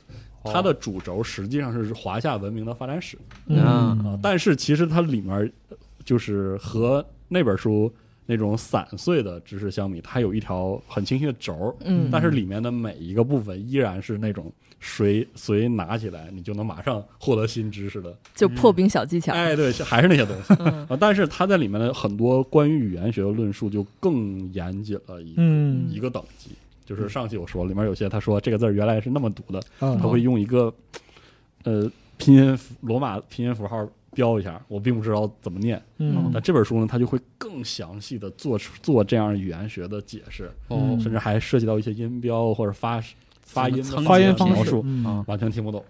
[SPEAKER 4] 它的主轴实际上是华夏文明的发展史啊
[SPEAKER 3] 嗯，，
[SPEAKER 4] 但是其实它里面呃就是和那本书那种散碎的知识相比，它有一条很清晰的轴儿，
[SPEAKER 2] 嗯
[SPEAKER 4] 但是里面的每一个部分依然是那种谁谁拿起来你就能马上获得新知识的，
[SPEAKER 2] 就破冰小技巧，
[SPEAKER 4] 哎，对，还是那些东西
[SPEAKER 2] 嗯
[SPEAKER 4] 啊。但是它在里面的很多关于语言学的论述就更严谨了一
[SPEAKER 3] 嗯
[SPEAKER 4] 一个等级。就是上期我说，里面有些他说这个字儿原来是那么读的，
[SPEAKER 3] 啊
[SPEAKER 2] 嗯
[SPEAKER 4] 他，
[SPEAKER 2] 哦
[SPEAKER 4] 会用一个呃拼音符罗马拼音符号标一下，我并不知道怎么念。
[SPEAKER 3] 嗯
[SPEAKER 4] 那这本书呢，它就会更详细的做出做这样语言学的解释，
[SPEAKER 5] 哦
[SPEAKER 4] 甚至还涉及到一些音标或者发发音的
[SPEAKER 5] 层
[SPEAKER 3] 发音方
[SPEAKER 4] 描
[SPEAKER 3] 式
[SPEAKER 4] 述，
[SPEAKER 3] 嗯
[SPEAKER 5] 啊，
[SPEAKER 4] 完全听不懂。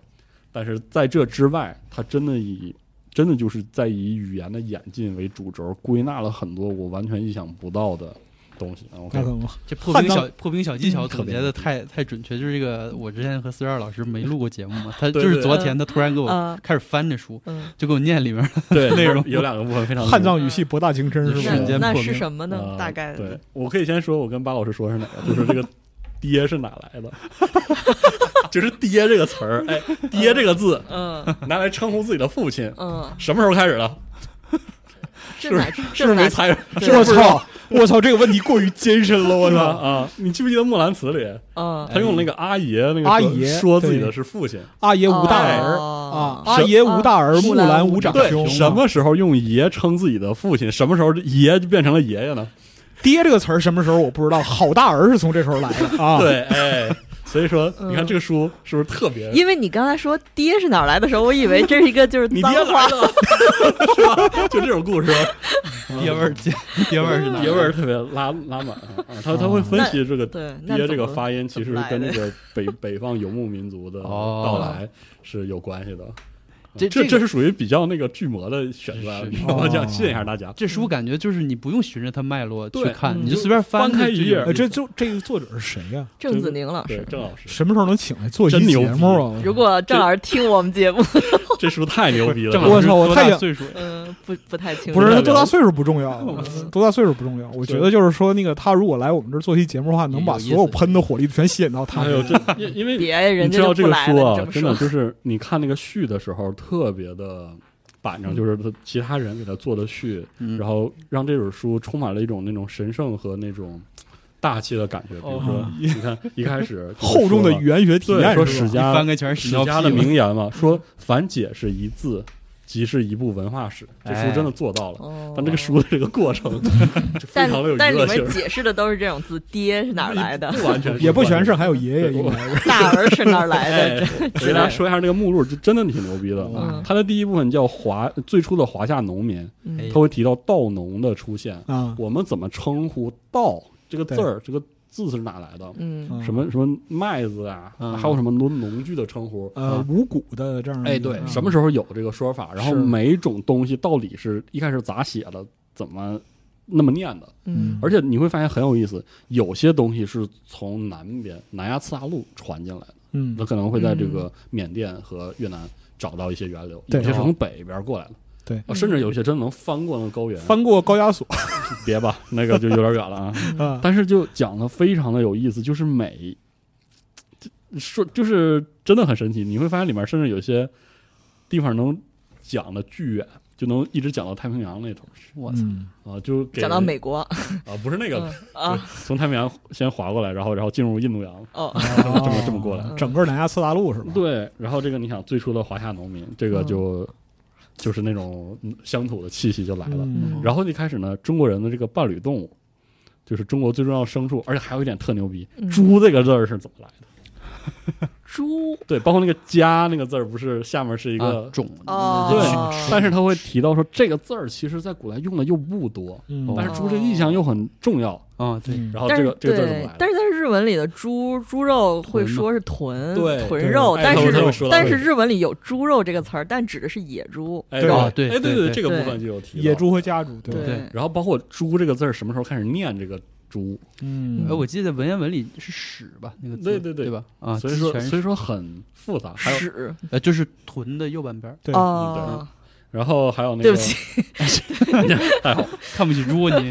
[SPEAKER 4] 但是在这之外，它真的以真的就是在以语言的演进为主轴，归纳了很多我完全意想不到的东西。啊然后
[SPEAKER 3] 那可能
[SPEAKER 5] 这破冰
[SPEAKER 3] 汉
[SPEAKER 5] 小破冰小技巧
[SPEAKER 4] 嗯特
[SPEAKER 5] 总
[SPEAKER 4] 别
[SPEAKER 5] 结
[SPEAKER 4] 牛
[SPEAKER 5] 的
[SPEAKER 4] 逼
[SPEAKER 5] 太太准确，就是这个我之前和四十二老师没录过节目嘛，他就
[SPEAKER 4] 对嗯
[SPEAKER 5] 是
[SPEAKER 4] 对
[SPEAKER 5] 昨天他突然给我
[SPEAKER 2] 啊
[SPEAKER 5] 开始翻这书，
[SPEAKER 2] 嗯，
[SPEAKER 5] 就给我念里面
[SPEAKER 4] 对
[SPEAKER 5] 内容
[SPEAKER 4] 有两个部分非常
[SPEAKER 3] 汉藏语系博大精深
[SPEAKER 5] 嗯
[SPEAKER 3] 是
[SPEAKER 5] 瞬
[SPEAKER 3] 吧？
[SPEAKER 5] 间
[SPEAKER 2] 那
[SPEAKER 5] 破
[SPEAKER 2] 是
[SPEAKER 5] 冰
[SPEAKER 2] 什么呢？
[SPEAKER 4] 呃
[SPEAKER 2] 大概
[SPEAKER 4] 对我可以先说，我跟巴老师说是哪个，就是这个爹是哪来的， 就是爹这个词儿，哎，爹这个字
[SPEAKER 2] 嗯
[SPEAKER 4] 拿来称呼自己的父亲，
[SPEAKER 2] 嗯，
[SPEAKER 4] 什么时候开始的？
[SPEAKER 2] 这哪
[SPEAKER 4] 是
[SPEAKER 2] 这
[SPEAKER 4] 不是
[SPEAKER 2] 哪
[SPEAKER 4] 没 参与？
[SPEAKER 2] 对
[SPEAKER 4] 是不
[SPEAKER 3] 我
[SPEAKER 4] 是不知道
[SPEAKER 3] 操，我操，这个 问题过于艰深了，我
[SPEAKER 4] 是吧？
[SPEAKER 3] 操！
[SPEAKER 4] 啊，你记不记得《木兰辞》里，
[SPEAKER 2] 嗯
[SPEAKER 4] 他用那个阿爷那个
[SPEAKER 3] 阿
[SPEAKER 4] 说
[SPEAKER 3] 爷
[SPEAKER 4] 说自己
[SPEAKER 3] 对
[SPEAKER 4] 的是父亲，
[SPEAKER 3] 阿爷无大儿啊
[SPEAKER 2] 哦，
[SPEAKER 3] 阿爷无大儿，
[SPEAKER 2] 啊
[SPEAKER 3] 木
[SPEAKER 2] 木兰
[SPEAKER 3] 兰
[SPEAKER 2] 无
[SPEAKER 3] 无长
[SPEAKER 4] 对
[SPEAKER 3] 兄。，啊
[SPEAKER 4] 什？么时候用爷称自己的父亲？什么时候爷就变成了爷爷呢？
[SPEAKER 3] 爹这个词儿什么时候我不知道，好大儿是从这时候来的 啊。，
[SPEAKER 4] 对，哎，所以说你看
[SPEAKER 2] 嗯
[SPEAKER 4] 这个书是不是特别？
[SPEAKER 2] 因为你刚才说爹是哪儿来的时候，我以为这是一个就是
[SPEAKER 4] 你
[SPEAKER 2] 脏
[SPEAKER 4] 爹来
[SPEAKER 2] 话，
[SPEAKER 4] 了，是吧？就这 种故事，嗯
[SPEAKER 5] 爹味儿，爹爹味儿是哪？
[SPEAKER 4] 爷味儿特别拉拉满啊。啊他他会分析这个
[SPEAKER 2] 对，那
[SPEAKER 4] 爹这
[SPEAKER 2] 怎
[SPEAKER 4] 个
[SPEAKER 2] 么
[SPEAKER 4] 发音，其实是跟那个北北方游牧民族的
[SPEAKER 5] 哦
[SPEAKER 4] 到来是有关系的。啊
[SPEAKER 5] 这
[SPEAKER 4] 这
[SPEAKER 5] 这
[SPEAKER 4] 这是属于比较那个巨魔的选段
[SPEAKER 5] 是是，
[SPEAKER 4] 我
[SPEAKER 3] 是
[SPEAKER 4] 想吸引一下大家。
[SPEAKER 5] 这书感觉就是你不用循着它脉络去
[SPEAKER 4] 对
[SPEAKER 5] 看，
[SPEAKER 2] 嗯
[SPEAKER 5] 你就随便
[SPEAKER 4] 翻开
[SPEAKER 5] 就
[SPEAKER 4] 一
[SPEAKER 5] 就
[SPEAKER 4] 页
[SPEAKER 5] 有
[SPEAKER 4] 儿
[SPEAKER 5] 意
[SPEAKER 3] 呃，这
[SPEAKER 5] 思
[SPEAKER 3] 就这个作者是谁呀？
[SPEAKER 2] 郑子宁老
[SPEAKER 4] 对
[SPEAKER 2] 师，。
[SPEAKER 4] 郑老师，
[SPEAKER 3] 什么时候能请来做一
[SPEAKER 4] 真
[SPEAKER 3] 期
[SPEAKER 4] 牛
[SPEAKER 3] 节目啊？
[SPEAKER 2] 如果郑老师听我们节 目，
[SPEAKER 4] 这书太牛逼
[SPEAKER 5] 郑
[SPEAKER 4] 了！
[SPEAKER 5] 老
[SPEAKER 3] 我
[SPEAKER 5] 师
[SPEAKER 3] 操我
[SPEAKER 5] 多
[SPEAKER 3] 太
[SPEAKER 5] 大
[SPEAKER 3] 有
[SPEAKER 5] 岁数呀，
[SPEAKER 2] 嗯， 不不太清楚。
[SPEAKER 3] 不是他
[SPEAKER 4] 聊
[SPEAKER 3] 多大岁数不重要， 多大岁数不重要。我觉得就是说，那个他如果来我们这儿做期节目的话，能把所有喷的火力全吸引到他
[SPEAKER 4] 还。有哎这，因因为
[SPEAKER 2] 别人
[SPEAKER 4] 你
[SPEAKER 2] 家
[SPEAKER 4] 知
[SPEAKER 2] 就
[SPEAKER 4] 道这
[SPEAKER 2] 不
[SPEAKER 4] 个
[SPEAKER 2] 来
[SPEAKER 4] 书
[SPEAKER 2] 了，你
[SPEAKER 4] 啊
[SPEAKER 2] 这，么
[SPEAKER 4] 真的
[SPEAKER 2] 说，
[SPEAKER 4] 就是你看那个序的时候特别的板
[SPEAKER 2] 嗯
[SPEAKER 4] 正，就是他其他人给他做的序，
[SPEAKER 5] 嗯
[SPEAKER 4] 然后让这本书充满了一种那种神圣和那种大气的感觉。比如说
[SPEAKER 3] 哦，
[SPEAKER 4] 你看一 开始
[SPEAKER 3] 厚重的
[SPEAKER 4] 语
[SPEAKER 3] 语言学体
[SPEAKER 4] 对
[SPEAKER 3] 验
[SPEAKER 4] 说
[SPEAKER 3] 是
[SPEAKER 4] 史
[SPEAKER 3] 吧？
[SPEAKER 5] 一
[SPEAKER 4] 家
[SPEAKER 5] 翻开全是
[SPEAKER 4] 史
[SPEAKER 5] 屎尿
[SPEAKER 4] 家的
[SPEAKER 5] 屁了
[SPEAKER 4] 名言嘛，说凡解释一字，即是一部文化史。这
[SPEAKER 5] 哎
[SPEAKER 4] 书啊真的做到了，
[SPEAKER 2] 哦
[SPEAKER 4] 但这个书的这个 过程就非
[SPEAKER 2] 但
[SPEAKER 4] 常的有
[SPEAKER 2] 但里
[SPEAKER 4] 热情
[SPEAKER 2] 面，解释的都是这种字，爹是哪儿来的，
[SPEAKER 4] 不完全
[SPEAKER 3] 也不全是，
[SPEAKER 4] 还。
[SPEAKER 3] 还有爷爷应该是。
[SPEAKER 2] 大儿是哪儿来的，
[SPEAKER 4] 哎，我给大家说一下这个目录，就真的挺牛逼的。
[SPEAKER 2] 嗯
[SPEAKER 4] 它的第一部分叫华，最初的华夏农民，
[SPEAKER 2] 嗯
[SPEAKER 4] 它会提到稻农的出现。
[SPEAKER 3] 啊，
[SPEAKER 4] 我们怎么称呼稻这个字儿？这个字是哪来的？
[SPEAKER 2] 嗯
[SPEAKER 3] 嗯
[SPEAKER 4] 什么什么麦子啊，
[SPEAKER 5] 嗯
[SPEAKER 4] 还有什么农农具的称呼？啊
[SPEAKER 3] 呃，五谷的这样
[SPEAKER 4] 嗯
[SPEAKER 3] 的
[SPEAKER 4] 哎，
[SPEAKER 3] 一个
[SPEAKER 4] 对，
[SPEAKER 3] 啊
[SPEAKER 4] 什么时候有这个说法？然后
[SPEAKER 3] 是
[SPEAKER 4] 每种东西到底是一开始咋写的，怎么那么念的？
[SPEAKER 2] 嗯
[SPEAKER 4] 而且你会发现很有意思，有些东西是从南边南亚次大陆传进来的。
[SPEAKER 3] 嗯
[SPEAKER 4] 那可能会在这个缅甸和越南找到一些源流，
[SPEAKER 3] 对哦
[SPEAKER 4] 有些是从北边过来的，
[SPEAKER 3] 对
[SPEAKER 4] 啊甚至有些真的能翻过那个高原。
[SPEAKER 3] 翻过高加索
[SPEAKER 4] 别吧，那个就有点远了 啊。
[SPEAKER 3] 啊，
[SPEAKER 4] 但是就讲的非常的有意思，就是每就说就是真的很神奇，你会发现里面甚至有些地方能讲的巨远，就能一直讲到太平洋那头
[SPEAKER 5] 我操，
[SPEAKER 3] 嗯
[SPEAKER 4] 啊，就给
[SPEAKER 2] 讲到美国
[SPEAKER 4] 啊，不是那个
[SPEAKER 2] 嗯啊
[SPEAKER 4] 从太平洋先划过来，然后然后进入印度洋，
[SPEAKER 2] 哦
[SPEAKER 3] 这
[SPEAKER 4] 么这么这么过来
[SPEAKER 3] 整个南亚次大陆是吧？
[SPEAKER 4] 对，然后这个你想最初的华夏农民，这
[SPEAKER 2] 嗯
[SPEAKER 4] 个就、就是那种乡土的气息就来了。
[SPEAKER 3] 嗯，
[SPEAKER 4] 然后一开始呢，中国人的这个伴侣动物，就是中国最重要的牲畜，而且还有一点特牛逼，
[SPEAKER 2] 嗯
[SPEAKER 4] 猪这个字儿是怎么来的？
[SPEAKER 2] 猪
[SPEAKER 4] 对，包括那个家那个字儿，不是下面是一个。
[SPEAKER 5] 啊种
[SPEAKER 2] 哦
[SPEAKER 4] 对
[SPEAKER 5] 嗯，
[SPEAKER 4] 但是他会提到说，这个字儿其实在古代用的又不多，
[SPEAKER 3] 嗯
[SPEAKER 4] 但是猪这个意象又很重要。
[SPEAKER 5] 啊对，
[SPEAKER 3] 嗯
[SPEAKER 4] 哦然后
[SPEAKER 2] 哦但
[SPEAKER 4] 哦这
[SPEAKER 2] 是
[SPEAKER 4] 个这个字儿怎么
[SPEAKER 2] 对
[SPEAKER 4] 来，的？
[SPEAKER 2] 但是在日文里的猪猪肉会
[SPEAKER 5] 豚嘛
[SPEAKER 2] 说是豚
[SPEAKER 4] 对
[SPEAKER 2] 豚
[SPEAKER 3] 对
[SPEAKER 2] 肉，
[SPEAKER 4] 哎
[SPEAKER 2] 但
[SPEAKER 4] 他
[SPEAKER 2] 是
[SPEAKER 4] 们他们说到
[SPEAKER 2] 但
[SPEAKER 4] 这
[SPEAKER 2] 是
[SPEAKER 4] 个
[SPEAKER 2] 日文里有猪肉这个词儿，但指的是野猪。
[SPEAKER 4] 哎
[SPEAKER 3] 对
[SPEAKER 5] 啊对
[SPEAKER 4] 哎对
[SPEAKER 5] 对
[SPEAKER 4] 这个
[SPEAKER 2] 对
[SPEAKER 4] 部分就有提到
[SPEAKER 3] 野。猪和家猪对吧，
[SPEAKER 5] 对
[SPEAKER 4] 然后包括“猪”这个字儿什么时候开始念这个“猪”，
[SPEAKER 3] 嗯
[SPEAKER 5] 哎，我记得文言文里是屎吧，那个字，
[SPEAKER 4] 对
[SPEAKER 5] 对
[SPEAKER 4] 对对
[SPEAKER 5] 吧？啊，
[SPEAKER 4] 所以说
[SPEAKER 5] 全是
[SPEAKER 4] 所以说很复杂。还有嗯
[SPEAKER 2] 屎
[SPEAKER 5] 呃，就是臀的右半边儿，
[SPEAKER 3] 对
[SPEAKER 2] 啊，
[SPEAKER 4] 然后还有那个，
[SPEAKER 2] 对不起，
[SPEAKER 4] 还好，
[SPEAKER 5] 看不起猪啊你，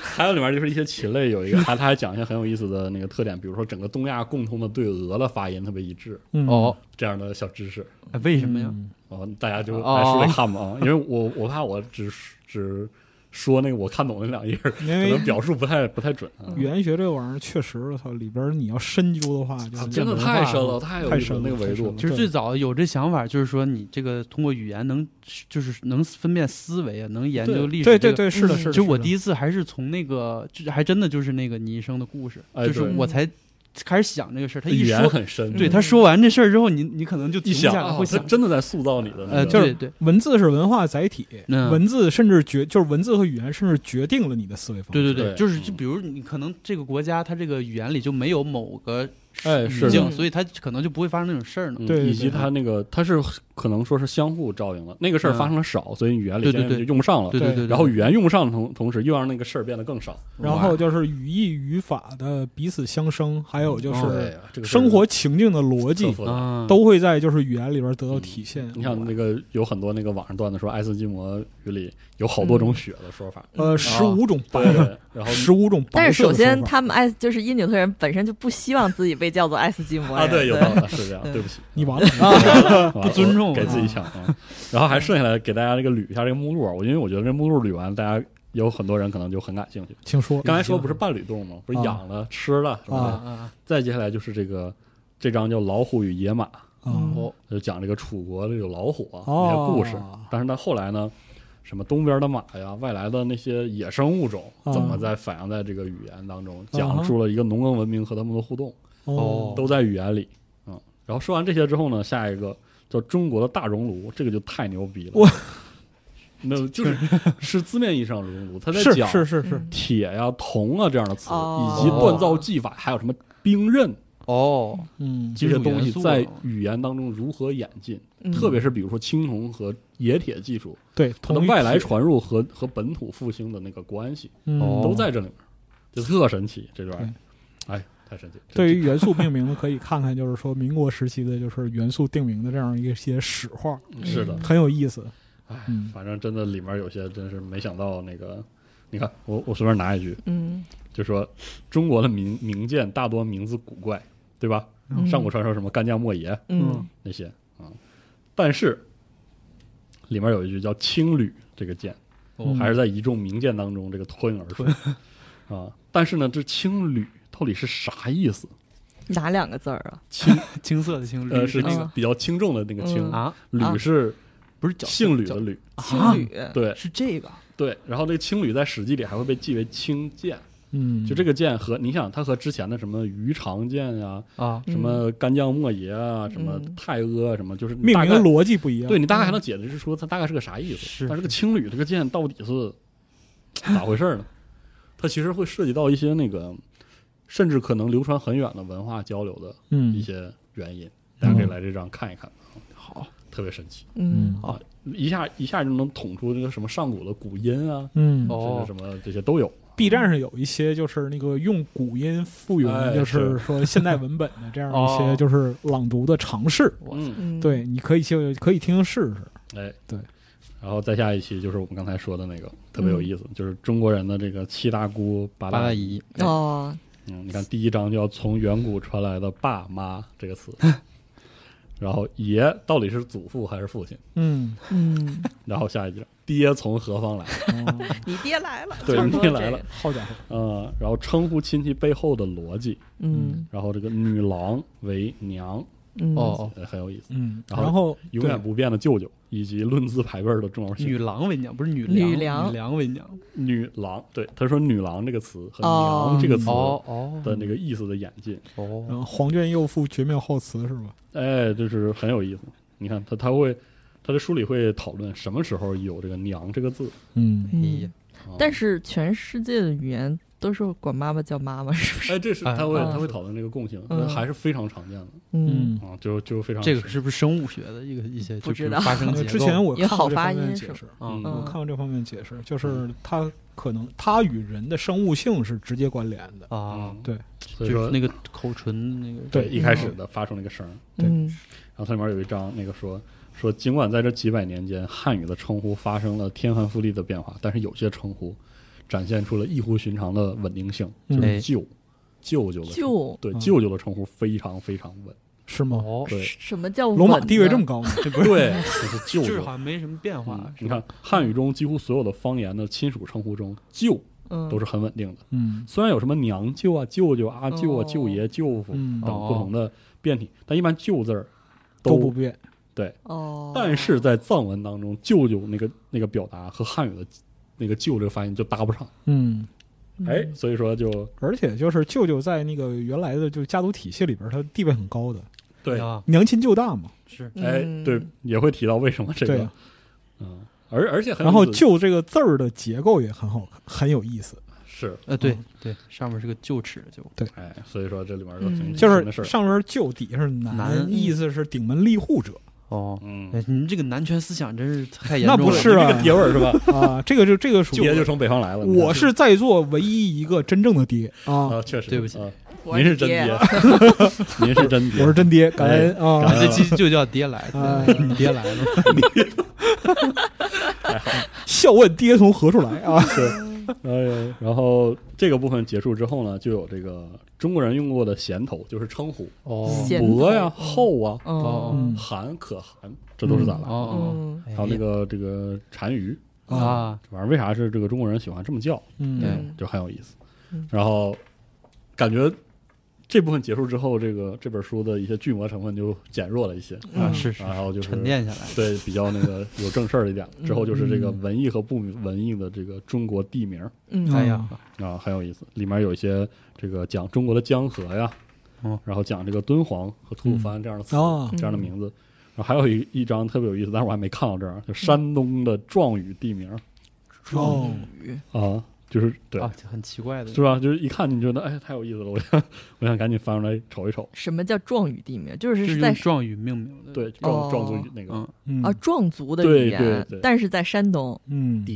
[SPEAKER 4] 还有里面就是一些禽类，有一个还他还讲一些很有意思的那个特点，比如说整个东亚共同的对鹅的发音特别一致，
[SPEAKER 3] 嗯
[SPEAKER 5] 哦，
[SPEAKER 4] 这样的小知识
[SPEAKER 5] 哎为什么呀？
[SPEAKER 3] 嗯
[SPEAKER 4] 啊、哦，大家就来书里看吧啊，因为我我怕我只只说那个我看懂那两页，可
[SPEAKER 3] 因为
[SPEAKER 4] 能表述不太不太准啊。
[SPEAKER 3] 语言学这个玩意儿确实，它里边儿你要深究的话，就是
[SPEAKER 4] 啊真的
[SPEAKER 3] 文
[SPEAKER 4] 太
[SPEAKER 3] 化
[SPEAKER 4] 深了，太有
[SPEAKER 3] 太
[SPEAKER 4] 意思
[SPEAKER 3] 深
[SPEAKER 4] 了
[SPEAKER 3] 了
[SPEAKER 4] 那个维
[SPEAKER 3] 太深
[SPEAKER 4] 度
[SPEAKER 3] 了。
[SPEAKER 5] 其实
[SPEAKER 3] 对
[SPEAKER 5] 最早有这想法，就是说你这个通过语言能，就是能分辨思维啊，能研究历史、这
[SPEAKER 3] 对
[SPEAKER 5] 个。
[SPEAKER 3] 对对，是的，
[SPEAKER 2] 嗯
[SPEAKER 3] 是的。
[SPEAKER 5] 就是我
[SPEAKER 3] 的
[SPEAKER 5] 第一次还是从那个，就是还真的就是那个你一生的故事，
[SPEAKER 4] 哎
[SPEAKER 5] 就是
[SPEAKER 4] 对
[SPEAKER 5] 我才开始想这个事儿。他一
[SPEAKER 4] 语言
[SPEAKER 5] 说，
[SPEAKER 4] 很深，
[SPEAKER 5] 对
[SPEAKER 2] 嗯
[SPEAKER 5] 他说完这事儿之后，你你可能就
[SPEAKER 4] 一
[SPEAKER 5] 停不
[SPEAKER 4] 想
[SPEAKER 5] 下来，
[SPEAKER 4] 啊
[SPEAKER 5] 会
[SPEAKER 4] 它
[SPEAKER 5] 想。
[SPEAKER 4] 真的在塑造你的那个，
[SPEAKER 5] 呃，对对，
[SPEAKER 3] 文字是文化载体，
[SPEAKER 5] 嗯
[SPEAKER 3] 文字甚至决就是文字和语言甚至决定了你的思维方
[SPEAKER 5] 对
[SPEAKER 3] 式。
[SPEAKER 5] 对
[SPEAKER 4] 对
[SPEAKER 5] 就是
[SPEAKER 4] 嗯
[SPEAKER 5] 就比如你可能这个国家它这个语言里就没有某个
[SPEAKER 4] 哎
[SPEAKER 5] 语
[SPEAKER 4] 是的
[SPEAKER 5] 境，
[SPEAKER 2] 嗯
[SPEAKER 5] 所以它可能就不会发生那种事儿呢。
[SPEAKER 4] 嗯
[SPEAKER 3] 对对
[SPEAKER 4] 以及
[SPEAKER 3] 对
[SPEAKER 4] 它那个它是可能说是相互照应了，那个事儿
[SPEAKER 5] 嗯
[SPEAKER 4] 发生的少，所以语言里
[SPEAKER 5] 对对
[SPEAKER 4] 现在
[SPEAKER 5] 对
[SPEAKER 4] 就用不上了。
[SPEAKER 5] 对对
[SPEAKER 3] 对
[SPEAKER 5] 对，
[SPEAKER 4] 然后语言用不上的同同时，又让那个事儿变得更少。
[SPEAKER 3] 然后就是语义语法的彼此相生，还有就
[SPEAKER 4] 嗯哦对
[SPEAKER 3] 是
[SPEAKER 4] 呀，这个事儿
[SPEAKER 3] 生活情境的逻
[SPEAKER 4] 特
[SPEAKER 3] 辑，
[SPEAKER 4] 复杂。
[SPEAKER 5] 啊，
[SPEAKER 3] 都会在就是语言里边得到体现。
[SPEAKER 4] 嗯你像那个有很多那个网上段子说爱斯基摩语里有好多种雪的说法，
[SPEAKER 3] 呃，十五种白
[SPEAKER 4] 啊对
[SPEAKER 3] 的，，
[SPEAKER 4] 然后
[SPEAKER 3] 十五种白色的
[SPEAKER 2] 但是首先，
[SPEAKER 3] 说法
[SPEAKER 2] 他们爱就是因纽特人本身就不希望自己被叫做爱斯基摩人。
[SPEAKER 4] 啊，对，有道
[SPEAKER 2] 对
[SPEAKER 4] 理，是这样，
[SPEAKER 2] 嗯
[SPEAKER 4] 对不起，
[SPEAKER 3] 你完了，
[SPEAKER 4] 啊，
[SPEAKER 5] 不尊重
[SPEAKER 4] 我给自己抢啊。然后还剩下来给大家这个捋一下这个目录啊，我因为我觉得这目录捋完，大家有很多人可能就很感兴趣。
[SPEAKER 3] 请说。
[SPEAKER 4] 刚才说不是伴侣动物吗？不是
[SPEAKER 3] 啊
[SPEAKER 4] 养了、吃了什
[SPEAKER 5] 啊
[SPEAKER 4] 么的。
[SPEAKER 5] 啊，啊
[SPEAKER 4] 再接下来就是这个这章叫《老虎与野马》，
[SPEAKER 2] 嗯
[SPEAKER 4] 嗯
[SPEAKER 3] 啊，
[SPEAKER 5] 哦，
[SPEAKER 4] 就讲这个楚国的有老虎啊那
[SPEAKER 3] 哦
[SPEAKER 4] 些故事。但是呢，后来呢，什么东边的马呀，外来的那些野生物种，
[SPEAKER 3] 啊
[SPEAKER 4] 怎么在反映在这个语言当中，
[SPEAKER 3] 啊
[SPEAKER 4] 讲述了一个农耕文明和他们的互动，
[SPEAKER 5] 哦
[SPEAKER 4] 都在语言里。嗯，然后说完这些之后呢，下一个叫中国的大熔炉，这个就太牛逼了
[SPEAKER 3] 哇。
[SPEAKER 4] 没有，就是 是字面意义上的熔炉，他在
[SPEAKER 3] 是
[SPEAKER 4] 讲
[SPEAKER 3] 是是是，
[SPEAKER 4] 铁呀、铜啊这样的词，
[SPEAKER 2] 哦
[SPEAKER 4] 以及锻造技法，还有什么兵刃
[SPEAKER 5] 哦，
[SPEAKER 3] 嗯
[SPEAKER 4] 这些东西
[SPEAKER 5] 金属元素啊
[SPEAKER 4] 在语言当中如何演进，
[SPEAKER 2] 嗯
[SPEAKER 4] 特别是比如说青铜和冶铁技术，
[SPEAKER 3] 对，
[SPEAKER 4] 它
[SPEAKER 3] 同
[SPEAKER 4] 的
[SPEAKER 3] 于
[SPEAKER 4] 外来
[SPEAKER 3] 体
[SPEAKER 4] 传入和和本土复兴的那个关系，
[SPEAKER 3] 嗯
[SPEAKER 5] 哦
[SPEAKER 4] 都在这里面，就特神奇这段，哎，太神奇。
[SPEAKER 3] 对于元素命名呢，可以看看就是说民国时期的就是元素定名的这样一些史话，
[SPEAKER 2] 嗯
[SPEAKER 4] 这是的，
[SPEAKER 3] 很有意思。
[SPEAKER 4] 哎
[SPEAKER 3] 嗯，
[SPEAKER 4] 反正真的里面有些真是没想到那个，你看我我随便拿一句，
[SPEAKER 2] 嗯，
[SPEAKER 4] 就说中国的名名剑大多名字古怪，对吧？
[SPEAKER 2] 嗯
[SPEAKER 4] 上古传说什么干将莫邪，
[SPEAKER 2] 嗯
[SPEAKER 4] 那些啊、但是里面有一句叫“青旅”这个剑，
[SPEAKER 5] 哦
[SPEAKER 4] 还是在一众名剑当中这个脱颖而出 啊。但是呢，这“青旅”到底是啥意思？
[SPEAKER 2] 嗯哪两个字儿啊？
[SPEAKER 4] 轻
[SPEAKER 5] 青色的青绿
[SPEAKER 4] 呃是
[SPEAKER 5] 的
[SPEAKER 4] 那个
[SPEAKER 2] 嗯
[SPEAKER 4] 比较轻重的那个轻
[SPEAKER 2] 嗯，
[SPEAKER 5] 啊，
[SPEAKER 4] 旅、
[SPEAKER 2] 啊
[SPEAKER 4] 是
[SPEAKER 5] 不是角色
[SPEAKER 4] 姓吕
[SPEAKER 5] 角
[SPEAKER 4] 的吕，
[SPEAKER 2] 情侣，
[SPEAKER 4] 啊对
[SPEAKER 5] 是这个
[SPEAKER 4] 对。然后这个青旅在《史记》里还会被记为青剑，
[SPEAKER 3] 嗯，
[SPEAKER 4] 就这个剑和你想它和之前的什么鱼肠剑啊、
[SPEAKER 5] 啊，
[SPEAKER 2] 嗯
[SPEAKER 4] 什么干将莫邪啊、什么
[SPEAKER 2] 嗯
[SPEAKER 4] 太阿啊、什么，就是
[SPEAKER 3] 命
[SPEAKER 4] 大
[SPEAKER 3] 名
[SPEAKER 4] 概
[SPEAKER 3] 的逻辑不一样。
[SPEAKER 4] 对你大概还能解释出它大概是个啥意思。
[SPEAKER 5] 是
[SPEAKER 4] 但是这个青旅这个剑到底是咋回事儿呢？它其实会涉及到一些那个，甚至可能流传很远的文化交流的一
[SPEAKER 3] 嗯，
[SPEAKER 4] 些原因。大家可以来这张看一看，啊
[SPEAKER 5] 好，
[SPEAKER 4] 特别神奇，
[SPEAKER 2] 嗯，
[SPEAKER 5] 好
[SPEAKER 4] 一下一下就能捅出这个什么上古的古音啊，
[SPEAKER 3] 嗯
[SPEAKER 5] 哦
[SPEAKER 4] 甚至什么这些都有。
[SPEAKER 3] ，B 站上有一些就是那个用古音复
[SPEAKER 4] 哎
[SPEAKER 3] 原，就是是说现代文本的这样一
[SPEAKER 5] 哦
[SPEAKER 3] 些就是朗读的尝试。
[SPEAKER 5] 我
[SPEAKER 4] 嗯，
[SPEAKER 2] 嗯，
[SPEAKER 3] 对，你可以去可以听听试试。
[SPEAKER 4] 哎，
[SPEAKER 3] 对。
[SPEAKER 4] 然后再下一期就是我们刚才说的那个特别有意思，就是中国人的这个七大姑八
[SPEAKER 5] 八
[SPEAKER 4] 大
[SPEAKER 5] 大
[SPEAKER 4] 姨。
[SPEAKER 5] 姨
[SPEAKER 2] 哦，
[SPEAKER 4] 嗯，你看第一章就要从远古传来的“爸妈”这个 词，然后爷到底是祖父还是父亲？
[SPEAKER 3] 嗯，
[SPEAKER 2] 嗯，
[SPEAKER 4] 然后下一章，爹从何方来？
[SPEAKER 3] 哦
[SPEAKER 2] 你爹来了，
[SPEAKER 4] 对
[SPEAKER 2] 差不多
[SPEAKER 4] 你爹来了
[SPEAKER 2] 这个，
[SPEAKER 3] 好家伙，
[SPEAKER 4] 嗯，然后称呼亲戚背后的逻辑，
[SPEAKER 2] 嗯
[SPEAKER 4] 然后这个女郎为娘，
[SPEAKER 2] 嗯，
[SPEAKER 5] 哦，哦，
[SPEAKER 4] 呃很有意思。
[SPEAKER 3] 嗯，
[SPEAKER 4] 然后
[SPEAKER 3] 然后
[SPEAKER 4] 永远不变的舅舅，以及论资排辈儿的重要性
[SPEAKER 5] 女。郎为娘，不是女
[SPEAKER 2] 女良
[SPEAKER 5] 良女良为娘。
[SPEAKER 4] 女郎，对，他说“女郎”这个词和“
[SPEAKER 2] 哦
[SPEAKER 4] 娘”这个词
[SPEAKER 5] 哦哦
[SPEAKER 4] 的那个意思的演进，
[SPEAKER 3] 对
[SPEAKER 5] 哦
[SPEAKER 3] 然后黄卷幼妇绝妙好词是吧？
[SPEAKER 4] 哎，就是很有意思。你看他他会，他这书里会讨论什么时候有这个“娘”这个字。啊
[SPEAKER 3] 嗯，
[SPEAKER 5] 哎呀
[SPEAKER 2] 嗯，但
[SPEAKER 4] 是，
[SPEAKER 2] 是全世界的语言都是管妈妈叫妈妈，是不是？
[SPEAKER 4] 哎，这是
[SPEAKER 5] 哎
[SPEAKER 4] 他会
[SPEAKER 2] 嗯
[SPEAKER 4] 他会讨论这个共性，
[SPEAKER 2] 嗯
[SPEAKER 4] 还是非常常见的
[SPEAKER 2] 嗯，
[SPEAKER 3] 嗯，
[SPEAKER 4] 啊，就就非常
[SPEAKER 5] 这个是不是生物学的一个一些
[SPEAKER 2] 不
[SPEAKER 5] 就
[SPEAKER 2] 知
[SPEAKER 5] 是
[SPEAKER 2] 道
[SPEAKER 5] 发生结构？
[SPEAKER 3] 之前我
[SPEAKER 2] 也
[SPEAKER 3] 看过
[SPEAKER 2] 好
[SPEAKER 3] 这
[SPEAKER 2] 发
[SPEAKER 3] 方
[SPEAKER 2] 音
[SPEAKER 3] 面的
[SPEAKER 2] 是
[SPEAKER 3] 解
[SPEAKER 2] 吧
[SPEAKER 3] 释，
[SPEAKER 5] 嗯
[SPEAKER 3] 我
[SPEAKER 2] 嗯
[SPEAKER 3] 看过这方面解释，就是它可能它与人的生物性是直接关联的。
[SPEAKER 5] 啊，
[SPEAKER 4] 嗯
[SPEAKER 3] 对，
[SPEAKER 4] 所
[SPEAKER 5] 就
[SPEAKER 4] 以
[SPEAKER 5] 是
[SPEAKER 4] 说
[SPEAKER 5] 那嗯个口唇那个
[SPEAKER 3] 对
[SPEAKER 4] 一开始的发出那个声儿，
[SPEAKER 2] 嗯
[SPEAKER 4] 然后它里面有一章那个说说尽管在这几百年间，汉语的称呼发生了天翻覆地的变化，但是有些称呼展现出了异乎寻常的稳定性，
[SPEAKER 3] 嗯
[SPEAKER 5] 哎
[SPEAKER 4] 舅、舅舅的称呼
[SPEAKER 2] 舅
[SPEAKER 4] 对
[SPEAKER 3] 嗯
[SPEAKER 4] 舅舅的称呼非常非常 稳，
[SPEAKER 3] 是吗？
[SPEAKER 5] 哦，
[SPEAKER 4] 对
[SPEAKER 2] 什么叫
[SPEAKER 3] 罗马
[SPEAKER 2] 稳
[SPEAKER 3] 地位
[SPEAKER 2] 呢
[SPEAKER 3] 这么高吗？这不是
[SPEAKER 4] 对，就是舅
[SPEAKER 5] 就是
[SPEAKER 4] 舅
[SPEAKER 5] 好。像没什么变化
[SPEAKER 4] 嗯，
[SPEAKER 5] 是
[SPEAKER 4] 你
[SPEAKER 5] 吧
[SPEAKER 4] 看？汉语中几乎所有的方言的亲属称呼中，舅
[SPEAKER 2] 嗯
[SPEAKER 4] 都是很稳定的。
[SPEAKER 3] 嗯
[SPEAKER 4] 虽然有什么娘舅啊、舅舅、阿舅啊、
[SPEAKER 2] 哦
[SPEAKER 4] 舅爷、舅父
[SPEAKER 3] 嗯
[SPEAKER 4] 等
[SPEAKER 5] 哦
[SPEAKER 4] 不同的变体，但一般舅字儿
[SPEAKER 3] 都不变，
[SPEAKER 2] 哦，
[SPEAKER 4] 但是在藏文当中，舅舅那个那个表达和汉语的那个舅这个发音就搭不上，
[SPEAKER 3] 嗯，
[SPEAKER 4] 哎，所以说就
[SPEAKER 3] 而且就是舅舅在那个原来的就家族体系里边，他地位很高的，
[SPEAKER 4] 对，
[SPEAKER 5] 啊，
[SPEAKER 3] 娘亲舅大嘛。
[SPEAKER 5] 是
[SPEAKER 4] 哎，对，
[SPEAKER 2] 嗯
[SPEAKER 4] 也会提到为什么这
[SPEAKER 3] 嗯对
[SPEAKER 4] 个
[SPEAKER 3] 啊，
[SPEAKER 4] 嗯，而而且很有
[SPEAKER 3] 然后
[SPEAKER 4] 意思
[SPEAKER 3] 舅这个字儿的结构也很好看，很有意思。
[SPEAKER 4] 是
[SPEAKER 5] 呃，对对，上面是个臼齿的臼，
[SPEAKER 4] 哎，所以说这里面都挺
[SPEAKER 2] 嗯
[SPEAKER 3] 就
[SPEAKER 4] 的事
[SPEAKER 3] 是
[SPEAKER 4] 儿，
[SPEAKER 3] 上面是舅，底下是男，
[SPEAKER 5] 男
[SPEAKER 3] 意思是顶门立户 者
[SPEAKER 5] 哦，
[SPEAKER 4] 嗯，
[SPEAKER 5] 哎，你们这个男权思想真是太严
[SPEAKER 3] 那
[SPEAKER 5] 重了，
[SPEAKER 3] 不是啊
[SPEAKER 4] 这个铁味是 吧？
[SPEAKER 3] 啊。这个就这个属
[SPEAKER 4] 舅爷
[SPEAKER 3] 于
[SPEAKER 4] 就从北方来了，你看
[SPEAKER 3] 我是在座唯一一个真正的爹啊，
[SPEAKER 4] 啊，确实
[SPEAKER 5] 对不起
[SPEAKER 4] 啊
[SPEAKER 2] 我
[SPEAKER 4] 您是真
[SPEAKER 2] 爹
[SPEAKER 4] 爹， 您是真爹，
[SPEAKER 3] 我是真爹，感恩
[SPEAKER 4] 感
[SPEAKER 3] 啊
[SPEAKER 4] 恩
[SPEAKER 5] 这期就叫爹 来
[SPEAKER 3] 啊
[SPEAKER 5] 的，，
[SPEAKER 3] 你爹来了， 笑问爹从何处来啊？
[SPEAKER 4] 哎，然后这个部分结束之后呢，就有这个中国人用过的衔头，就是称呼，
[SPEAKER 5] 哦
[SPEAKER 2] 闲
[SPEAKER 4] 伯
[SPEAKER 2] 头
[SPEAKER 4] 呀、后啊、
[SPEAKER 2] 哦
[SPEAKER 3] 嗯
[SPEAKER 4] 韩可汗，这都是咋
[SPEAKER 5] 哦
[SPEAKER 4] 来？
[SPEAKER 5] 哦，
[SPEAKER 2] 嗯
[SPEAKER 5] 还
[SPEAKER 4] 还有那个这个单于，
[SPEAKER 3] 啊，
[SPEAKER 5] 啊，
[SPEAKER 4] 这玩意儿为啥是这个中国人喜欢这么叫，
[SPEAKER 3] 嗯
[SPEAKER 5] 对
[SPEAKER 2] 嗯
[SPEAKER 4] 就很有意思
[SPEAKER 2] 嗯。
[SPEAKER 4] 然后感觉这部分结束之后，这个这本书的一些剧魔成分就减弱了一些，
[SPEAKER 5] 啊
[SPEAKER 2] 嗯
[SPEAKER 5] 是是
[SPEAKER 4] 然后就是嗯
[SPEAKER 5] 沉淀下来，
[SPEAKER 4] 对比较那个有正事儿一点。
[SPEAKER 2] 嗯
[SPEAKER 4] 之后就是这个文艺和不文艺的这个中国地名。
[SPEAKER 2] 嗯
[SPEAKER 5] 哎呀，
[SPEAKER 4] 啊，很有意思。里面有一些这个讲中国的江河呀，
[SPEAKER 5] 哦
[SPEAKER 4] 然后讲这个敦煌和吐鲁番这样的词、
[SPEAKER 3] 啊
[SPEAKER 4] 这样的名
[SPEAKER 2] 嗯
[SPEAKER 4] 字。然后还有一一章特别有意思，但是我还没看到这儿，啊就山东的壮语地名、
[SPEAKER 2] 嗯
[SPEAKER 3] 哦，
[SPEAKER 2] 语
[SPEAKER 4] 啊，就是对、
[SPEAKER 2] 哦
[SPEAKER 5] 啊，很奇怪的，
[SPEAKER 4] 是吧？就是一看你觉得哎太有意思了，我想我想赶紧翻出来瞅一瞅。
[SPEAKER 2] 什么叫壮语地名？就
[SPEAKER 5] 就是是
[SPEAKER 2] 在
[SPEAKER 5] 用壮语命名的，
[SPEAKER 4] 对，壮、
[SPEAKER 2] 哦
[SPEAKER 4] 壮族语那个
[SPEAKER 5] 嗯，
[SPEAKER 3] 嗯
[SPEAKER 2] 啊壮族的
[SPEAKER 4] 对
[SPEAKER 2] 语
[SPEAKER 4] 对
[SPEAKER 2] 言
[SPEAKER 4] 对，
[SPEAKER 2] 但是在山东，
[SPEAKER 3] 嗯，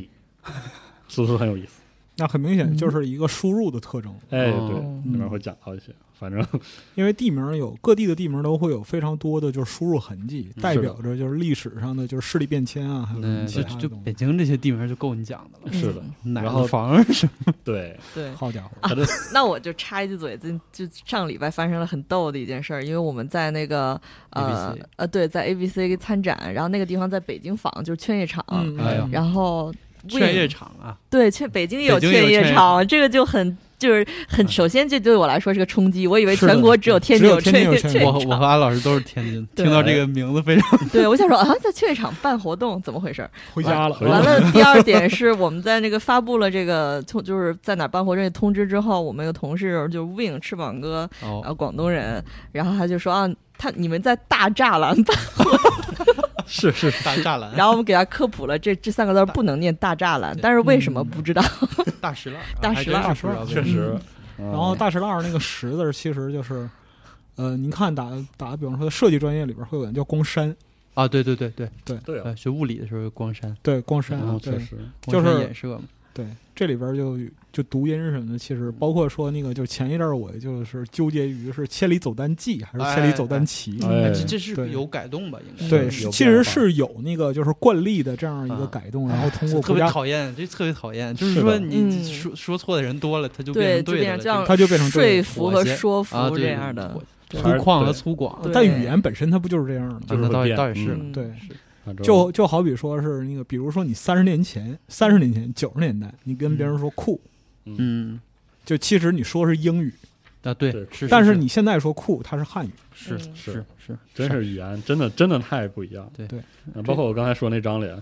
[SPEAKER 4] 是不是很有意思？
[SPEAKER 3] 那很明显就是一个输入的特征，
[SPEAKER 4] 哎，
[SPEAKER 5] 哦
[SPEAKER 4] 对，
[SPEAKER 2] 嗯
[SPEAKER 4] 里面会讲到一些，反正
[SPEAKER 3] 因为地名有各地的地名都会有非常多的就是输入痕迹，代表着嗯就是历史上的就是势力变迁啊，还有
[SPEAKER 5] 嗯，就
[SPEAKER 3] 其他
[SPEAKER 5] 就
[SPEAKER 3] 的东
[SPEAKER 5] 北
[SPEAKER 3] 西。
[SPEAKER 5] 京这些地名就够你讲的了，
[SPEAKER 4] 是的，
[SPEAKER 2] 嗯
[SPEAKER 5] 奶
[SPEAKER 4] 然后
[SPEAKER 5] 子房是吧
[SPEAKER 4] 对，
[SPEAKER 2] 对，
[SPEAKER 3] 好家伙，
[SPEAKER 4] 他这
[SPEAKER 2] 那我就插一句嘴，今就上礼拜发生了很逗的一件事儿，因为我们在那个呃
[SPEAKER 5] ABC
[SPEAKER 2] 呃对，在 ABC 参展，然后那个地方在北京坊，就是劝业场，
[SPEAKER 3] 嗯，
[SPEAKER 5] 哎呀
[SPEAKER 2] 然后 Win
[SPEAKER 5] 劝业场啊，
[SPEAKER 2] 对劝北京也
[SPEAKER 5] 北京也有
[SPEAKER 2] 劝
[SPEAKER 5] 劝
[SPEAKER 2] 业
[SPEAKER 5] 业
[SPEAKER 2] 场，这个就很就是很，首先这对我来说是个冲击，我以为
[SPEAKER 3] 是的
[SPEAKER 2] 全国只有天津
[SPEAKER 3] 只有天
[SPEAKER 2] 劝
[SPEAKER 3] 津有
[SPEAKER 2] 业
[SPEAKER 3] 劝
[SPEAKER 2] 劝
[SPEAKER 3] 业
[SPEAKER 2] 业
[SPEAKER 5] 我和我
[SPEAKER 2] 场，
[SPEAKER 5] 和安老师都是天津，
[SPEAKER 2] 对
[SPEAKER 5] 听到这个名字非常
[SPEAKER 2] 对我想说啊，在劝业场办活动怎么回事儿？
[SPEAKER 3] 回家了，
[SPEAKER 4] 哎回家
[SPEAKER 2] 完了，第二点是我们在那个发布了这个通，就是在哪儿办活动这通知之后，我们有同事就是 Win 翅膀哥，
[SPEAKER 5] 哦
[SPEAKER 2] 啊，广东人，然后他就说啊，他你们在大栅栏吧，
[SPEAKER 5] 是是大栅栏，
[SPEAKER 2] 然后我们给他科普了这这三个字儿不能念大栅栏，但是为什么不知道？
[SPEAKER 5] 大石栏，啊
[SPEAKER 2] 大石栏
[SPEAKER 5] 还真是不知道为什
[SPEAKER 4] 确
[SPEAKER 5] 么
[SPEAKER 4] 实，
[SPEAKER 3] 嗯
[SPEAKER 4] 嗯
[SPEAKER 3] 然后大石栏儿那个石字儿其实就是。呃，您看打打个比方说，设计专业里边会有人叫光山，
[SPEAKER 5] 啊，对对对对，
[SPEAKER 4] 对啊
[SPEAKER 5] 呃，，学物理的时候光山，
[SPEAKER 3] 对光山
[SPEAKER 4] 然
[SPEAKER 3] 啊
[SPEAKER 4] 后，
[SPEAKER 3] 对
[SPEAKER 4] 确实，
[SPEAKER 3] 哎就是
[SPEAKER 5] 光山衍射嘛，
[SPEAKER 3] 对，这里边就就读音什么的，其实包括说那个，就前一阵儿我就是纠结于是千里走单骑还是千里走单骑，
[SPEAKER 4] 哎，
[SPEAKER 5] 这这是
[SPEAKER 3] 对
[SPEAKER 5] 有改动吧？应该
[SPEAKER 4] 是
[SPEAKER 3] 对，是
[SPEAKER 4] 有
[SPEAKER 3] 其
[SPEAKER 4] 变
[SPEAKER 3] 实
[SPEAKER 4] 化
[SPEAKER 3] 是有那个就是惯例的这样一个改动，然后通过
[SPEAKER 5] 哎特
[SPEAKER 3] 国
[SPEAKER 5] 别
[SPEAKER 3] 家，
[SPEAKER 5] 讨厌，这特别讨厌，就是是说
[SPEAKER 4] 的
[SPEAKER 5] 你
[SPEAKER 2] 嗯
[SPEAKER 5] 说说错的人多了，他就
[SPEAKER 2] 对，
[SPEAKER 5] 变成
[SPEAKER 2] 就
[SPEAKER 5] 对
[SPEAKER 2] 变成
[SPEAKER 5] 的了，
[SPEAKER 2] 这样，
[SPEAKER 3] 它就变成对
[SPEAKER 2] 说服
[SPEAKER 5] 妥
[SPEAKER 3] 的
[SPEAKER 2] 和
[SPEAKER 5] 协
[SPEAKER 2] 说
[SPEAKER 5] 啊
[SPEAKER 2] 服
[SPEAKER 5] 对
[SPEAKER 2] 这样的，
[SPEAKER 5] 粗
[SPEAKER 4] 还是
[SPEAKER 5] 犷和
[SPEAKER 4] 对
[SPEAKER 5] 粗犷，
[SPEAKER 2] 对
[SPEAKER 3] 但语言本身它不就是这样的吗？
[SPEAKER 4] 就是
[SPEAKER 5] 啊那
[SPEAKER 4] 会
[SPEAKER 5] 倒也
[SPEAKER 4] 变
[SPEAKER 5] 倒也是
[SPEAKER 4] 嗯
[SPEAKER 5] 了，
[SPEAKER 2] 嗯
[SPEAKER 3] 对，
[SPEAKER 4] 反正
[SPEAKER 3] 就就好比说是那个，比如说你三十年前、三十年前、九十年代，你跟别人说酷，
[SPEAKER 5] 嗯，
[SPEAKER 3] 就其实你说是英语，
[SPEAKER 5] 啊对
[SPEAKER 4] 对，
[SPEAKER 5] 是，
[SPEAKER 3] 但
[SPEAKER 5] 是
[SPEAKER 3] 是你现在说酷，它是汉语。
[SPEAKER 5] 是
[SPEAKER 2] 嗯
[SPEAKER 5] 是是，
[SPEAKER 4] 真是语言，真的真的太不一样。
[SPEAKER 5] 对
[SPEAKER 3] 对
[SPEAKER 4] 嗯，包括我刚才说那张脸，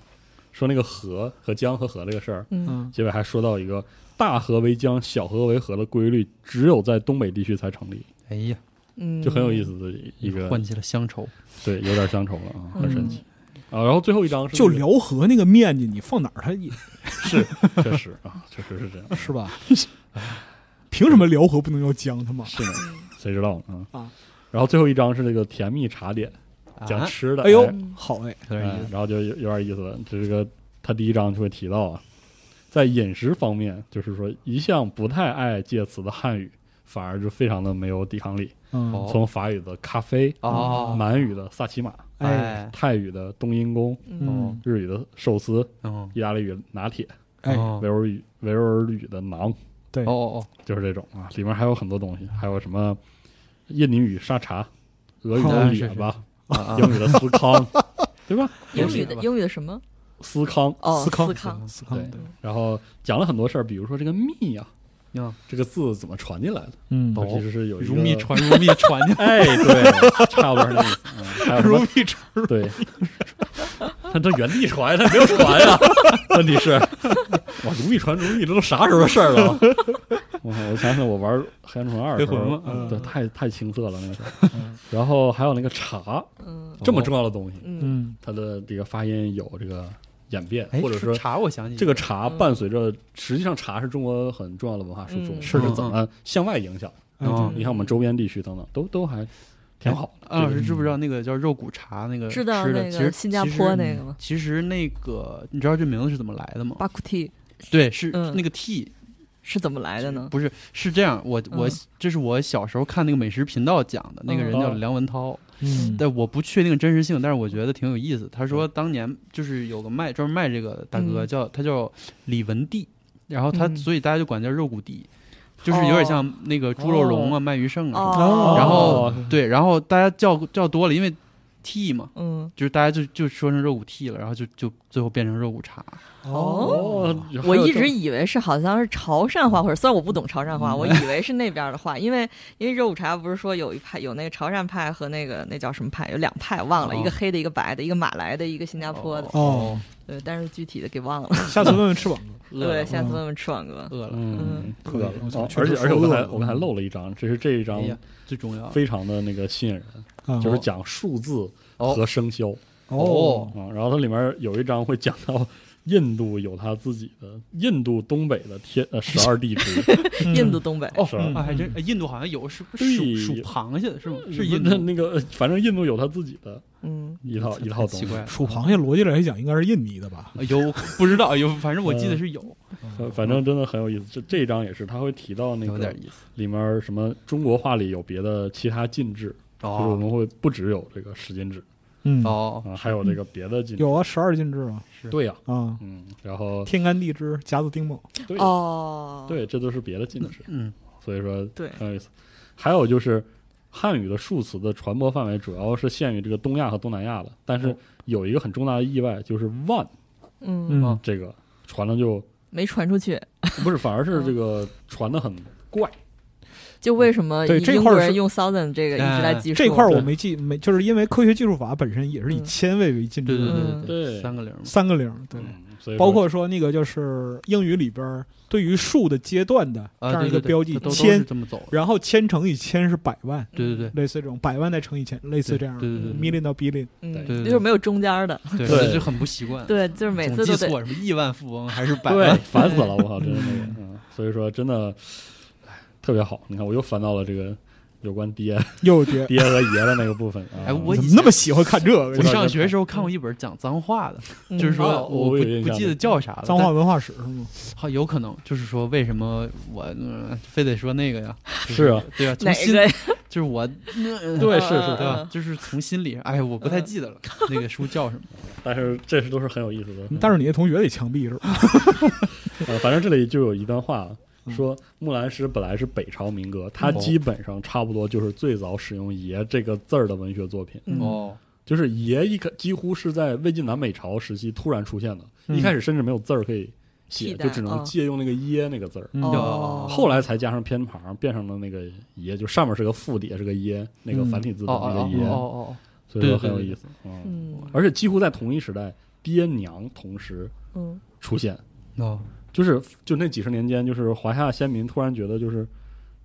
[SPEAKER 4] 说那个河和江和河这个事儿，
[SPEAKER 2] 嗯，
[SPEAKER 3] 嗯，
[SPEAKER 4] 结尾还说到一个大河为江，小河为河的规律，只有在东北地区才成立，
[SPEAKER 5] 哎呀，
[SPEAKER 2] 嗯，
[SPEAKER 4] 就很有意。思的一个，
[SPEAKER 5] 唤起了乡愁，
[SPEAKER 4] 对，有点乡愁了啊，
[SPEAKER 2] 嗯
[SPEAKER 4] 很神奇啊。然后最后一张是
[SPEAKER 3] 就
[SPEAKER 4] 那个
[SPEAKER 3] 辽河那个面积，你放哪儿它也
[SPEAKER 4] 确实啊，确实是这样，
[SPEAKER 3] 是吧？凭什么辽河不能叫江？他妈
[SPEAKER 4] 是呢，谁知道呢
[SPEAKER 3] 啊？
[SPEAKER 4] 然后最后一张是那个甜蜜茶点，
[SPEAKER 5] 啊，
[SPEAKER 4] 讲吃的，
[SPEAKER 3] 哎呦
[SPEAKER 4] 哎
[SPEAKER 2] 嗯
[SPEAKER 3] 好哎，
[SPEAKER 5] 有点意
[SPEAKER 4] 哎
[SPEAKER 5] 思，
[SPEAKER 4] 然后就有有点意思了。这个他第一章就会提到啊，在饮食方面，就是说一向不太爱介词的汉语，反而就非常的没有抵抗力。
[SPEAKER 3] 嗯，
[SPEAKER 5] 哦
[SPEAKER 4] 从法语的咖啡、
[SPEAKER 5] 哦
[SPEAKER 4] 满语的萨琪玛，
[SPEAKER 3] 哎
[SPEAKER 5] 哎，
[SPEAKER 4] 泰语的冬阴功，
[SPEAKER 2] 嗯
[SPEAKER 4] 日语的寿司，
[SPEAKER 5] 哦
[SPEAKER 4] 意大利语拿铁，
[SPEAKER 3] 哎，
[SPEAKER 5] 哦
[SPEAKER 4] 维吾尔语维吾尔语的馕，
[SPEAKER 3] 对，
[SPEAKER 5] 哦
[SPEAKER 4] 就是这种啊。里面还有很多东西，还有什么印尼语沙茶，俄语
[SPEAKER 5] 好
[SPEAKER 4] 的
[SPEAKER 5] 是
[SPEAKER 4] 列巴，
[SPEAKER 5] 哦啊
[SPEAKER 4] 英语的司 康，对吧？
[SPEAKER 2] 英语的英语的什么？
[SPEAKER 4] 司康。
[SPEAKER 2] 哦，
[SPEAKER 3] 思康
[SPEAKER 2] 思康，
[SPEAKER 3] 思
[SPEAKER 5] 嗯
[SPEAKER 3] 康，对，
[SPEAKER 4] 然后讲了很多事儿，比如说这个蜜啊，
[SPEAKER 5] 啊，
[SPEAKER 4] 这个字怎么传进来的？
[SPEAKER 3] 嗯，
[SPEAKER 5] 懂
[SPEAKER 4] 其实是有一个
[SPEAKER 5] 如蜜 传如蜜传进来，
[SPEAKER 4] 哎，对，差不多是那意思。嗯还有什
[SPEAKER 3] 如
[SPEAKER 4] 么？
[SPEAKER 3] 意茶，
[SPEAKER 4] 对， 他这原地传，他没有传呀、 问题是，哇，如意传如意，这都啥时候的事儿了？ 我我想想，我玩《黑暗嗯虫二》的时
[SPEAKER 5] 黑魂吗
[SPEAKER 4] 候，
[SPEAKER 3] 嗯
[SPEAKER 4] 对，太太青涩了那个时候。然后还有那个茶，
[SPEAKER 2] 嗯
[SPEAKER 4] 这么重要的东西，
[SPEAKER 2] 嗯
[SPEAKER 3] 嗯，
[SPEAKER 4] 它的这个发音有这个演变，
[SPEAKER 5] 哎，
[SPEAKER 4] 或者说
[SPEAKER 5] 茶，我想起
[SPEAKER 4] 这个茶
[SPEAKER 2] 嗯
[SPEAKER 4] 伴随着，实际上茶是中国很重要的文化输出，
[SPEAKER 2] 嗯
[SPEAKER 4] 是是怎么向外影响？
[SPEAKER 3] 哎
[SPEAKER 5] 哦
[SPEAKER 4] 你看我们周边地区等等，都都还挺好的。
[SPEAKER 5] 安老师知不知道那个叫嗯肉骨茶那个
[SPEAKER 2] 嗯知道
[SPEAKER 5] 吃的
[SPEAKER 2] 那
[SPEAKER 5] 其
[SPEAKER 2] 个
[SPEAKER 5] 实
[SPEAKER 2] 新加
[SPEAKER 5] 其实
[SPEAKER 2] 坡那个吗？
[SPEAKER 5] 其实那个你知道这名字是怎么来的吗？
[SPEAKER 2] 巴库蒂
[SPEAKER 5] 对，是
[SPEAKER 2] 嗯
[SPEAKER 5] 那个 T，
[SPEAKER 2] 是怎么来的呢？
[SPEAKER 5] 不是是这样，我我
[SPEAKER 2] 嗯
[SPEAKER 5] 这是我小时候看那个美食频道讲的，那个人叫
[SPEAKER 4] 嗯
[SPEAKER 5] 梁文涛，
[SPEAKER 3] 嗯，
[SPEAKER 5] 但我不确定真实性，但是我觉得挺有意思。他说当年就是有个卖专门卖这个的大哥
[SPEAKER 2] 嗯
[SPEAKER 5] 叫他叫李文帝，然后他
[SPEAKER 2] 嗯
[SPEAKER 5] 所以大家就管叫肉骨帝，就是有点像那个猪肉龙啊、卖鱼剩啊什么
[SPEAKER 2] 哦，
[SPEAKER 5] 然后的。对，然后大家叫叫多了，因为 T 嘛，
[SPEAKER 2] 嗯，
[SPEAKER 5] 就是大家就就说成肉骨 T 了，然后就就最后变成肉骨茶。
[SPEAKER 4] 哦，有
[SPEAKER 2] 我
[SPEAKER 4] 还有
[SPEAKER 2] 一
[SPEAKER 4] 这
[SPEAKER 2] 直以为是好像是潮汕话，或者虽然我不懂潮汕话，我以为是那边的话，因为因为肉骨茶不是说有一派有那个潮汕派和那个那叫什么派，有两派忘了，
[SPEAKER 5] 哦
[SPEAKER 2] 一个黑的，一个白的，一个马来的，一个新加坡的，
[SPEAKER 3] 哦，
[SPEAKER 2] 对，但是具体的给忘了。
[SPEAKER 3] 下次问问翅膀哥，
[SPEAKER 5] 饿了
[SPEAKER 2] 对，下次问问翅膀哥。
[SPEAKER 5] 饿了，
[SPEAKER 4] 嗯，
[SPEAKER 3] 可以
[SPEAKER 4] 对
[SPEAKER 3] 我操
[SPEAKER 4] 哦
[SPEAKER 3] 确
[SPEAKER 4] 而
[SPEAKER 3] 实
[SPEAKER 4] 且而且
[SPEAKER 3] 说
[SPEAKER 4] 我刚
[SPEAKER 3] 饿
[SPEAKER 4] 才
[SPEAKER 3] 了嗯
[SPEAKER 4] 我刚才漏了一张，这是这一张
[SPEAKER 5] 哎呀，最重要
[SPEAKER 4] 非常的那个吸引人，
[SPEAKER 3] 啊
[SPEAKER 4] 就是讲数字
[SPEAKER 5] 哦
[SPEAKER 4] 和生肖
[SPEAKER 3] 哦
[SPEAKER 5] 哦，
[SPEAKER 4] 啊。然后它里面有一章会讲到印度有它自己的印度东北的天呃十二地支，
[SPEAKER 3] 嗯
[SPEAKER 2] 印度东北，
[SPEAKER 5] 哦
[SPEAKER 4] 是吧，
[SPEAKER 5] 啊还真哎印度好像有是不是
[SPEAKER 4] 嗯对
[SPEAKER 5] 属属螃蟹的是吗？是
[SPEAKER 4] 印
[SPEAKER 5] 印
[SPEAKER 4] 度
[SPEAKER 5] 度
[SPEAKER 4] 那个反正印度有它自己的
[SPEAKER 2] 嗯，
[SPEAKER 4] 一 套一套
[SPEAKER 5] 很
[SPEAKER 4] 东西。
[SPEAKER 5] 奇怪，啊
[SPEAKER 3] 属螃蟹逻辑来讲应该是印尼的吧？
[SPEAKER 5] 哎呦，不知道，有，反正我记得是有，
[SPEAKER 4] 反反正真的很有意思，这这一章也是，他会提到那
[SPEAKER 5] 有
[SPEAKER 4] 个
[SPEAKER 5] 点意思。
[SPEAKER 4] 里面什么中国画里有别的其他禁制，就是我
[SPEAKER 5] 哦
[SPEAKER 4] 们会不只有这个十禁制
[SPEAKER 3] 嗯，
[SPEAKER 5] 哦，
[SPEAKER 4] 啊，还有这个别的禁制。
[SPEAKER 3] 有啊，十二进制啊，
[SPEAKER 4] 对呀，
[SPEAKER 3] 啊，
[SPEAKER 4] 嗯，然后
[SPEAKER 3] 天干地支，甲子丁卯，
[SPEAKER 4] 对
[SPEAKER 2] 哦，
[SPEAKER 4] 对，这都是别的禁制，
[SPEAKER 5] 嗯，
[SPEAKER 4] 所以说
[SPEAKER 2] 对
[SPEAKER 4] 很有意思。还有就是汉语的数词的传播范围主要是限于这个东亚和东南亚了，但是
[SPEAKER 5] 哦
[SPEAKER 4] 有一个很重大的意外，就是万
[SPEAKER 2] 嗯，
[SPEAKER 3] 嗯
[SPEAKER 4] 这个传了就
[SPEAKER 2] 没传出去。
[SPEAKER 4] 不是，反而是这个传的很怪。
[SPEAKER 2] 就为什么
[SPEAKER 3] 对
[SPEAKER 2] 以
[SPEAKER 3] 这
[SPEAKER 2] 英
[SPEAKER 3] 块儿
[SPEAKER 2] 国人
[SPEAKER 3] 是
[SPEAKER 2] 用 thousand 这个一直来
[SPEAKER 5] 哎
[SPEAKER 2] 计数？
[SPEAKER 3] 这块儿我没记没，就是因为科学技术法本身也是以
[SPEAKER 2] 嗯
[SPEAKER 3] 千位为进
[SPEAKER 5] 对
[SPEAKER 3] 制
[SPEAKER 5] 对
[SPEAKER 3] 的，
[SPEAKER 5] 对
[SPEAKER 4] 对
[SPEAKER 5] 三个零儿嘛，
[SPEAKER 3] 三个零，对。
[SPEAKER 4] 嗯，所以
[SPEAKER 3] 包
[SPEAKER 4] 说
[SPEAKER 3] 括说那个就是英语里边儿对于数的阶段的这
[SPEAKER 5] 啊，
[SPEAKER 3] 样
[SPEAKER 5] 对
[SPEAKER 3] 一个
[SPEAKER 5] 对对
[SPEAKER 3] 标记，
[SPEAKER 5] 它都都是
[SPEAKER 3] 千，
[SPEAKER 5] 这么走的，
[SPEAKER 3] 然后千乘以千是百万，
[SPEAKER 5] 对对
[SPEAKER 3] 类似这种百万再乘以千，类似
[SPEAKER 5] 对，
[SPEAKER 3] 这样
[SPEAKER 5] 对对对对
[SPEAKER 3] million 到 billion，
[SPEAKER 2] 嗯，
[SPEAKER 4] 对
[SPEAKER 5] 对
[SPEAKER 2] 就是没有中间的，
[SPEAKER 5] 对，
[SPEAKER 4] 对
[SPEAKER 5] 这就很不习惯，
[SPEAKER 2] 对，就是每次
[SPEAKER 5] 总
[SPEAKER 2] 都
[SPEAKER 5] 记
[SPEAKER 2] 得
[SPEAKER 5] 错什么亿万富翁还是百
[SPEAKER 4] 对
[SPEAKER 5] 万，，
[SPEAKER 4] 烦死了，我靠，真的那个，嗯，所以说真的，哎，特别好。你看，我又翻到了这个有关爹、
[SPEAKER 3] 又觉
[SPEAKER 4] 爹和爷的那个部分啊。
[SPEAKER 5] 哎我
[SPEAKER 3] 怎么那么喜欢看这个
[SPEAKER 5] 我？上学时候看过一本讲脏话的，
[SPEAKER 2] 嗯
[SPEAKER 5] 就是
[SPEAKER 4] 哦
[SPEAKER 5] 说
[SPEAKER 4] 我
[SPEAKER 5] 我
[SPEAKER 4] 有
[SPEAKER 5] 不
[SPEAKER 4] 印
[SPEAKER 5] 不
[SPEAKER 4] 象
[SPEAKER 5] 记得叫啥了，
[SPEAKER 3] 脏话文化史是
[SPEAKER 5] 但
[SPEAKER 3] 吗？
[SPEAKER 5] 好有可能就是说为什么我嗯非得说那个呀？就是
[SPEAKER 4] 啊，
[SPEAKER 5] 对啊，从
[SPEAKER 2] 哪
[SPEAKER 5] 心
[SPEAKER 2] 个？
[SPEAKER 5] 就是我
[SPEAKER 4] 对，是
[SPEAKER 2] 嗯
[SPEAKER 4] 是，
[SPEAKER 5] 对吧
[SPEAKER 2] 嗯？
[SPEAKER 5] 就是从心里，哎，我不太记得了 那个书叫什么。
[SPEAKER 4] 但是这是都是很有意思的。
[SPEAKER 3] 但是你那同学得枪毙是吧？
[SPEAKER 4] 呃，反正这里就有一段话
[SPEAKER 3] 嗯哦
[SPEAKER 4] 说，木兰诗本来是北朝民歌，它基本上差不多就是最早使用“爷”这个字儿的文学作品。
[SPEAKER 2] 嗯
[SPEAKER 5] 哦，
[SPEAKER 4] 就是“爷”一个几乎是在魏晋南北朝时期突然出现的，
[SPEAKER 3] 嗯
[SPEAKER 4] 一开始甚至没有字儿可以写，
[SPEAKER 2] 替代嗯
[SPEAKER 4] 就只能借用那个“耶”那个字儿。
[SPEAKER 2] 哦，
[SPEAKER 4] 后来才加上偏旁，变成了那个“爷”，就上面是个副，底下是个“耶”，那个繁体字
[SPEAKER 5] 哦
[SPEAKER 4] 的那个“
[SPEAKER 5] 哦哦
[SPEAKER 4] 耶
[SPEAKER 5] 哦”，
[SPEAKER 4] 所以说很有意思。嗯，
[SPEAKER 2] 嗯
[SPEAKER 4] 而且几乎在同一时代，爹娘同时
[SPEAKER 2] 嗯
[SPEAKER 4] 出现，
[SPEAKER 5] 哦哦，
[SPEAKER 4] 就是就那几十年间，就是华夏先民突然觉得，就是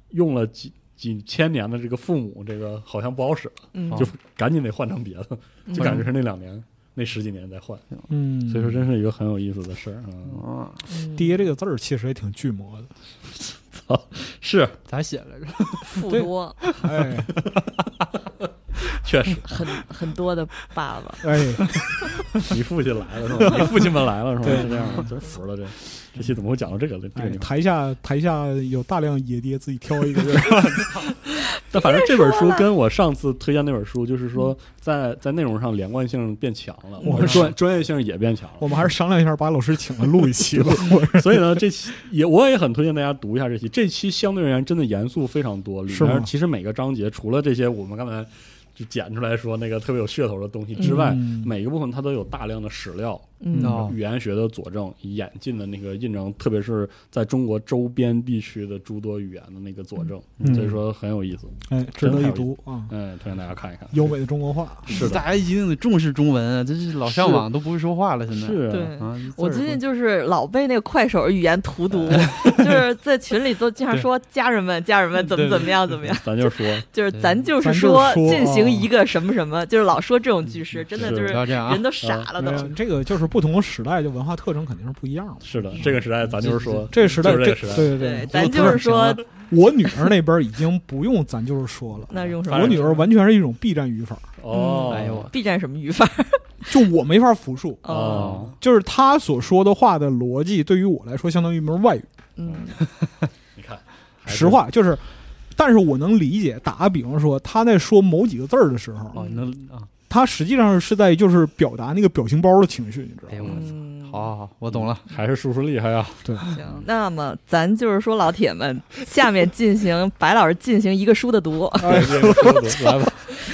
[SPEAKER 4] 用了几几千年的这个父母，这个好像不好使了，
[SPEAKER 2] 嗯，
[SPEAKER 4] 就赶紧得换成别的，
[SPEAKER 2] 嗯
[SPEAKER 4] 就感觉是那两年、那十几年在换，
[SPEAKER 3] 嗯，
[SPEAKER 4] 所以说真是一个很有意思的事儿啊！
[SPEAKER 5] 哦，
[SPEAKER 2] 嗯
[SPEAKER 3] 爹这个字儿其实也挺巨魔 的，
[SPEAKER 4] 是
[SPEAKER 5] 咋写来着？
[SPEAKER 2] 富多，
[SPEAKER 3] 哎，
[SPEAKER 4] 确实，
[SPEAKER 2] 很很多的爸爸。
[SPEAKER 3] 哎，
[SPEAKER 4] 你父亲来了是 吧？你父亲们来了是吧？
[SPEAKER 3] 对
[SPEAKER 4] 是这样的，真服了这。这期怎么会讲到这个这个
[SPEAKER 3] 哎
[SPEAKER 4] 地方？
[SPEAKER 3] 台下台下有大量野爹，自己挑一个人。
[SPEAKER 4] 但反正这本书跟我上次推荐那本书，就是说在在内容上连贯性变强了，
[SPEAKER 3] 嗯我
[SPEAKER 4] 我
[SPEAKER 3] 是
[SPEAKER 4] 专专业性也变强了。
[SPEAKER 3] 我们还是商量一下，把老师请来录一期吧。
[SPEAKER 4] 所以呢，这期也我也很推荐大家读一下这期。这期相对而言真的严肃非常多，里
[SPEAKER 3] 是吗
[SPEAKER 4] 面其实每个章节除了这些我们刚才就剪出来说那个特别有噱头的东西之外，
[SPEAKER 3] 嗯
[SPEAKER 4] 每个部分它都有大量的史料、
[SPEAKER 2] 嗯
[SPEAKER 5] 嗯哦
[SPEAKER 4] 语言学的佐证、演进的那个印证，特别是在中国周边地区的诸多语言的那个佐证，
[SPEAKER 3] 嗯
[SPEAKER 4] 所以说很有意思。
[SPEAKER 3] 哎，值得一读啊！
[SPEAKER 4] 嗯，推荐大家看一看。
[SPEAKER 3] 优美的中国话，
[SPEAKER 4] 是的，
[SPEAKER 5] 大家一定得重视中文啊，这是老上网都不会说话了，现在
[SPEAKER 4] 是啊
[SPEAKER 2] 对。
[SPEAKER 5] 啊，
[SPEAKER 2] 我最近就是老被那个快手语言荼毒， 就是在群里都经常说家人们，家人们怎么怎么样怎么样，
[SPEAKER 4] 咱就说，
[SPEAKER 2] 就是咱就是
[SPEAKER 3] 咱
[SPEAKER 2] 说
[SPEAKER 3] 就是说
[SPEAKER 2] 进行一个什么什么，就是老说这种句式，真的就是
[SPEAKER 5] 不要这样啊
[SPEAKER 2] 人，都傻了
[SPEAKER 3] 没
[SPEAKER 2] 都。
[SPEAKER 3] 有这个就是不同的时代，就文化特征肯定是不一样的。
[SPEAKER 4] 是的，这个时代咱就是说，
[SPEAKER 3] 这个时代，
[SPEAKER 4] 就是这个时代
[SPEAKER 3] 对
[SPEAKER 2] 对
[SPEAKER 3] 对，，
[SPEAKER 2] 咱就是说，
[SPEAKER 3] 我女儿那边已经不用咱就是说了，
[SPEAKER 2] 那用什
[SPEAKER 4] 反
[SPEAKER 3] 我
[SPEAKER 4] 正
[SPEAKER 2] 么
[SPEAKER 3] 女儿完全是一种 B 站语法，
[SPEAKER 4] 哦，
[SPEAKER 3] 嗯
[SPEAKER 5] 哎呦，
[SPEAKER 2] ？B 站什么语法？
[SPEAKER 3] 就我没法复述，
[SPEAKER 2] 哦，
[SPEAKER 4] 哦，
[SPEAKER 3] 就是她所说的话的逻辑对于我来说相当于一门外语。
[SPEAKER 2] 嗯
[SPEAKER 4] 你看，
[SPEAKER 5] 哎
[SPEAKER 4] 还是
[SPEAKER 3] 实话就是，但是我能理解。打个比方说，她在说某几个字儿的时候，
[SPEAKER 5] 哦，你能啊，
[SPEAKER 3] 她实际上是在就是表达那个表情包的情绪，你知道
[SPEAKER 5] 哎
[SPEAKER 3] 吗？
[SPEAKER 5] 呦我操，
[SPEAKER 2] 嗯，
[SPEAKER 5] 好好好，我懂了，
[SPEAKER 4] 还是叔叔厉害 啊！
[SPEAKER 2] 行，那么咱就是说，老铁们，下面进行白老师进行一个书的读，
[SPEAKER 4] 来吧，来吧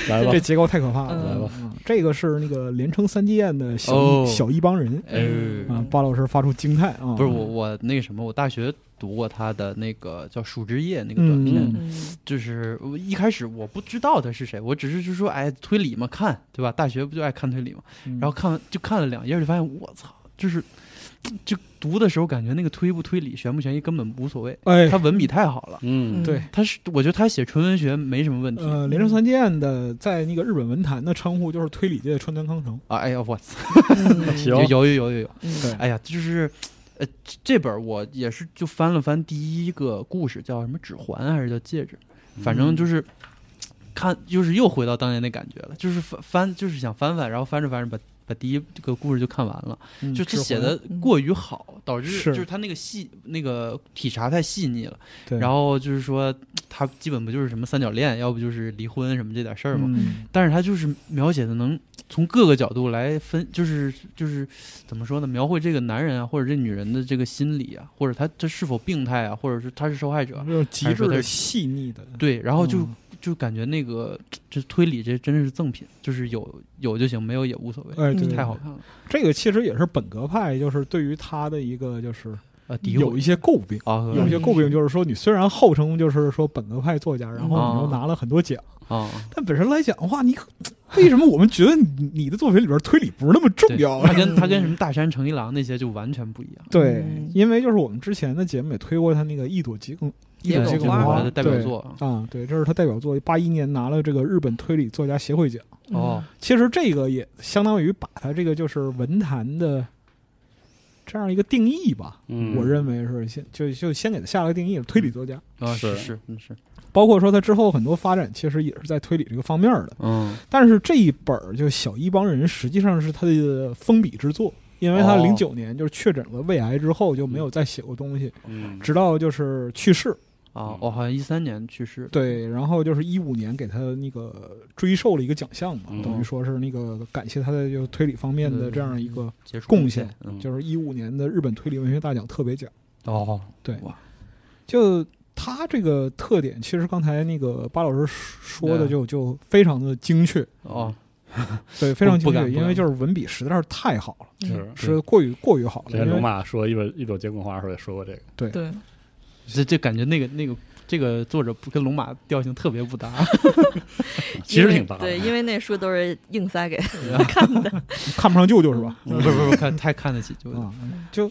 [SPEAKER 3] 哎这，结构太可怕了。
[SPEAKER 4] 来吧，
[SPEAKER 3] 嗯这个是那个连城三季宴的小一、
[SPEAKER 5] 哦
[SPEAKER 3] 小一帮人
[SPEAKER 5] 哎，
[SPEAKER 3] 啊，巴老师发出惊叹啊！
[SPEAKER 5] 不是我我那个什么，我大学读过他的那个叫《树枝叶》那个短片，
[SPEAKER 3] 嗯，
[SPEAKER 2] 嗯
[SPEAKER 5] 就是我一开始我不知道他是谁，我只是就说哎推理嘛看，对吧？大学不就爱看推理嘛，
[SPEAKER 3] 嗯
[SPEAKER 5] 然后看完就看了两页，就发现我操，就是就读的时候感觉那个推不推理、悬不悬疑根本无所谓，
[SPEAKER 3] 哎
[SPEAKER 5] 他，文笔太好了。
[SPEAKER 4] 嗯，
[SPEAKER 3] 对，
[SPEAKER 5] 他是，我觉得他写纯文学没什么问题
[SPEAKER 3] 呃，连城三季宴的在那个日本文坛的称呼就是推理界的川端康成。
[SPEAKER 5] 啊！哎呀，我操，
[SPEAKER 2] 嗯
[SPEAKER 4] 行
[SPEAKER 5] 有有有有有，
[SPEAKER 2] 嗯
[SPEAKER 3] 对
[SPEAKER 5] 哎呀，就是，呃，这这本儿我也是就翻了翻第一个故事，叫什么指环还是叫戒指，反正
[SPEAKER 3] 嗯
[SPEAKER 5] 就是看，就是又回到当年那感觉了，就是翻翻，就是想翻翻，然后翻着翻着把把第一个故事就看完了，
[SPEAKER 3] 嗯
[SPEAKER 5] 就他
[SPEAKER 3] 指
[SPEAKER 5] 写
[SPEAKER 3] 环
[SPEAKER 5] 的过于好，导致
[SPEAKER 3] 是
[SPEAKER 5] 就是他那个细那个体察太细腻了，
[SPEAKER 3] 对，
[SPEAKER 5] 然后就是说他基本不就是什么三角恋，要不就是离婚什么这点事儿嘛，
[SPEAKER 3] 嗯
[SPEAKER 5] 但是他就是描写的能从各个角度来分，就是就是怎么说呢？描绘这个男人啊，或者这女人的这个心理啊，或者他他是否病态啊，或者是他是受害者，
[SPEAKER 3] 这种极
[SPEAKER 5] 还是
[SPEAKER 3] 致
[SPEAKER 5] 说
[SPEAKER 3] 的
[SPEAKER 5] 他是
[SPEAKER 3] 细腻的，
[SPEAKER 5] 对，然后就、
[SPEAKER 3] 嗯
[SPEAKER 5] 就感觉那个这推理这真是赠品，就是有有就行，没有也无所谓，
[SPEAKER 3] 哎，对
[SPEAKER 2] 嗯
[SPEAKER 5] 太好。看了。
[SPEAKER 3] 这个其实也是本格派，就是对于他的一个就是
[SPEAKER 5] 呃，诋毁
[SPEAKER 3] 有一些诟病。
[SPEAKER 5] 啊
[SPEAKER 3] 有一些诟病就是说，你虽然号称就是说本格派作家，然后你又
[SPEAKER 5] 嗯
[SPEAKER 3] 拿了很多奖，
[SPEAKER 5] 啊，
[SPEAKER 3] 但本身来讲的话，你为什么我们觉得你你的作品里边推理不是那么重
[SPEAKER 5] 对
[SPEAKER 3] 要啊
[SPEAKER 5] 他
[SPEAKER 3] 呢？
[SPEAKER 5] 跟他跟什么大山诚一郎那些就完全不一样。
[SPEAKER 3] 对
[SPEAKER 2] 嗯，
[SPEAKER 3] 因为就是我们之前的节目也推过他那个《一朵桔梗
[SPEAKER 2] 野
[SPEAKER 5] 对
[SPEAKER 2] 种
[SPEAKER 5] 这个
[SPEAKER 3] 花
[SPEAKER 5] 我
[SPEAKER 3] 儿
[SPEAKER 5] 的代表作啊》
[SPEAKER 3] 啊，对，这是他代表作，八一年拿了这个日本推理作家协会奖。
[SPEAKER 2] 嗯
[SPEAKER 5] 哦，
[SPEAKER 3] 其实这个也相当于把他这个就是文坛的这样一个定义吧，
[SPEAKER 4] 嗯
[SPEAKER 3] 我认为是先就就先给他下了个定义，推理作家。
[SPEAKER 5] 啊
[SPEAKER 4] 是
[SPEAKER 5] 是是嗯是
[SPEAKER 3] 包括说他之后很多发展，其实也是在推理这个方面的。
[SPEAKER 5] 嗯
[SPEAKER 3] 但是这一本儿就小一帮人，实际上是他的封笔之作，因为他
[SPEAKER 5] 哦
[SPEAKER 3] 零九年就是确诊了胃癌之后就没有再写过东西，
[SPEAKER 4] 嗯，
[SPEAKER 3] 直到就是去世。
[SPEAKER 5] 啊，我好像一三年去世。
[SPEAKER 3] 对，然后就是一五年给他那个追授了一个奖项嘛，
[SPEAKER 4] 嗯
[SPEAKER 3] 等于说是那个感谢他在就推理方面的
[SPEAKER 5] 嗯
[SPEAKER 3] 这样一个，
[SPEAKER 5] 杰出
[SPEAKER 3] 贡献
[SPEAKER 5] 嗯
[SPEAKER 3] 就是一五年的日本推理文学大奖特别奖。
[SPEAKER 5] 哦，
[SPEAKER 3] 对
[SPEAKER 5] 哇，
[SPEAKER 3] 就他这个特点，其实刚才那个巴老师说的
[SPEAKER 5] 对啊
[SPEAKER 3] 就就非常的精确，
[SPEAKER 5] 哦，
[SPEAKER 3] 对，非常精
[SPEAKER 5] 不敢
[SPEAKER 3] 确，
[SPEAKER 5] 不敢
[SPEAKER 3] 因为就是文笔实在是太好了，
[SPEAKER 2] 嗯
[SPEAKER 4] 是。
[SPEAKER 3] 是过于过于好
[SPEAKER 4] 之
[SPEAKER 3] 了。
[SPEAKER 4] 前
[SPEAKER 3] 因
[SPEAKER 4] 龙
[SPEAKER 3] 为
[SPEAKER 4] 马说一本一朵桔梗花的时候也说过这个，
[SPEAKER 2] 对，
[SPEAKER 5] 这这感觉那个那个这个作者不跟龙马调性特别不搭，
[SPEAKER 4] 其实挺大的。
[SPEAKER 2] 对，因为那书都是硬塞给，
[SPEAKER 3] 看不上舅舅是吧？
[SPEAKER 5] 不是不是不是看太看得起就
[SPEAKER 3] 啊，就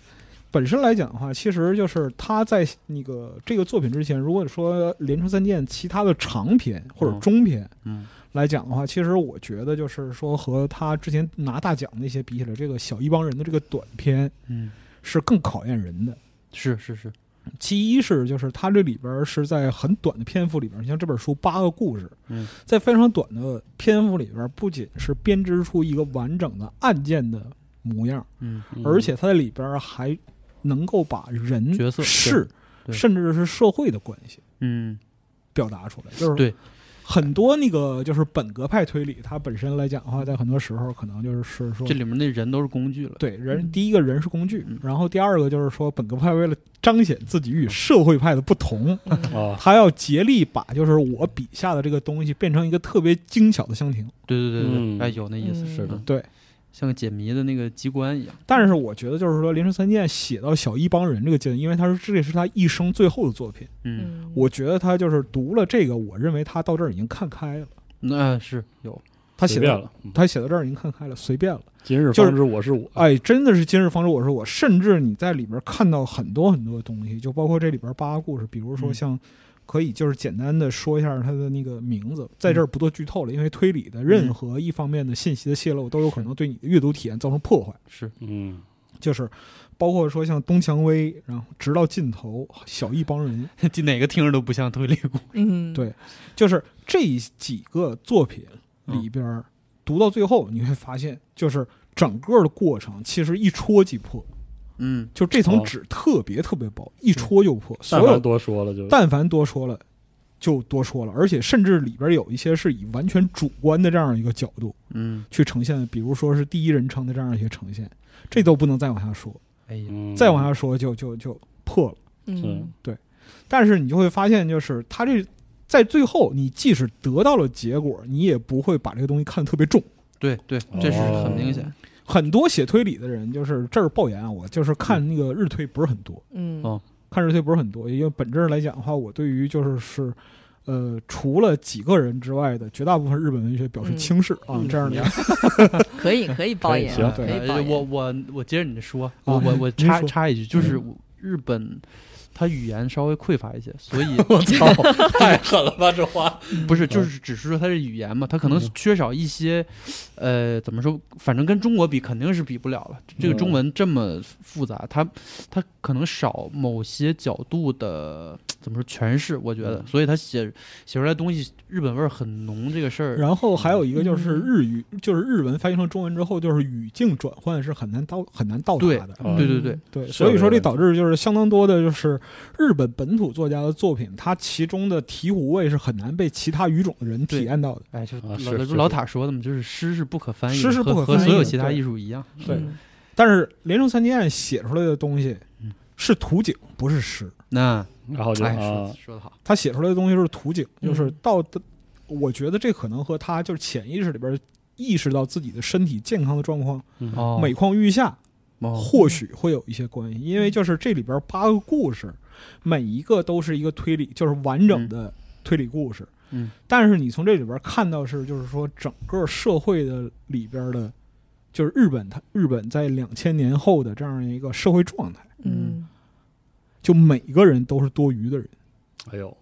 [SPEAKER 3] 本身来讲的话，其实就是他在那个这个作品之前，如果说《连城三剑》其他的长篇或者
[SPEAKER 5] 嗯
[SPEAKER 3] 中篇
[SPEAKER 5] 嗯
[SPEAKER 3] 来讲的话，其实我觉得就是说和他之前拿大奖那些比起来，这个小一帮人的这个短篇
[SPEAKER 5] 嗯
[SPEAKER 3] 是更考验人的。
[SPEAKER 5] 是是是
[SPEAKER 3] 其一是就是它这里边是在很短的篇幅里边，像这本书八个故事，
[SPEAKER 5] 嗯，
[SPEAKER 3] 在非常短的篇幅里边，不仅是编织出一个完整的案件的模样，
[SPEAKER 5] 嗯
[SPEAKER 3] 而且它在里边还能够把人
[SPEAKER 5] 角色
[SPEAKER 3] 事，
[SPEAKER 5] 对对
[SPEAKER 3] 甚至是社会的关系
[SPEAKER 5] 嗯
[SPEAKER 3] 表达出来，就是
[SPEAKER 5] 对。
[SPEAKER 3] 很多那个就是本格派推理，它本身来讲的话，在很多时候可能就是是说
[SPEAKER 5] 这里面那人都是工具了，
[SPEAKER 3] 对人，
[SPEAKER 2] 嗯
[SPEAKER 3] 第一个人是工具
[SPEAKER 5] 嗯，
[SPEAKER 3] 然后第二个就是说，本格派为了彰显自己与社会派的不同，
[SPEAKER 2] 嗯
[SPEAKER 4] 啊，
[SPEAKER 3] 他要竭力把就是我笔下的这个东西变成一个特别精巧的香庭。
[SPEAKER 5] 对对对对，
[SPEAKER 4] 嗯
[SPEAKER 5] 哎，有那意思，
[SPEAKER 2] 嗯
[SPEAKER 4] 是的
[SPEAKER 5] 嗯
[SPEAKER 3] 对，
[SPEAKER 5] 像个解谜的那个机关一样，
[SPEAKER 3] 但是我觉得就是说，《连城三剑》写到小一帮人这个阶段，因为他是这也是他一生最后的作品，
[SPEAKER 5] 嗯，
[SPEAKER 2] 嗯，
[SPEAKER 3] 我觉得他就是读了这个，我认为他到这儿已经看开了，
[SPEAKER 5] 那是有，
[SPEAKER 3] 他
[SPEAKER 4] 随
[SPEAKER 3] 写
[SPEAKER 4] 便
[SPEAKER 3] 到
[SPEAKER 4] 了。嗯
[SPEAKER 3] 他写到这儿已经看开了，随便了。
[SPEAKER 4] 今日方知我是我，
[SPEAKER 3] 哎，真的是今日方知我是我，甚至你在里边看到很多很多东西，就包括这里边八个故事，比如说
[SPEAKER 5] 嗯
[SPEAKER 3] 像。可以就是简单的说一下它的那个名字，在这儿不做剧透了，因为推理的任何一方面的信息的泄露都有可能对你的阅读体验造成破坏。
[SPEAKER 5] 是
[SPEAKER 4] 嗯，
[SPEAKER 3] 就是包括说像东蔷薇，然后直到尽头，小一帮人，
[SPEAKER 5] 这哪个听着都不像推理故
[SPEAKER 2] 嗯，
[SPEAKER 3] 对就是这几个作品里边儿，读到最后你会发现，就是整个的过程其实一戳即破，
[SPEAKER 5] 嗯，
[SPEAKER 3] 就这层
[SPEAKER 4] 哦嗯
[SPEAKER 3] 纸特别特别薄，一戳就破。所
[SPEAKER 4] 但凡
[SPEAKER 3] 有
[SPEAKER 4] 多说了就
[SPEAKER 3] 但凡多说了，就多说了，而且甚至里边有一些是以完全主观的这样一个角度
[SPEAKER 5] 嗯，
[SPEAKER 3] 去呈现的，比如说是第一人称的这样一些呈现，这都不能再往下说，
[SPEAKER 5] 哎呀，
[SPEAKER 4] 嗯
[SPEAKER 3] 再往下说就就就破了。
[SPEAKER 2] 嗯，
[SPEAKER 3] 但是你就会发现，就是他这在最后，你即使得到了结果，你也不会把这个东西看得特别重。
[SPEAKER 5] 对对，这是很明显，
[SPEAKER 3] 很多写推理的人，就是这儿爆言啊，我就是看
[SPEAKER 4] 嗯
[SPEAKER 3] 那个日推不是很多，
[SPEAKER 2] 嗯，
[SPEAKER 5] 哦
[SPEAKER 3] 看日推不是很多，因为本质上来讲的话，我对于就是是。呃，除了几个人之外的绝大部分日本文学表示轻视、啊，
[SPEAKER 2] 嗯
[SPEAKER 3] 这样的、
[SPEAKER 2] 可以可以包
[SPEAKER 4] 以
[SPEAKER 2] 演，
[SPEAKER 4] 行
[SPEAKER 2] 可
[SPEAKER 3] 对
[SPEAKER 2] 以
[SPEAKER 5] 哎
[SPEAKER 2] 包演，
[SPEAKER 5] 我我我接着你的说，我我我
[SPEAKER 3] 您
[SPEAKER 5] 插
[SPEAKER 3] 说
[SPEAKER 5] 插一句，就是我日本。它语言稍微匮乏一些，所以
[SPEAKER 4] 我操，太狠了吧这话！
[SPEAKER 5] 不是
[SPEAKER 3] 嗯
[SPEAKER 5] 就是只是说它是语言嘛，它可能
[SPEAKER 4] 嗯
[SPEAKER 5] 缺少一些，呃，怎么说？反正跟中国比肯定是比不了了。这个
[SPEAKER 3] 嗯
[SPEAKER 5] 中文这么复杂，它它可能少某些角度的怎么说诠释，我觉得，
[SPEAKER 4] 嗯
[SPEAKER 5] 所以它写写出来东西日本味儿很浓，这个事儿，
[SPEAKER 3] 然后还有一个就是日语，就是日文翻译成中文之后，就是语境转换是很难到很难到达的。
[SPEAKER 4] 嗯
[SPEAKER 5] 对对对，
[SPEAKER 3] 对，
[SPEAKER 4] 是
[SPEAKER 3] 所以
[SPEAKER 4] 有
[SPEAKER 3] 说
[SPEAKER 4] 这
[SPEAKER 3] 这
[SPEAKER 4] 个
[SPEAKER 3] 导致就是相当多的，就是日本本土作家的作品，它其中的醍醐味是很难被其他语种的人体验到的。
[SPEAKER 5] 哎，就
[SPEAKER 4] 啊
[SPEAKER 5] 老
[SPEAKER 4] 是是
[SPEAKER 5] 老
[SPEAKER 4] 是
[SPEAKER 5] 塔说的嘛，就是诗是不可翻译的，
[SPEAKER 3] 诗是不可
[SPEAKER 5] 和和
[SPEAKER 3] 翻
[SPEAKER 5] 所
[SPEAKER 3] 译
[SPEAKER 5] 有
[SPEAKER 3] 的
[SPEAKER 5] 其他
[SPEAKER 3] 对
[SPEAKER 5] 艺术一样，
[SPEAKER 3] 对
[SPEAKER 2] 嗯
[SPEAKER 3] 但是《连城三剑》写出来的东西
[SPEAKER 5] 嗯
[SPEAKER 3] 是图景，不是诗。
[SPEAKER 5] 那
[SPEAKER 4] 然后就
[SPEAKER 5] 哎，说
[SPEAKER 4] 啊
[SPEAKER 5] 得，说的好，
[SPEAKER 3] 他写出来的东西就是图景，
[SPEAKER 2] 嗯
[SPEAKER 3] 就是到的。我觉得这可能和他就是潜意识里边意识到自己的身体健康的状况
[SPEAKER 4] 嗯
[SPEAKER 5] 哦，
[SPEAKER 3] 每况愈下，
[SPEAKER 5] 哦嗯
[SPEAKER 3] 或许会有一些关系，因为就是这里边八个故事，每一个都是一个推理，就是完整的推理故事。
[SPEAKER 5] 嗯
[SPEAKER 3] 但是你从这里边看到是，就是说整个社会的里边的，就是日本，它日本在两千年后的这样一个社会状态，
[SPEAKER 2] 嗯
[SPEAKER 3] 就每个人都是多余的人，
[SPEAKER 4] 哎呦，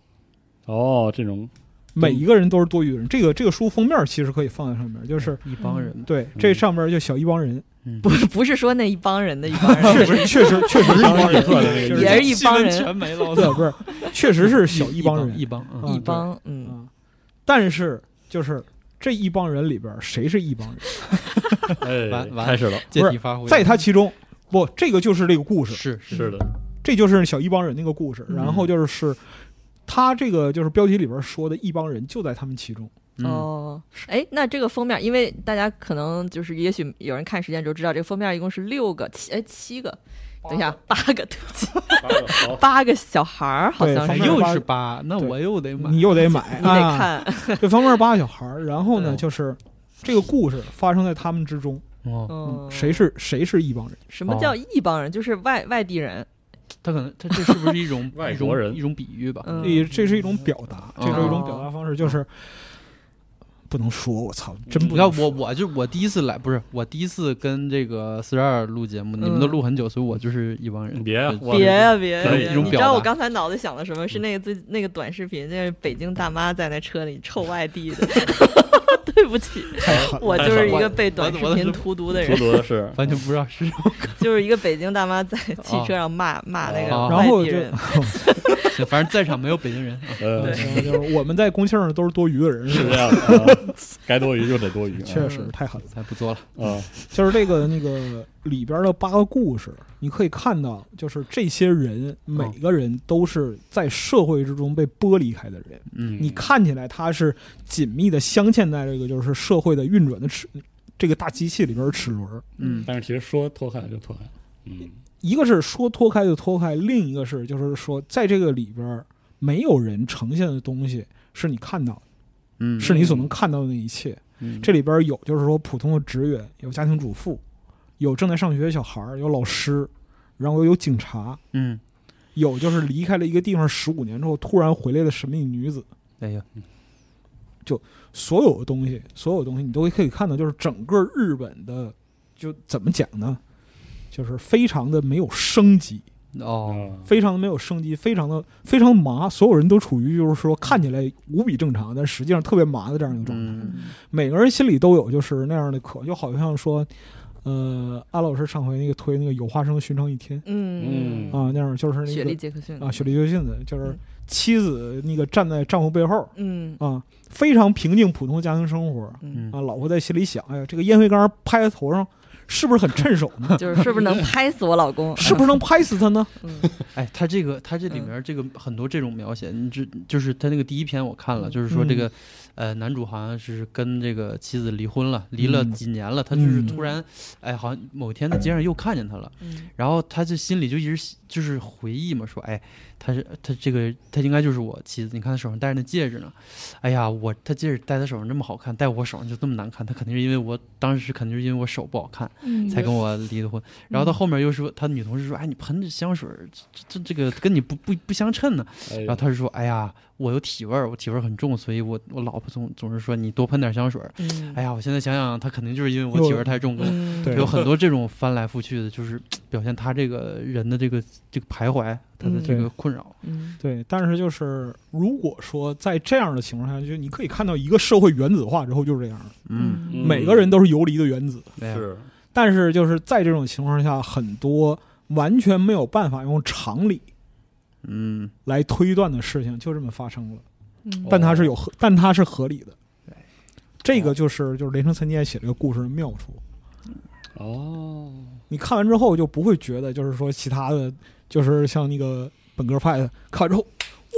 [SPEAKER 4] 哦，这种
[SPEAKER 3] 每一个人都是多余的人。这个这个书封面其实可以放在上面，就是
[SPEAKER 5] 一帮人，
[SPEAKER 3] 对这上面就小一帮人，
[SPEAKER 5] 嗯
[SPEAKER 2] 不，不是说那一帮人的一帮人，
[SPEAKER 3] 确 实确实确实是一帮人，
[SPEAKER 4] 也
[SPEAKER 3] 就是
[SPEAKER 2] 也是一帮人
[SPEAKER 5] 气氛全没了， 我
[SPEAKER 3] 对
[SPEAKER 5] 操
[SPEAKER 3] 不是，确实是小一帮人，
[SPEAKER 5] 一帮，嗯
[SPEAKER 3] 啊
[SPEAKER 2] 一帮，嗯，
[SPEAKER 3] 啊，但是就是这一帮人里边儿，谁是一帮人？
[SPEAKER 4] 哎
[SPEAKER 5] 完，完
[SPEAKER 4] 开始了，
[SPEAKER 5] 借
[SPEAKER 3] 不是
[SPEAKER 5] 题发挥，
[SPEAKER 3] 在他其中，不，这个就是这个故事，
[SPEAKER 5] 是
[SPEAKER 4] 是的，
[SPEAKER 3] 这就是小一帮人那个故事。
[SPEAKER 2] 嗯
[SPEAKER 3] 然后就是是他这个就是标题里边儿说的一帮人就在他们其中，
[SPEAKER 5] 嗯
[SPEAKER 2] 哦，哎，那这个封面，因为大家可能就是，也许有人看时间轴知道，这个封面一共是六个，七哎七个，等一下八个，对不起，八个小孩儿好
[SPEAKER 3] 对
[SPEAKER 2] 像
[SPEAKER 5] 哎
[SPEAKER 3] 方
[SPEAKER 2] 是，
[SPEAKER 3] 面
[SPEAKER 5] 又
[SPEAKER 3] 八
[SPEAKER 5] 是八，那
[SPEAKER 3] 对
[SPEAKER 5] 我又得买
[SPEAKER 3] 你，又得买
[SPEAKER 2] 你得
[SPEAKER 3] 啊。
[SPEAKER 2] 看，
[SPEAKER 3] 这方面八个小孩儿，然后呢
[SPEAKER 2] 对
[SPEAKER 3] 就是。这个故事发生在他们之中，
[SPEAKER 5] 哦，
[SPEAKER 2] 嗯，
[SPEAKER 3] 谁是谁是一帮人？
[SPEAKER 2] 什么叫一帮人？就是外外地人，
[SPEAKER 5] 他可能他这是不是一 种
[SPEAKER 4] 外
[SPEAKER 5] 一种
[SPEAKER 4] 国人
[SPEAKER 5] 一种比喻吧？
[SPEAKER 2] 嗯，
[SPEAKER 3] 这这是一种表达，这是一种
[SPEAKER 2] 哦
[SPEAKER 3] 表达方式，就是不能说，我操，真不
[SPEAKER 5] 你看
[SPEAKER 3] 能
[SPEAKER 5] 我，
[SPEAKER 3] 说
[SPEAKER 5] 我就我第一次来，不是我第一次跟这个四十二录节目，你们都
[SPEAKER 2] 嗯
[SPEAKER 5] 录很久，所以我就是一帮人。
[SPEAKER 4] 别啊
[SPEAKER 5] 就
[SPEAKER 4] 我
[SPEAKER 2] 别呀、别呀、
[SPEAKER 4] 可以
[SPEAKER 2] 别呀
[SPEAKER 4] 一种
[SPEAKER 2] 你知
[SPEAKER 5] 表
[SPEAKER 2] 道我
[SPEAKER 5] 达
[SPEAKER 2] 刚才脑子想的什么？是那个最那个短视频，就是北京大妈在那车里臭外地的，对不起，我就是一个被短视
[SPEAKER 5] 我我
[SPEAKER 2] 频荼毒的
[SPEAKER 4] 多
[SPEAKER 2] 人，
[SPEAKER 4] 多 是
[SPEAKER 5] 完全不知道是什么。
[SPEAKER 2] 就是一个北京大妈在汽车上骂骂那个
[SPEAKER 5] 哦
[SPEAKER 3] 然
[SPEAKER 2] 外
[SPEAKER 3] 后
[SPEAKER 2] 地
[SPEAKER 3] 就
[SPEAKER 2] 人，
[SPEAKER 5] 反正在场没有北京人， 啊
[SPEAKER 4] 呃
[SPEAKER 2] 对
[SPEAKER 3] 就是就是我们在公庆上都是多余的人，
[SPEAKER 4] 是
[SPEAKER 3] 是吧
[SPEAKER 4] 这样的， 啊该多余就得多余啊
[SPEAKER 3] 确实太狠了。
[SPEAKER 5] 才不做了。
[SPEAKER 4] 啊，
[SPEAKER 3] 就是这个那个里边的八个故事，你可以看到，就是这些人每个人都是在社会之中被剥离开的人。
[SPEAKER 5] 嗯，
[SPEAKER 3] 你看起来他是紧密的镶嵌在这个就是社会的运转的齿这个大机器里边的齿轮儿。
[SPEAKER 5] 嗯
[SPEAKER 4] 但是其实说脱开了就脱开了，嗯，
[SPEAKER 3] 一个是说脱开就脱开，另一个是就是说在这个里边儿没有人呈现的东西是你看到的，
[SPEAKER 5] 嗯
[SPEAKER 3] 是你所能看到的那一切。
[SPEAKER 5] 嗯
[SPEAKER 3] 哦这里边有就是说普通的职员，有家庭主妇，有正在上学的小孩儿，有老师，然后有警察，
[SPEAKER 5] 嗯，
[SPEAKER 3] 有就是离开了一个地方十五年之后突然回来的神秘女子。
[SPEAKER 5] 哎呀，
[SPEAKER 3] 所有的东西，所有东西你都可以看到，就是整个日本的，就怎么讲呢？就是非常的没有生机，
[SPEAKER 5] 哦，
[SPEAKER 4] 啊
[SPEAKER 3] 非常的没有生机，非常的非常麻，所有人都处于就是说看起来无比正常，但实际上特别麻的这样一个状态。
[SPEAKER 5] 嗯
[SPEAKER 3] 每个人心里都有就是那样的渴，就好像说，呃，安老师上回那个推那个有花生寻常一天
[SPEAKER 2] 嗯
[SPEAKER 3] 啊，那样就是那
[SPEAKER 2] 雪莉
[SPEAKER 3] 个
[SPEAKER 2] 杰克逊
[SPEAKER 3] 啊，雪莉·杰逊的，就是
[SPEAKER 2] 嗯
[SPEAKER 3] 妻子那个站在丈夫背后
[SPEAKER 2] 嗯
[SPEAKER 3] 啊，非常平静普通家庭生活
[SPEAKER 2] 嗯，
[SPEAKER 3] 啊，老婆在心里想，哎呀，这个烟灰缸拍在头上是不是很趁手呢？
[SPEAKER 2] 嗯就是是不是能拍死我老公？
[SPEAKER 3] 是不是能拍死他呢？
[SPEAKER 2] 嗯
[SPEAKER 5] 哎，他这个他这里面这个很多这种描写，你这就是他那个第一篇我看了，
[SPEAKER 2] 嗯
[SPEAKER 5] 就是说这个，呃，男主好像是跟这个妻子离婚了，离了
[SPEAKER 3] 嗯
[SPEAKER 5] 几年了，他就是
[SPEAKER 3] 嗯
[SPEAKER 5] 突然，哎，好像某天在街上又看见他了，
[SPEAKER 2] 嗯
[SPEAKER 5] 然后他就心里就一直喜就是回忆嘛，说哎，他是他这个他应该就是我妻子，你看他手上戴着那戒指呢，哎呀，我他戒指戴他手上这么好看，戴我手上就这么难看，他肯定是因为我当时肯定是因为我手不好看
[SPEAKER 2] 嗯
[SPEAKER 5] 才跟我离的婚，然后到后面又说他女同事说，哎，你喷这香水儿，这这这个跟你不不不相称呢，
[SPEAKER 4] 哎
[SPEAKER 5] 然后他就说，哎呀，我有体味儿，我体味儿很重，所以我我老婆总总是说你多喷点香水儿，
[SPEAKER 2] 嗯
[SPEAKER 5] 哎呀，我现在想想，他肯定就是因为我体味儿太重，跟我
[SPEAKER 2] 嗯
[SPEAKER 3] 对
[SPEAKER 5] 有很多这种翻来覆去的，就是表现他这个人的这个这个徘徊，他的这个困扰。
[SPEAKER 2] 嗯
[SPEAKER 3] 对，但是就是如果说在这样的情况下，就你可以看到一个社会原子化之后就是这样的，
[SPEAKER 5] 嗯，
[SPEAKER 4] 嗯
[SPEAKER 3] 每个人都是游离的原子。
[SPEAKER 5] 哎呀，
[SPEAKER 4] 是
[SPEAKER 3] 但是就是在这种情况下，很多完全没有办法用常理
[SPEAKER 5] 嗯，
[SPEAKER 3] 来推断的事情就这么发生了，
[SPEAKER 2] 嗯
[SPEAKER 3] 但它是有合，但它是合理的
[SPEAKER 5] 哦对。哦
[SPEAKER 3] 这个就是就是连城参见写这个故事的妙处。
[SPEAKER 4] 哦，
[SPEAKER 3] 你看完之后就不会觉得就是说其他的，就是像那个本格派的，看完之后。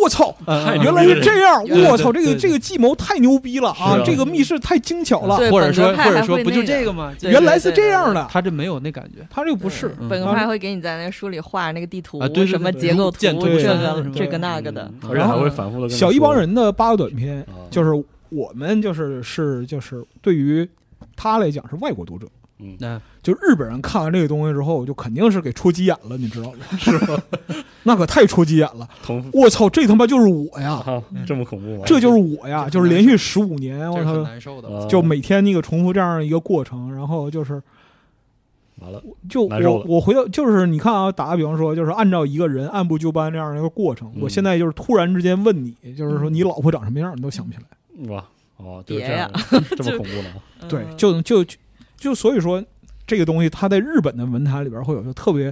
[SPEAKER 3] 我操！
[SPEAKER 5] 呃
[SPEAKER 3] 原来是这样！
[SPEAKER 5] 原来是
[SPEAKER 3] 我操，这
[SPEAKER 5] 对
[SPEAKER 3] 个
[SPEAKER 5] 对
[SPEAKER 3] 这个计谋太牛逼了
[SPEAKER 4] 是
[SPEAKER 3] 啊！
[SPEAKER 4] 啊
[SPEAKER 3] 这个密室太精巧了，
[SPEAKER 2] 对
[SPEAKER 5] 或者说
[SPEAKER 2] 本格派
[SPEAKER 5] 或者
[SPEAKER 2] 还
[SPEAKER 5] 说
[SPEAKER 2] 会
[SPEAKER 5] 不就
[SPEAKER 2] 那
[SPEAKER 5] 这
[SPEAKER 2] 个
[SPEAKER 5] 个吗？
[SPEAKER 2] 嗯对
[SPEAKER 5] 这
[SPEAKER 3] 原来是这样的。
[SPEAKER 5] 他这没有那感觉。
[SPEAKER 3] 他这个不是，
[SPEAKER 5] 嗯
[SPEAKER 2] 本
[SPEAKER 3] 啊
[SPEAKER 2] 科派会给你在那书里画那个地图
[SPEAKER 5] 啊对对，对
[SPEAKER 2] 什么
[SPEAKER 5] 对
[SPEAKER 2] 结构
[SPEAKER 5] 路
[SPEAKER 2] 图，
[SPEAKER 5] 建
[SPEAKER 2] 这
[SPEAKER 5] 图
[SPEAKER 3] 对
[SPEAKER 5] 什
[SPEAKER 2] 个
[SPEAKER 5] 么
[SPEAKER 2] 这个那个的
[SPEAKER 4] 嗯，而且还会反复的
[SPEAKER 3] 小一帮人的八个短片，
[SPEAKER 4] 啊
[SPEAKER 3] 就是我们就是是就是对于他来讲是外国读者，
[SPEAKER 4] 嗯
[SPEAKER 5] 那
[SPEAKER 3] 就日本人看完这个东西之后，就肯定是给戳急眼了，你知道吗？ 是吧？那可太戳急眼了！
[SPEAKER 4] 重复
[SPEAKER 3] 我操，这他妈就是我呀！
[SPEAKER 4] 啊，这么恐怖吗？
[SPEAKER 3] 嗯这就是我呀！
[SPEAKER 5] 哎这
[SPEAKER 3] 就
[SPEAKER 5] 很难受
[SPEAKER 3] 是连续十五年，
[SPEAKER 5] 这
[SPEAKER 3] 我
[SPEAKER 5] 是很
[SPEAKER 3] 操，
[SPEAKER 5] 难哦受的。
[SPEAKER 4] 啊
[SPEAKER 3] 就每天那个重复这样一个过程，然后就是
[SPEAKER 4] 完了，
[SPEAKER 3] 就
[SPEAKER 4] 难受
[SPEAKER 3] 我
[SPEAKER 4] 了
[SPEAKER 3] 我回到就是你看啊，打个比方说，就是按照一个人按部就班这样一个过程，
[SPEAKER 4] 嗯
[SPEAKER 3] 我现在就是突然之间问你，就是
[SPEAKER 2] 嗯
[SPEAKER 3] 说你老婆长什么样，你都想不起来。
[SPEAKER 4] 哇哦，就是
[SPEAKER 2] 别
[SPEAKER 4] 这样
[SPEAKER 2] 呀
[SPEAKER 4] 的， 这么恐怖了啊，
[SPEAKER 3] 对，
[SPEAKER 2] 嗯
[SPEAKER 3] 就就就就所以说，这个东西它在日本的文坛里边会有一个特别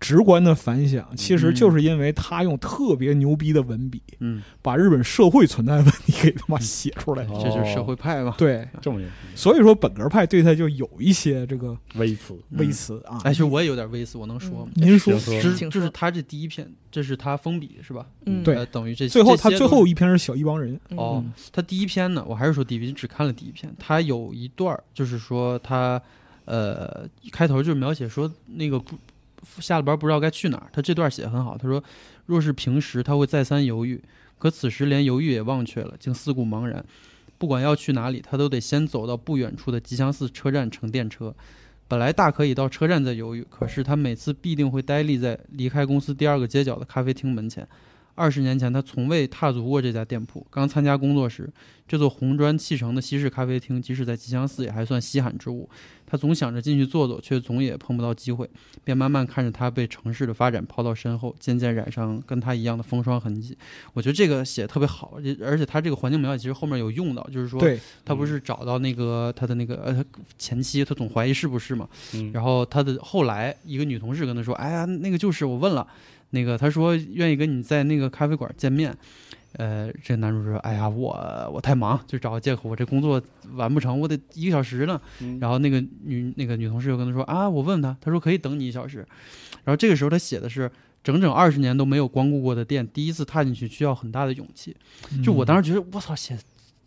[SPEAKER 3] 直观的反响，其实就是因为他用特别牛逼的文笔，
[SPEAKER 5] 嗯，
[SPEAKER 3] 把日本社会存在的问题给他妈写出来。
[SPEAKER 4] 哦
[SPEAKER 5] 这就是社会派嘛。
[SPEAKER 3] 对，
[SPEAKER 4] 这么严
[SPEAKER 3] 所以说本格派对他就有一些这个
[SPEAKER 4] 重微词，
[SPEAKER 5] 嗯
[SPEAKER 3] 微词啊。
[SPEAKER 5] 哎，其实我也有点微词，我能说吗？
[SPEAKER 3] 您说
[SPEAKER 4] 行，说
[SPEAKER 5] 就是
[SPEAKER 2] 请
[SPEAKER 5] 就是
[SPEAKER 2] 说
[SPEAKER 5] 他这第一篇，这是他封笔是吧？
[SPEAKER 2] 嗯
[SPEAKER 3] 对
[SPEAKER 5] 呃等于这
[SPEAKER 3] 最后
[SPEAKER 5] 这
[SPEAKER 3] 他
[SPEAKER 5] 些
[SPEAKER 3] 最
[SPEAKER 5] 都
[SPEAKER 3] 后一篇是小一帮人，
[SPEAKER 2] 嗯
[SPEAKER 5] 哦
[SPEAKER 3] 嗯，
[SPEAKER 5] 他第一篇呢，我还是说第一篇，只看了第一篇。他有一段儿就是说他，呃，开头就是描写说那个不下了班不知道该去哪儿。他这段写得很好，他说，若是平时他会再三犹豫，可此时连犹豫也忘却了，竟四顾茫然。不管要去哪里，他都得先走到不远处的吉祥寺车站乘电车。本来大可以到车站再犹豫，可是他每次必定会呆立在离开公司第二个街角的咖啡厅门前。二十年前，他从未踏足过这家店铺。刚参加工作时，这座红砖砌成的西式咖啡厅，即使在吉祥寺也还算稀罕之物。他总想着进去坐坐，却总也碰不到机会，便慢慢看着他被城市的发展抛到身后，渐渐染上跟他一样的风霜痕迹。我觉得这个写得特别好，而且而且他这个环境描写其实后面有用到，就是说
[SPEAKER 3] 对，
[SPEAKER 5] 他不是找到那个他的那个呃他前妻，他总怀疑是不是嘛，
[SPEAKER 4] 嗯，
[SPEAKER 5] 然后他的后来一个女同事跟他说：“哎呀，那个就是我问了，那个他说愿意跟你在那个咖啡馆见面。”呃，这男主说：“哎呀，我我太忙，就找个借口，我这工作完不成，我得一个小时呢。”
[SPEAKER 4] 嗯
[SPEAKER 5] 然后那个女那个女同事又跟他说：“啊，我问他，他说可以等你一小时。”然后这个时候他写的是整整二十年都没有光顾过的店，第一次踏进去需要很大的勇气。就
[SPEAKER 3] 嗯
[SPEAKER 5] 我当时觉得，我操，写得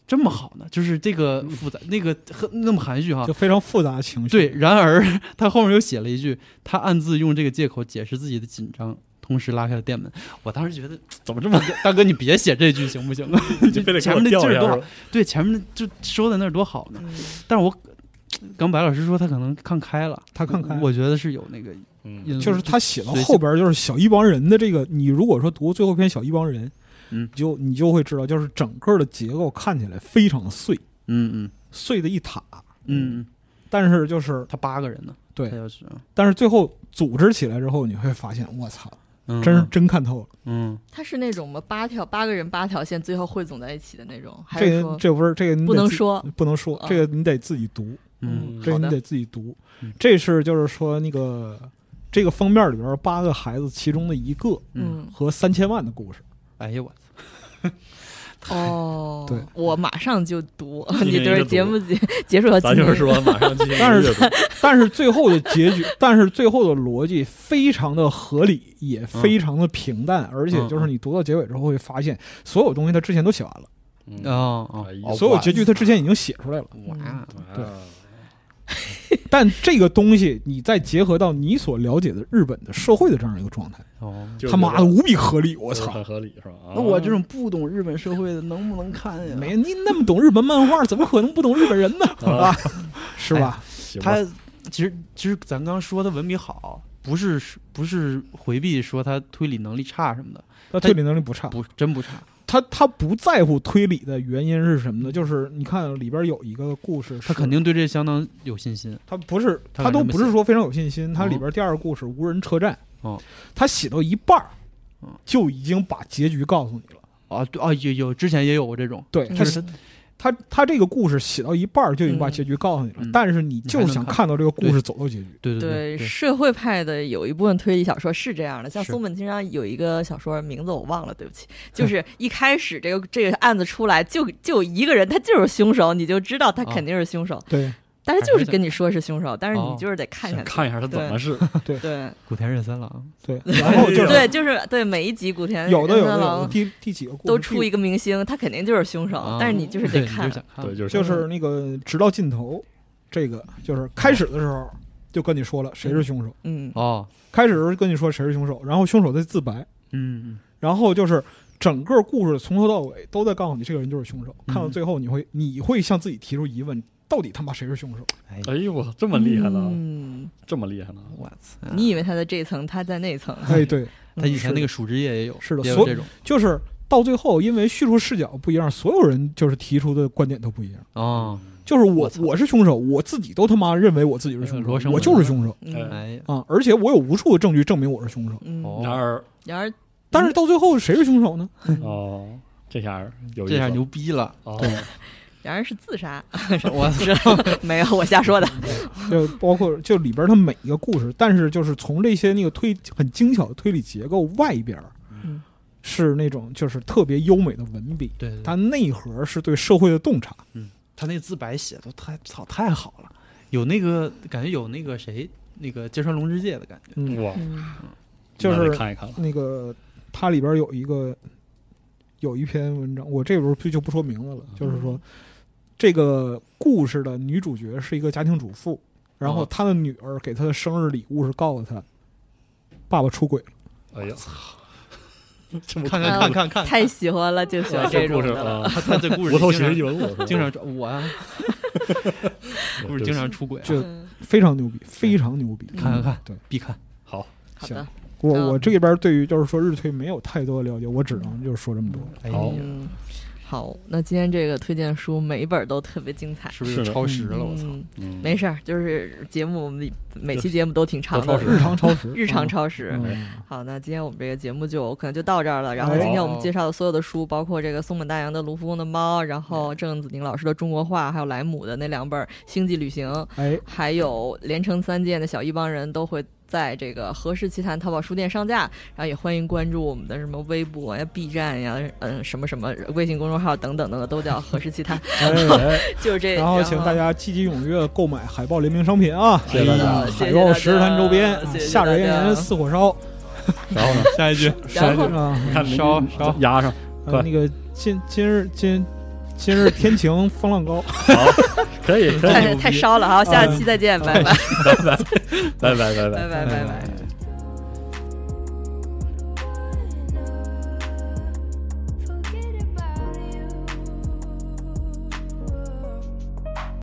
[SPEAKER 5] 这么好呢，就是这个复杂，那个很那么含蓄哈
[SPEAKER 3] 就，非常复杂 的情绪，
[SPEAKER 5] 对，，然而他后面又写了一句，他暗自用这个借口解释自己的紧张，同时拉开了店门。我当时觉得，
[SPEAKER 4] 怎么这么
[SPEAKER 5] 大哥你别写这句行不 行？
[SPEAKER 4] 就非得给
[SPEAKER 5] 前
[SPEAKER 4] 我
[SPEAKER 5] 面那劲
[SPEAKER 4] 调一下
[SPEAKER 5] 儿多
[SPEAKER 4] 是
[SPEAKER 5] 好
[SPEAKER 4] 吧，
[SPEAKER 5] 对，前面就收在那儿多好
[SPEAKER 2] 嗯
[SPEAKER 5] 呢。但是我刚白老师说他可能看开了，
[SPEAKER 3] 他看开
[SPEAKER 5] 我觉得是有那个因
[SPEAKER 4] 嗯
[SPEAKER 5] 素，
[SPEAKER 3] 就是他写到
[SPEAKER 5] 随性
[SPEAKER 3] 后边儿就是小一帮人的这个，你如果说读最后一篇小一帮人，
[SPEAKER 5] 嗯
[SPEAKER 3] 你就你就会知道，就是整个的结构看起来非常碎，
[SPEAKER 5] 嗯嗯
[SPEAKER 3] 碎的一塔，
[SPEAKER 5] 嗯，嗯，
[SPEAKER 3] 但是就是
[SPEAKER 5] 他八个人呢，
[SPEAKER 3] 对
[SPEAKER 5] 他要是，
[SPEAKER 3] 但是最后组织起来之后，你会发现，我操，
[SPEAKER 5] 嗯，
[SPEAKER 3] 真是真看透了。
[SPEAKER 5] 嗯，
[SPEAKER 2] 他是那种吗？八条八个人八条线，最后汇总在一起的那种，还是
[SPEAKER 3] 这
[SPEAKER 2] 说
[SPEAKER 3] 个这不是这个你得嗯
[SPEAKER 2] 不能
[SPEAKER 3] 自己
[SPEAKER 2] 说？
[SPEAKER 3] 不能说
[SPEAKER 2] 啊，
[SPEAKER 3] 这个你得自己读，
[SPEAKER 5] 嗯
[SPEAKER 4] 嗯
[SPEAKER 3] 这个
[SPEAKER 2] 好
[SPEAKER 3] 你
[SPEAKER 2] 的
[SPEAKER 3] 得自己读
[SPEAKER 5] 嗯。
[SPEAKER 3] 这是就是说那个这个封面里边儿八个孩子其中的一个
[SPEAKER 5] 嗯，
[SPEAKER 2] 嗯，
[SPEAKER 3] 和三千万的故事。
[SPEAKER 5] 哎呀我操，
[SPEAKER 2] 哦，
[SPEAKER 3] 对，
[SPEAKER 2] 我马上就读，
[SPEAKER 4] 一
[SPEAKER 2] 你
[SPEAKER 4] 年一
[SPEAKER 2] 这
[SPEAKER 4] 个
[SPEAKER 2] 节
[SPEAKER 4] 读
[SPEAKER 2] 目结结束了，
[SPEAKER 4] 咱就是，说马上进行
[SPEAKER 3] 但是
[SPEAKER 4] 音乐
[SPEAKER 3] 但是最后的结 局，但是最后的逻辑非常的合理，也非常的平
[SPEAKER 5] 嗯
[SPEAKER 3] 淡，而且就是你读到结尾之后会发现，所有东西他之前都写完了，
[SPEAKER 4] 嗯
[SPEAKER 5] 哦哦
[SPEAKER 4] 哎呀
[SPEAKER 5] 哦，
[SPEAKER 3] 所有结局他之前已经写出来了。
[SPEAKER 5] 哇，
[SPEAKER 4] 啊
[SPEAKER 3] 对但这个东西，你再结合到你所了解的日本的社会的这样一个状态，
[SPEAKER 5] 哦，
[SPEAKER 4] 就
[SPEAKER 3] 他妈的
[SPEAKER 4] 觉得
[SPEAKER 3] 无比合理，我
[SPEAKER 4] 就是
[SPEAKER 3] 操！
[SPEAKER 4] 很合理是吧？啊
[SPEAKER 5] 那我这种不懂日本社会的，能不能看呀？
[SPEAKER 3] 没你那么懂日本漫画，怎么可能不懂日本人 呢？
[SPEAKER 4] 啊
[SPEAKER 5] 嗯
[SPEAKER 3] 啊， 是吧？
[SPEAKER 5] 哎
[SPEAKER 4] 行吧
[SPEAKER 5] 他其实其实咱刚说他文笔好，不是不是回避说他推理能力差什么的，
[SPEAKER 3] 他推理能力不差，
[SPEAKER 5] 不真不差。
[SPEAKER 3] 他他不在乎推理的原因是什么呢？就是你看里边有一个故事，
[SPEAKER 5] 他肯定对这相当有信心。
[SPEAKER 3] 他不是，
[SPEAKER 5] 他
[SPEAKER 3] 他都
[SPEAKER 5] 敢这么
[SPEAKER 3] 不是
[SPEAKER 5] 写
[SPEAKER 3] 说非常有信心。他
[SPEAKER 5] 哦
[SPEAKER 3] 里边第二个故事无人车站，
[SPEAKER 5] 哦，
[SPEAKER 3] 他写到一半儿
[SPEAKER 5] 嗯，
[SPEAKER 3] 就已经把结局告诉你了。
[SPEAKER 5] 啊对啊，有有之前也有过这种，
[SPEAKER 3] 对，
[SPEAKER 5] 就
[SPEAKER 3] 他
[SPEAKER 5] 是他
[SPEAKER 3] 他他这个故事写到一半儿就已经把
[SPEAKER 2] 嗯
[SPEAKER 3] 结局告诉你了
[SPEAKER 5] 嗯，
[SPEAKER 3] 但是你
[SPEAKER 5] 你还
[SPEAKER 3] 就
[SPEAKER 5] 能
[SPEAKER 3] 想
[SPEAKER 5] 看
[SPEAKER 3] 看到这个故
[SPEAKER 5] 对
[SPEAKER 3] 事走到结局。
[SPEAKER 5] 对
[SPEAKER 2] 对
[SPEAKER 5] 对
[SPEAKER 2] 社会派的有一部分推理小说是这样的，像
[SPEAKER 5] 是
[SPEAKER 2] 松本清张有一个小说名字我忘了，对不起，就是一开始这个这个案子出来就就一个人，他就是凶手，你就知道他
[SPEAKER 5] 啊
[SPEAKER 2] 肯定是凶手，
[SPEAKER 3] 哦对，
[SPEAKER 2] 但是就是跟你说是凶手，但是你
[SPEAKER 5] 哦
[SPEAKER 2] 就是得看
[SPEAKER 4] 想
[SPEAKER 2] 下去，
[SPEAKER 4] 看一下他怎么是
[SPEAKER 2] 对
[SPEAKER 5] 古田任三郎，
[SPEAKER 3] 对，然后就是
[SPEAKER 2] 对，就是对每一集古田
[SPEAKER 3] 有的有
[SPEAKER 2] 任
[SPEAKER 3] 的
[SPEAKER 2] 三
[SPEAKER 3] 有的
[SPEAKER 2] 郎
[SPEAKER 3] 第第几个故事
[SPEAKER 2] 哎都出
[SPEAKER 3] 第
[SPEAKER 2] 一个明星，他肯定就是凶手，
[SPEAKER 5] 啊
[SPEAKER 2] 哦但是你 就是得
[SPEAKER 5] 对你
[SPEAKER 2] 看
[SPEAKER 5] 就，想看，
[SPEAKER 4] 啊对，就是
[SPEAKER 3] 就是那个直到尽头，这个就是开始的时候就跟你说了谁是凶手，
[SPEAKER 2] 嗯，
[SPEAKER 5] 哦，
[SPEAKER 3] 开始的时候跟你说谁是凶手，然后凶手在自白，
[SPEAKER 5] 嗯，
[SPEAKER 3] 然后就是整个故事从头到尾都在告诉你这个人就是凶手，
[SPEAKER 5] 嗯
[SPEAKER 3] 看到最后你会你会向自己提出疑问，到底他妈谁是凶手？
[SPEAKER 5] 哎，
[SPEAKER 4] 哎呦我这么厉害呢，
[SPEAKER 2] 嗯，
[SPEAKER 4] 这么厉害呢，
[SPEAKER 5] 我操，
[SPEAKER 2] 你以为他在这层，他在那层，
[SPEAKER 3] 哎，对，
[SPEAKER 5] 他以前那个数之夜也有，
[SPEAKER 3] 是的
[SPEAKER 5] 也有
[SPEAKER 3] 所
[SPEAKER 5] 这种
[SPEAKER 3] 就是到最后，因为叙述视角不一样，所有人就是提出的观点都不一样。
[SPEAKER 5] 哦，
[SPEAKER 3] 就是
[SPEAKER 5] 我
[SPEAKER 3] 我
[SPEAKER 5] 操
[SPEAKER 3] 我是凶手，我自己都他妈认为我自己是
[SPEAKER 5] 呃
[SPEAKER 3] 凶
[SPEAKER 5] 罗
[SPEAKER 3] 手，
[SPEAKER 5] 生
[SPEAKER 3] 我
[SPEAKER 5] 门
[SPEAKER 3] 就是凶手
[SPEAKER 2] 嗯
[SPEAKER 5] 哎呀，
[SPEAKER 3] 啊、而且我有无数的证据证明我是凶手。
[SPEAKER 2] 嗯
[SPEAKER 5] 哦，
[SPEAKER 4] 然而
[SPEAKER 2] 然而
[SPEAKER 3] 但是到最后谁是凶手呢？
[SPEAKER 4] 哦，这下儿有意
[SPEAKER 5] 这下
[SPEAKER 4] 思
[SPEAKER 3] 啊
[SPEAKER 5] 牛逼了，
[SPEAKER 4] 哦，
[SPEAKER 2] 然而是自杀，
[SPEAKER 5] 我 操，
[SPEAKER 2] 没有，我瞎说的。
[SPEAKER 3] 就包括就里边他每一个故事，但是就是从这些那个推很精巧的推理结构外边儿
[SPEAKER 2] 嗯，
[SPEAKER 3] 是那种就是特别优美的文笔，
[SPEAKER 5] 对对，
[SPEAKER 3] 它内核是对社会的洞察。
[SPEAKER 5] 他那自白写的太操太好了，有那个感觉有那个谁那个芥川龙之介的感觉。
[SPEAKER 3] 嗯，
[SPEAKER 4] 哇，
[SPEAKER 3] 就
[SPEAKER 4] 那得
[SPEAKER 3] 是
[SPEAKER 4] 看一看了，
[SPEAKER 3] 那个它里边有一个有一篇文章，我这时候就就不说名字了，就是说这个故事的女主角是一个家庭主妇，然后
[SPEAKER 5] 哦
[SPEAKER 3] 她的女儿给她的生日礼物是告诉她爸爸出轨了，
[SPEAKER 4] 哎呀，这么
[SPEAKER 5] 看看看看看，
[SPEAKER 2] 太喜欢了，就喜欢
[SPEAKER 4] 这
[SPEAKER 2] 种
[SPEAKER 4] 故事
[SPEAKER 2] 的了。
[SPEAKER 4] 啊，
[SPEAKER 5] 他他这故事
[SPEAKER 4] 无头
[SPEAKER 5] 经常
[SPEAKER 4] 学语文我是吧
[SPEAKER 5] 经常出我啊，故事经常出轨啊，嗯
[SPEAKER 3] 就
[SPEAKER 2] 嗯
[SPEAKER 3] 非常牛逼，非常牛逼。
[SPEAKER 5] 看看看，
[SPEAKER 3] 对，
[SPEAKER 5] 必看。
[SPEAKER 4] 好，
[SPEAKER 2] 好的
[SPEAKER 3] 行，我
[SPEAKER 2] 嗯
[SPEAKER 3] 我这边对于就是说日推没有太多的了解，我只能就是说这么多。
[SPEAKER 5] 哎
[SPEAKER 4] 好
[SPEAKER 5] 呀，
[SPEAKER 2] 嗯，好，那今天这个推荐书每一本都特别精彩。
[SPEAKER 5] 是不是
[SPEAKER 4] 是的
[SPEAKER 5] 超时了？我操！
[SPEAKER 2] 嗯，
[SPEAKER 4] 嗯，
[SPEAKER 2] 没事儿，就是节目我们每期节目都挺长
[SPEAKER 4] 都
[SPEAKER 2] 的
[SPEAKER 4] 超，时
[SPEAKER 3] 日常超时，
[SPEAKER 2] 日常超时。
[SPEAKER 3] 嗯
[SPEAKER 2] 好，那今天我们这个节目就可能就到这儿了。然后
[SPEAKER 3] 哎
[SPEAKER 2] 今天我们介绍的所有的书，包括这个松本大洋的《卢浮宫的猫》，然后郑子宁老师的《中国画》，还有莱姆的那两本《星际旅行》，
[SPEAKER 3] 哎，
[SPEAKER 2] 还有连城三剑的小一帮人都会在这个和氏奇谈淘宝书店上架，然后也欢迎关注我们的什么微博呀、B 站呀、嗯什么什么微信公众号等等等等，都叫和氏奇谈，
[SPEAKER 4] 嗯
[SPEAKER 3] 哎，
[SPEAKER 2] 就是这。
[SPEAKER 3] 然后请大家积极踊跃购买海报联名商品啊！
[SPEAKER 4] 谢谢大家
[SPEAKER 2] 呃
[SPEAKER 3] 哎呀海报十日谈周边，啊
[SPEAKER 2] 谢谢大家
[SPEAKER 3] 夏日炎炎似火烧，
[SPEAKER 4] 然后呢，
[SPEAKER 5] 下一句，
[SPEAKER 2] 然后
[SPEAKER 3] 啊，
[SPEAKER 4] 看那
[SPEAKER 5] 嗯烧
[SPEAKER 4] 个
[SPEAKER 5] 烧
[SPEAKER 4] 压上，
[SPEAKER 3] 呃
[SPEAKER 4] 快
[SPEAKER 3] 那个今今日今今日天晴风浪高，
[SPEAKER 4] 好，可以可 以，
[SPEAKER 2] 太太烧了哈，下期再见，拜拜，
[SPEAKER 4] 拜拜拜拜
[SPEAKER 2] 拜。拜拜拜。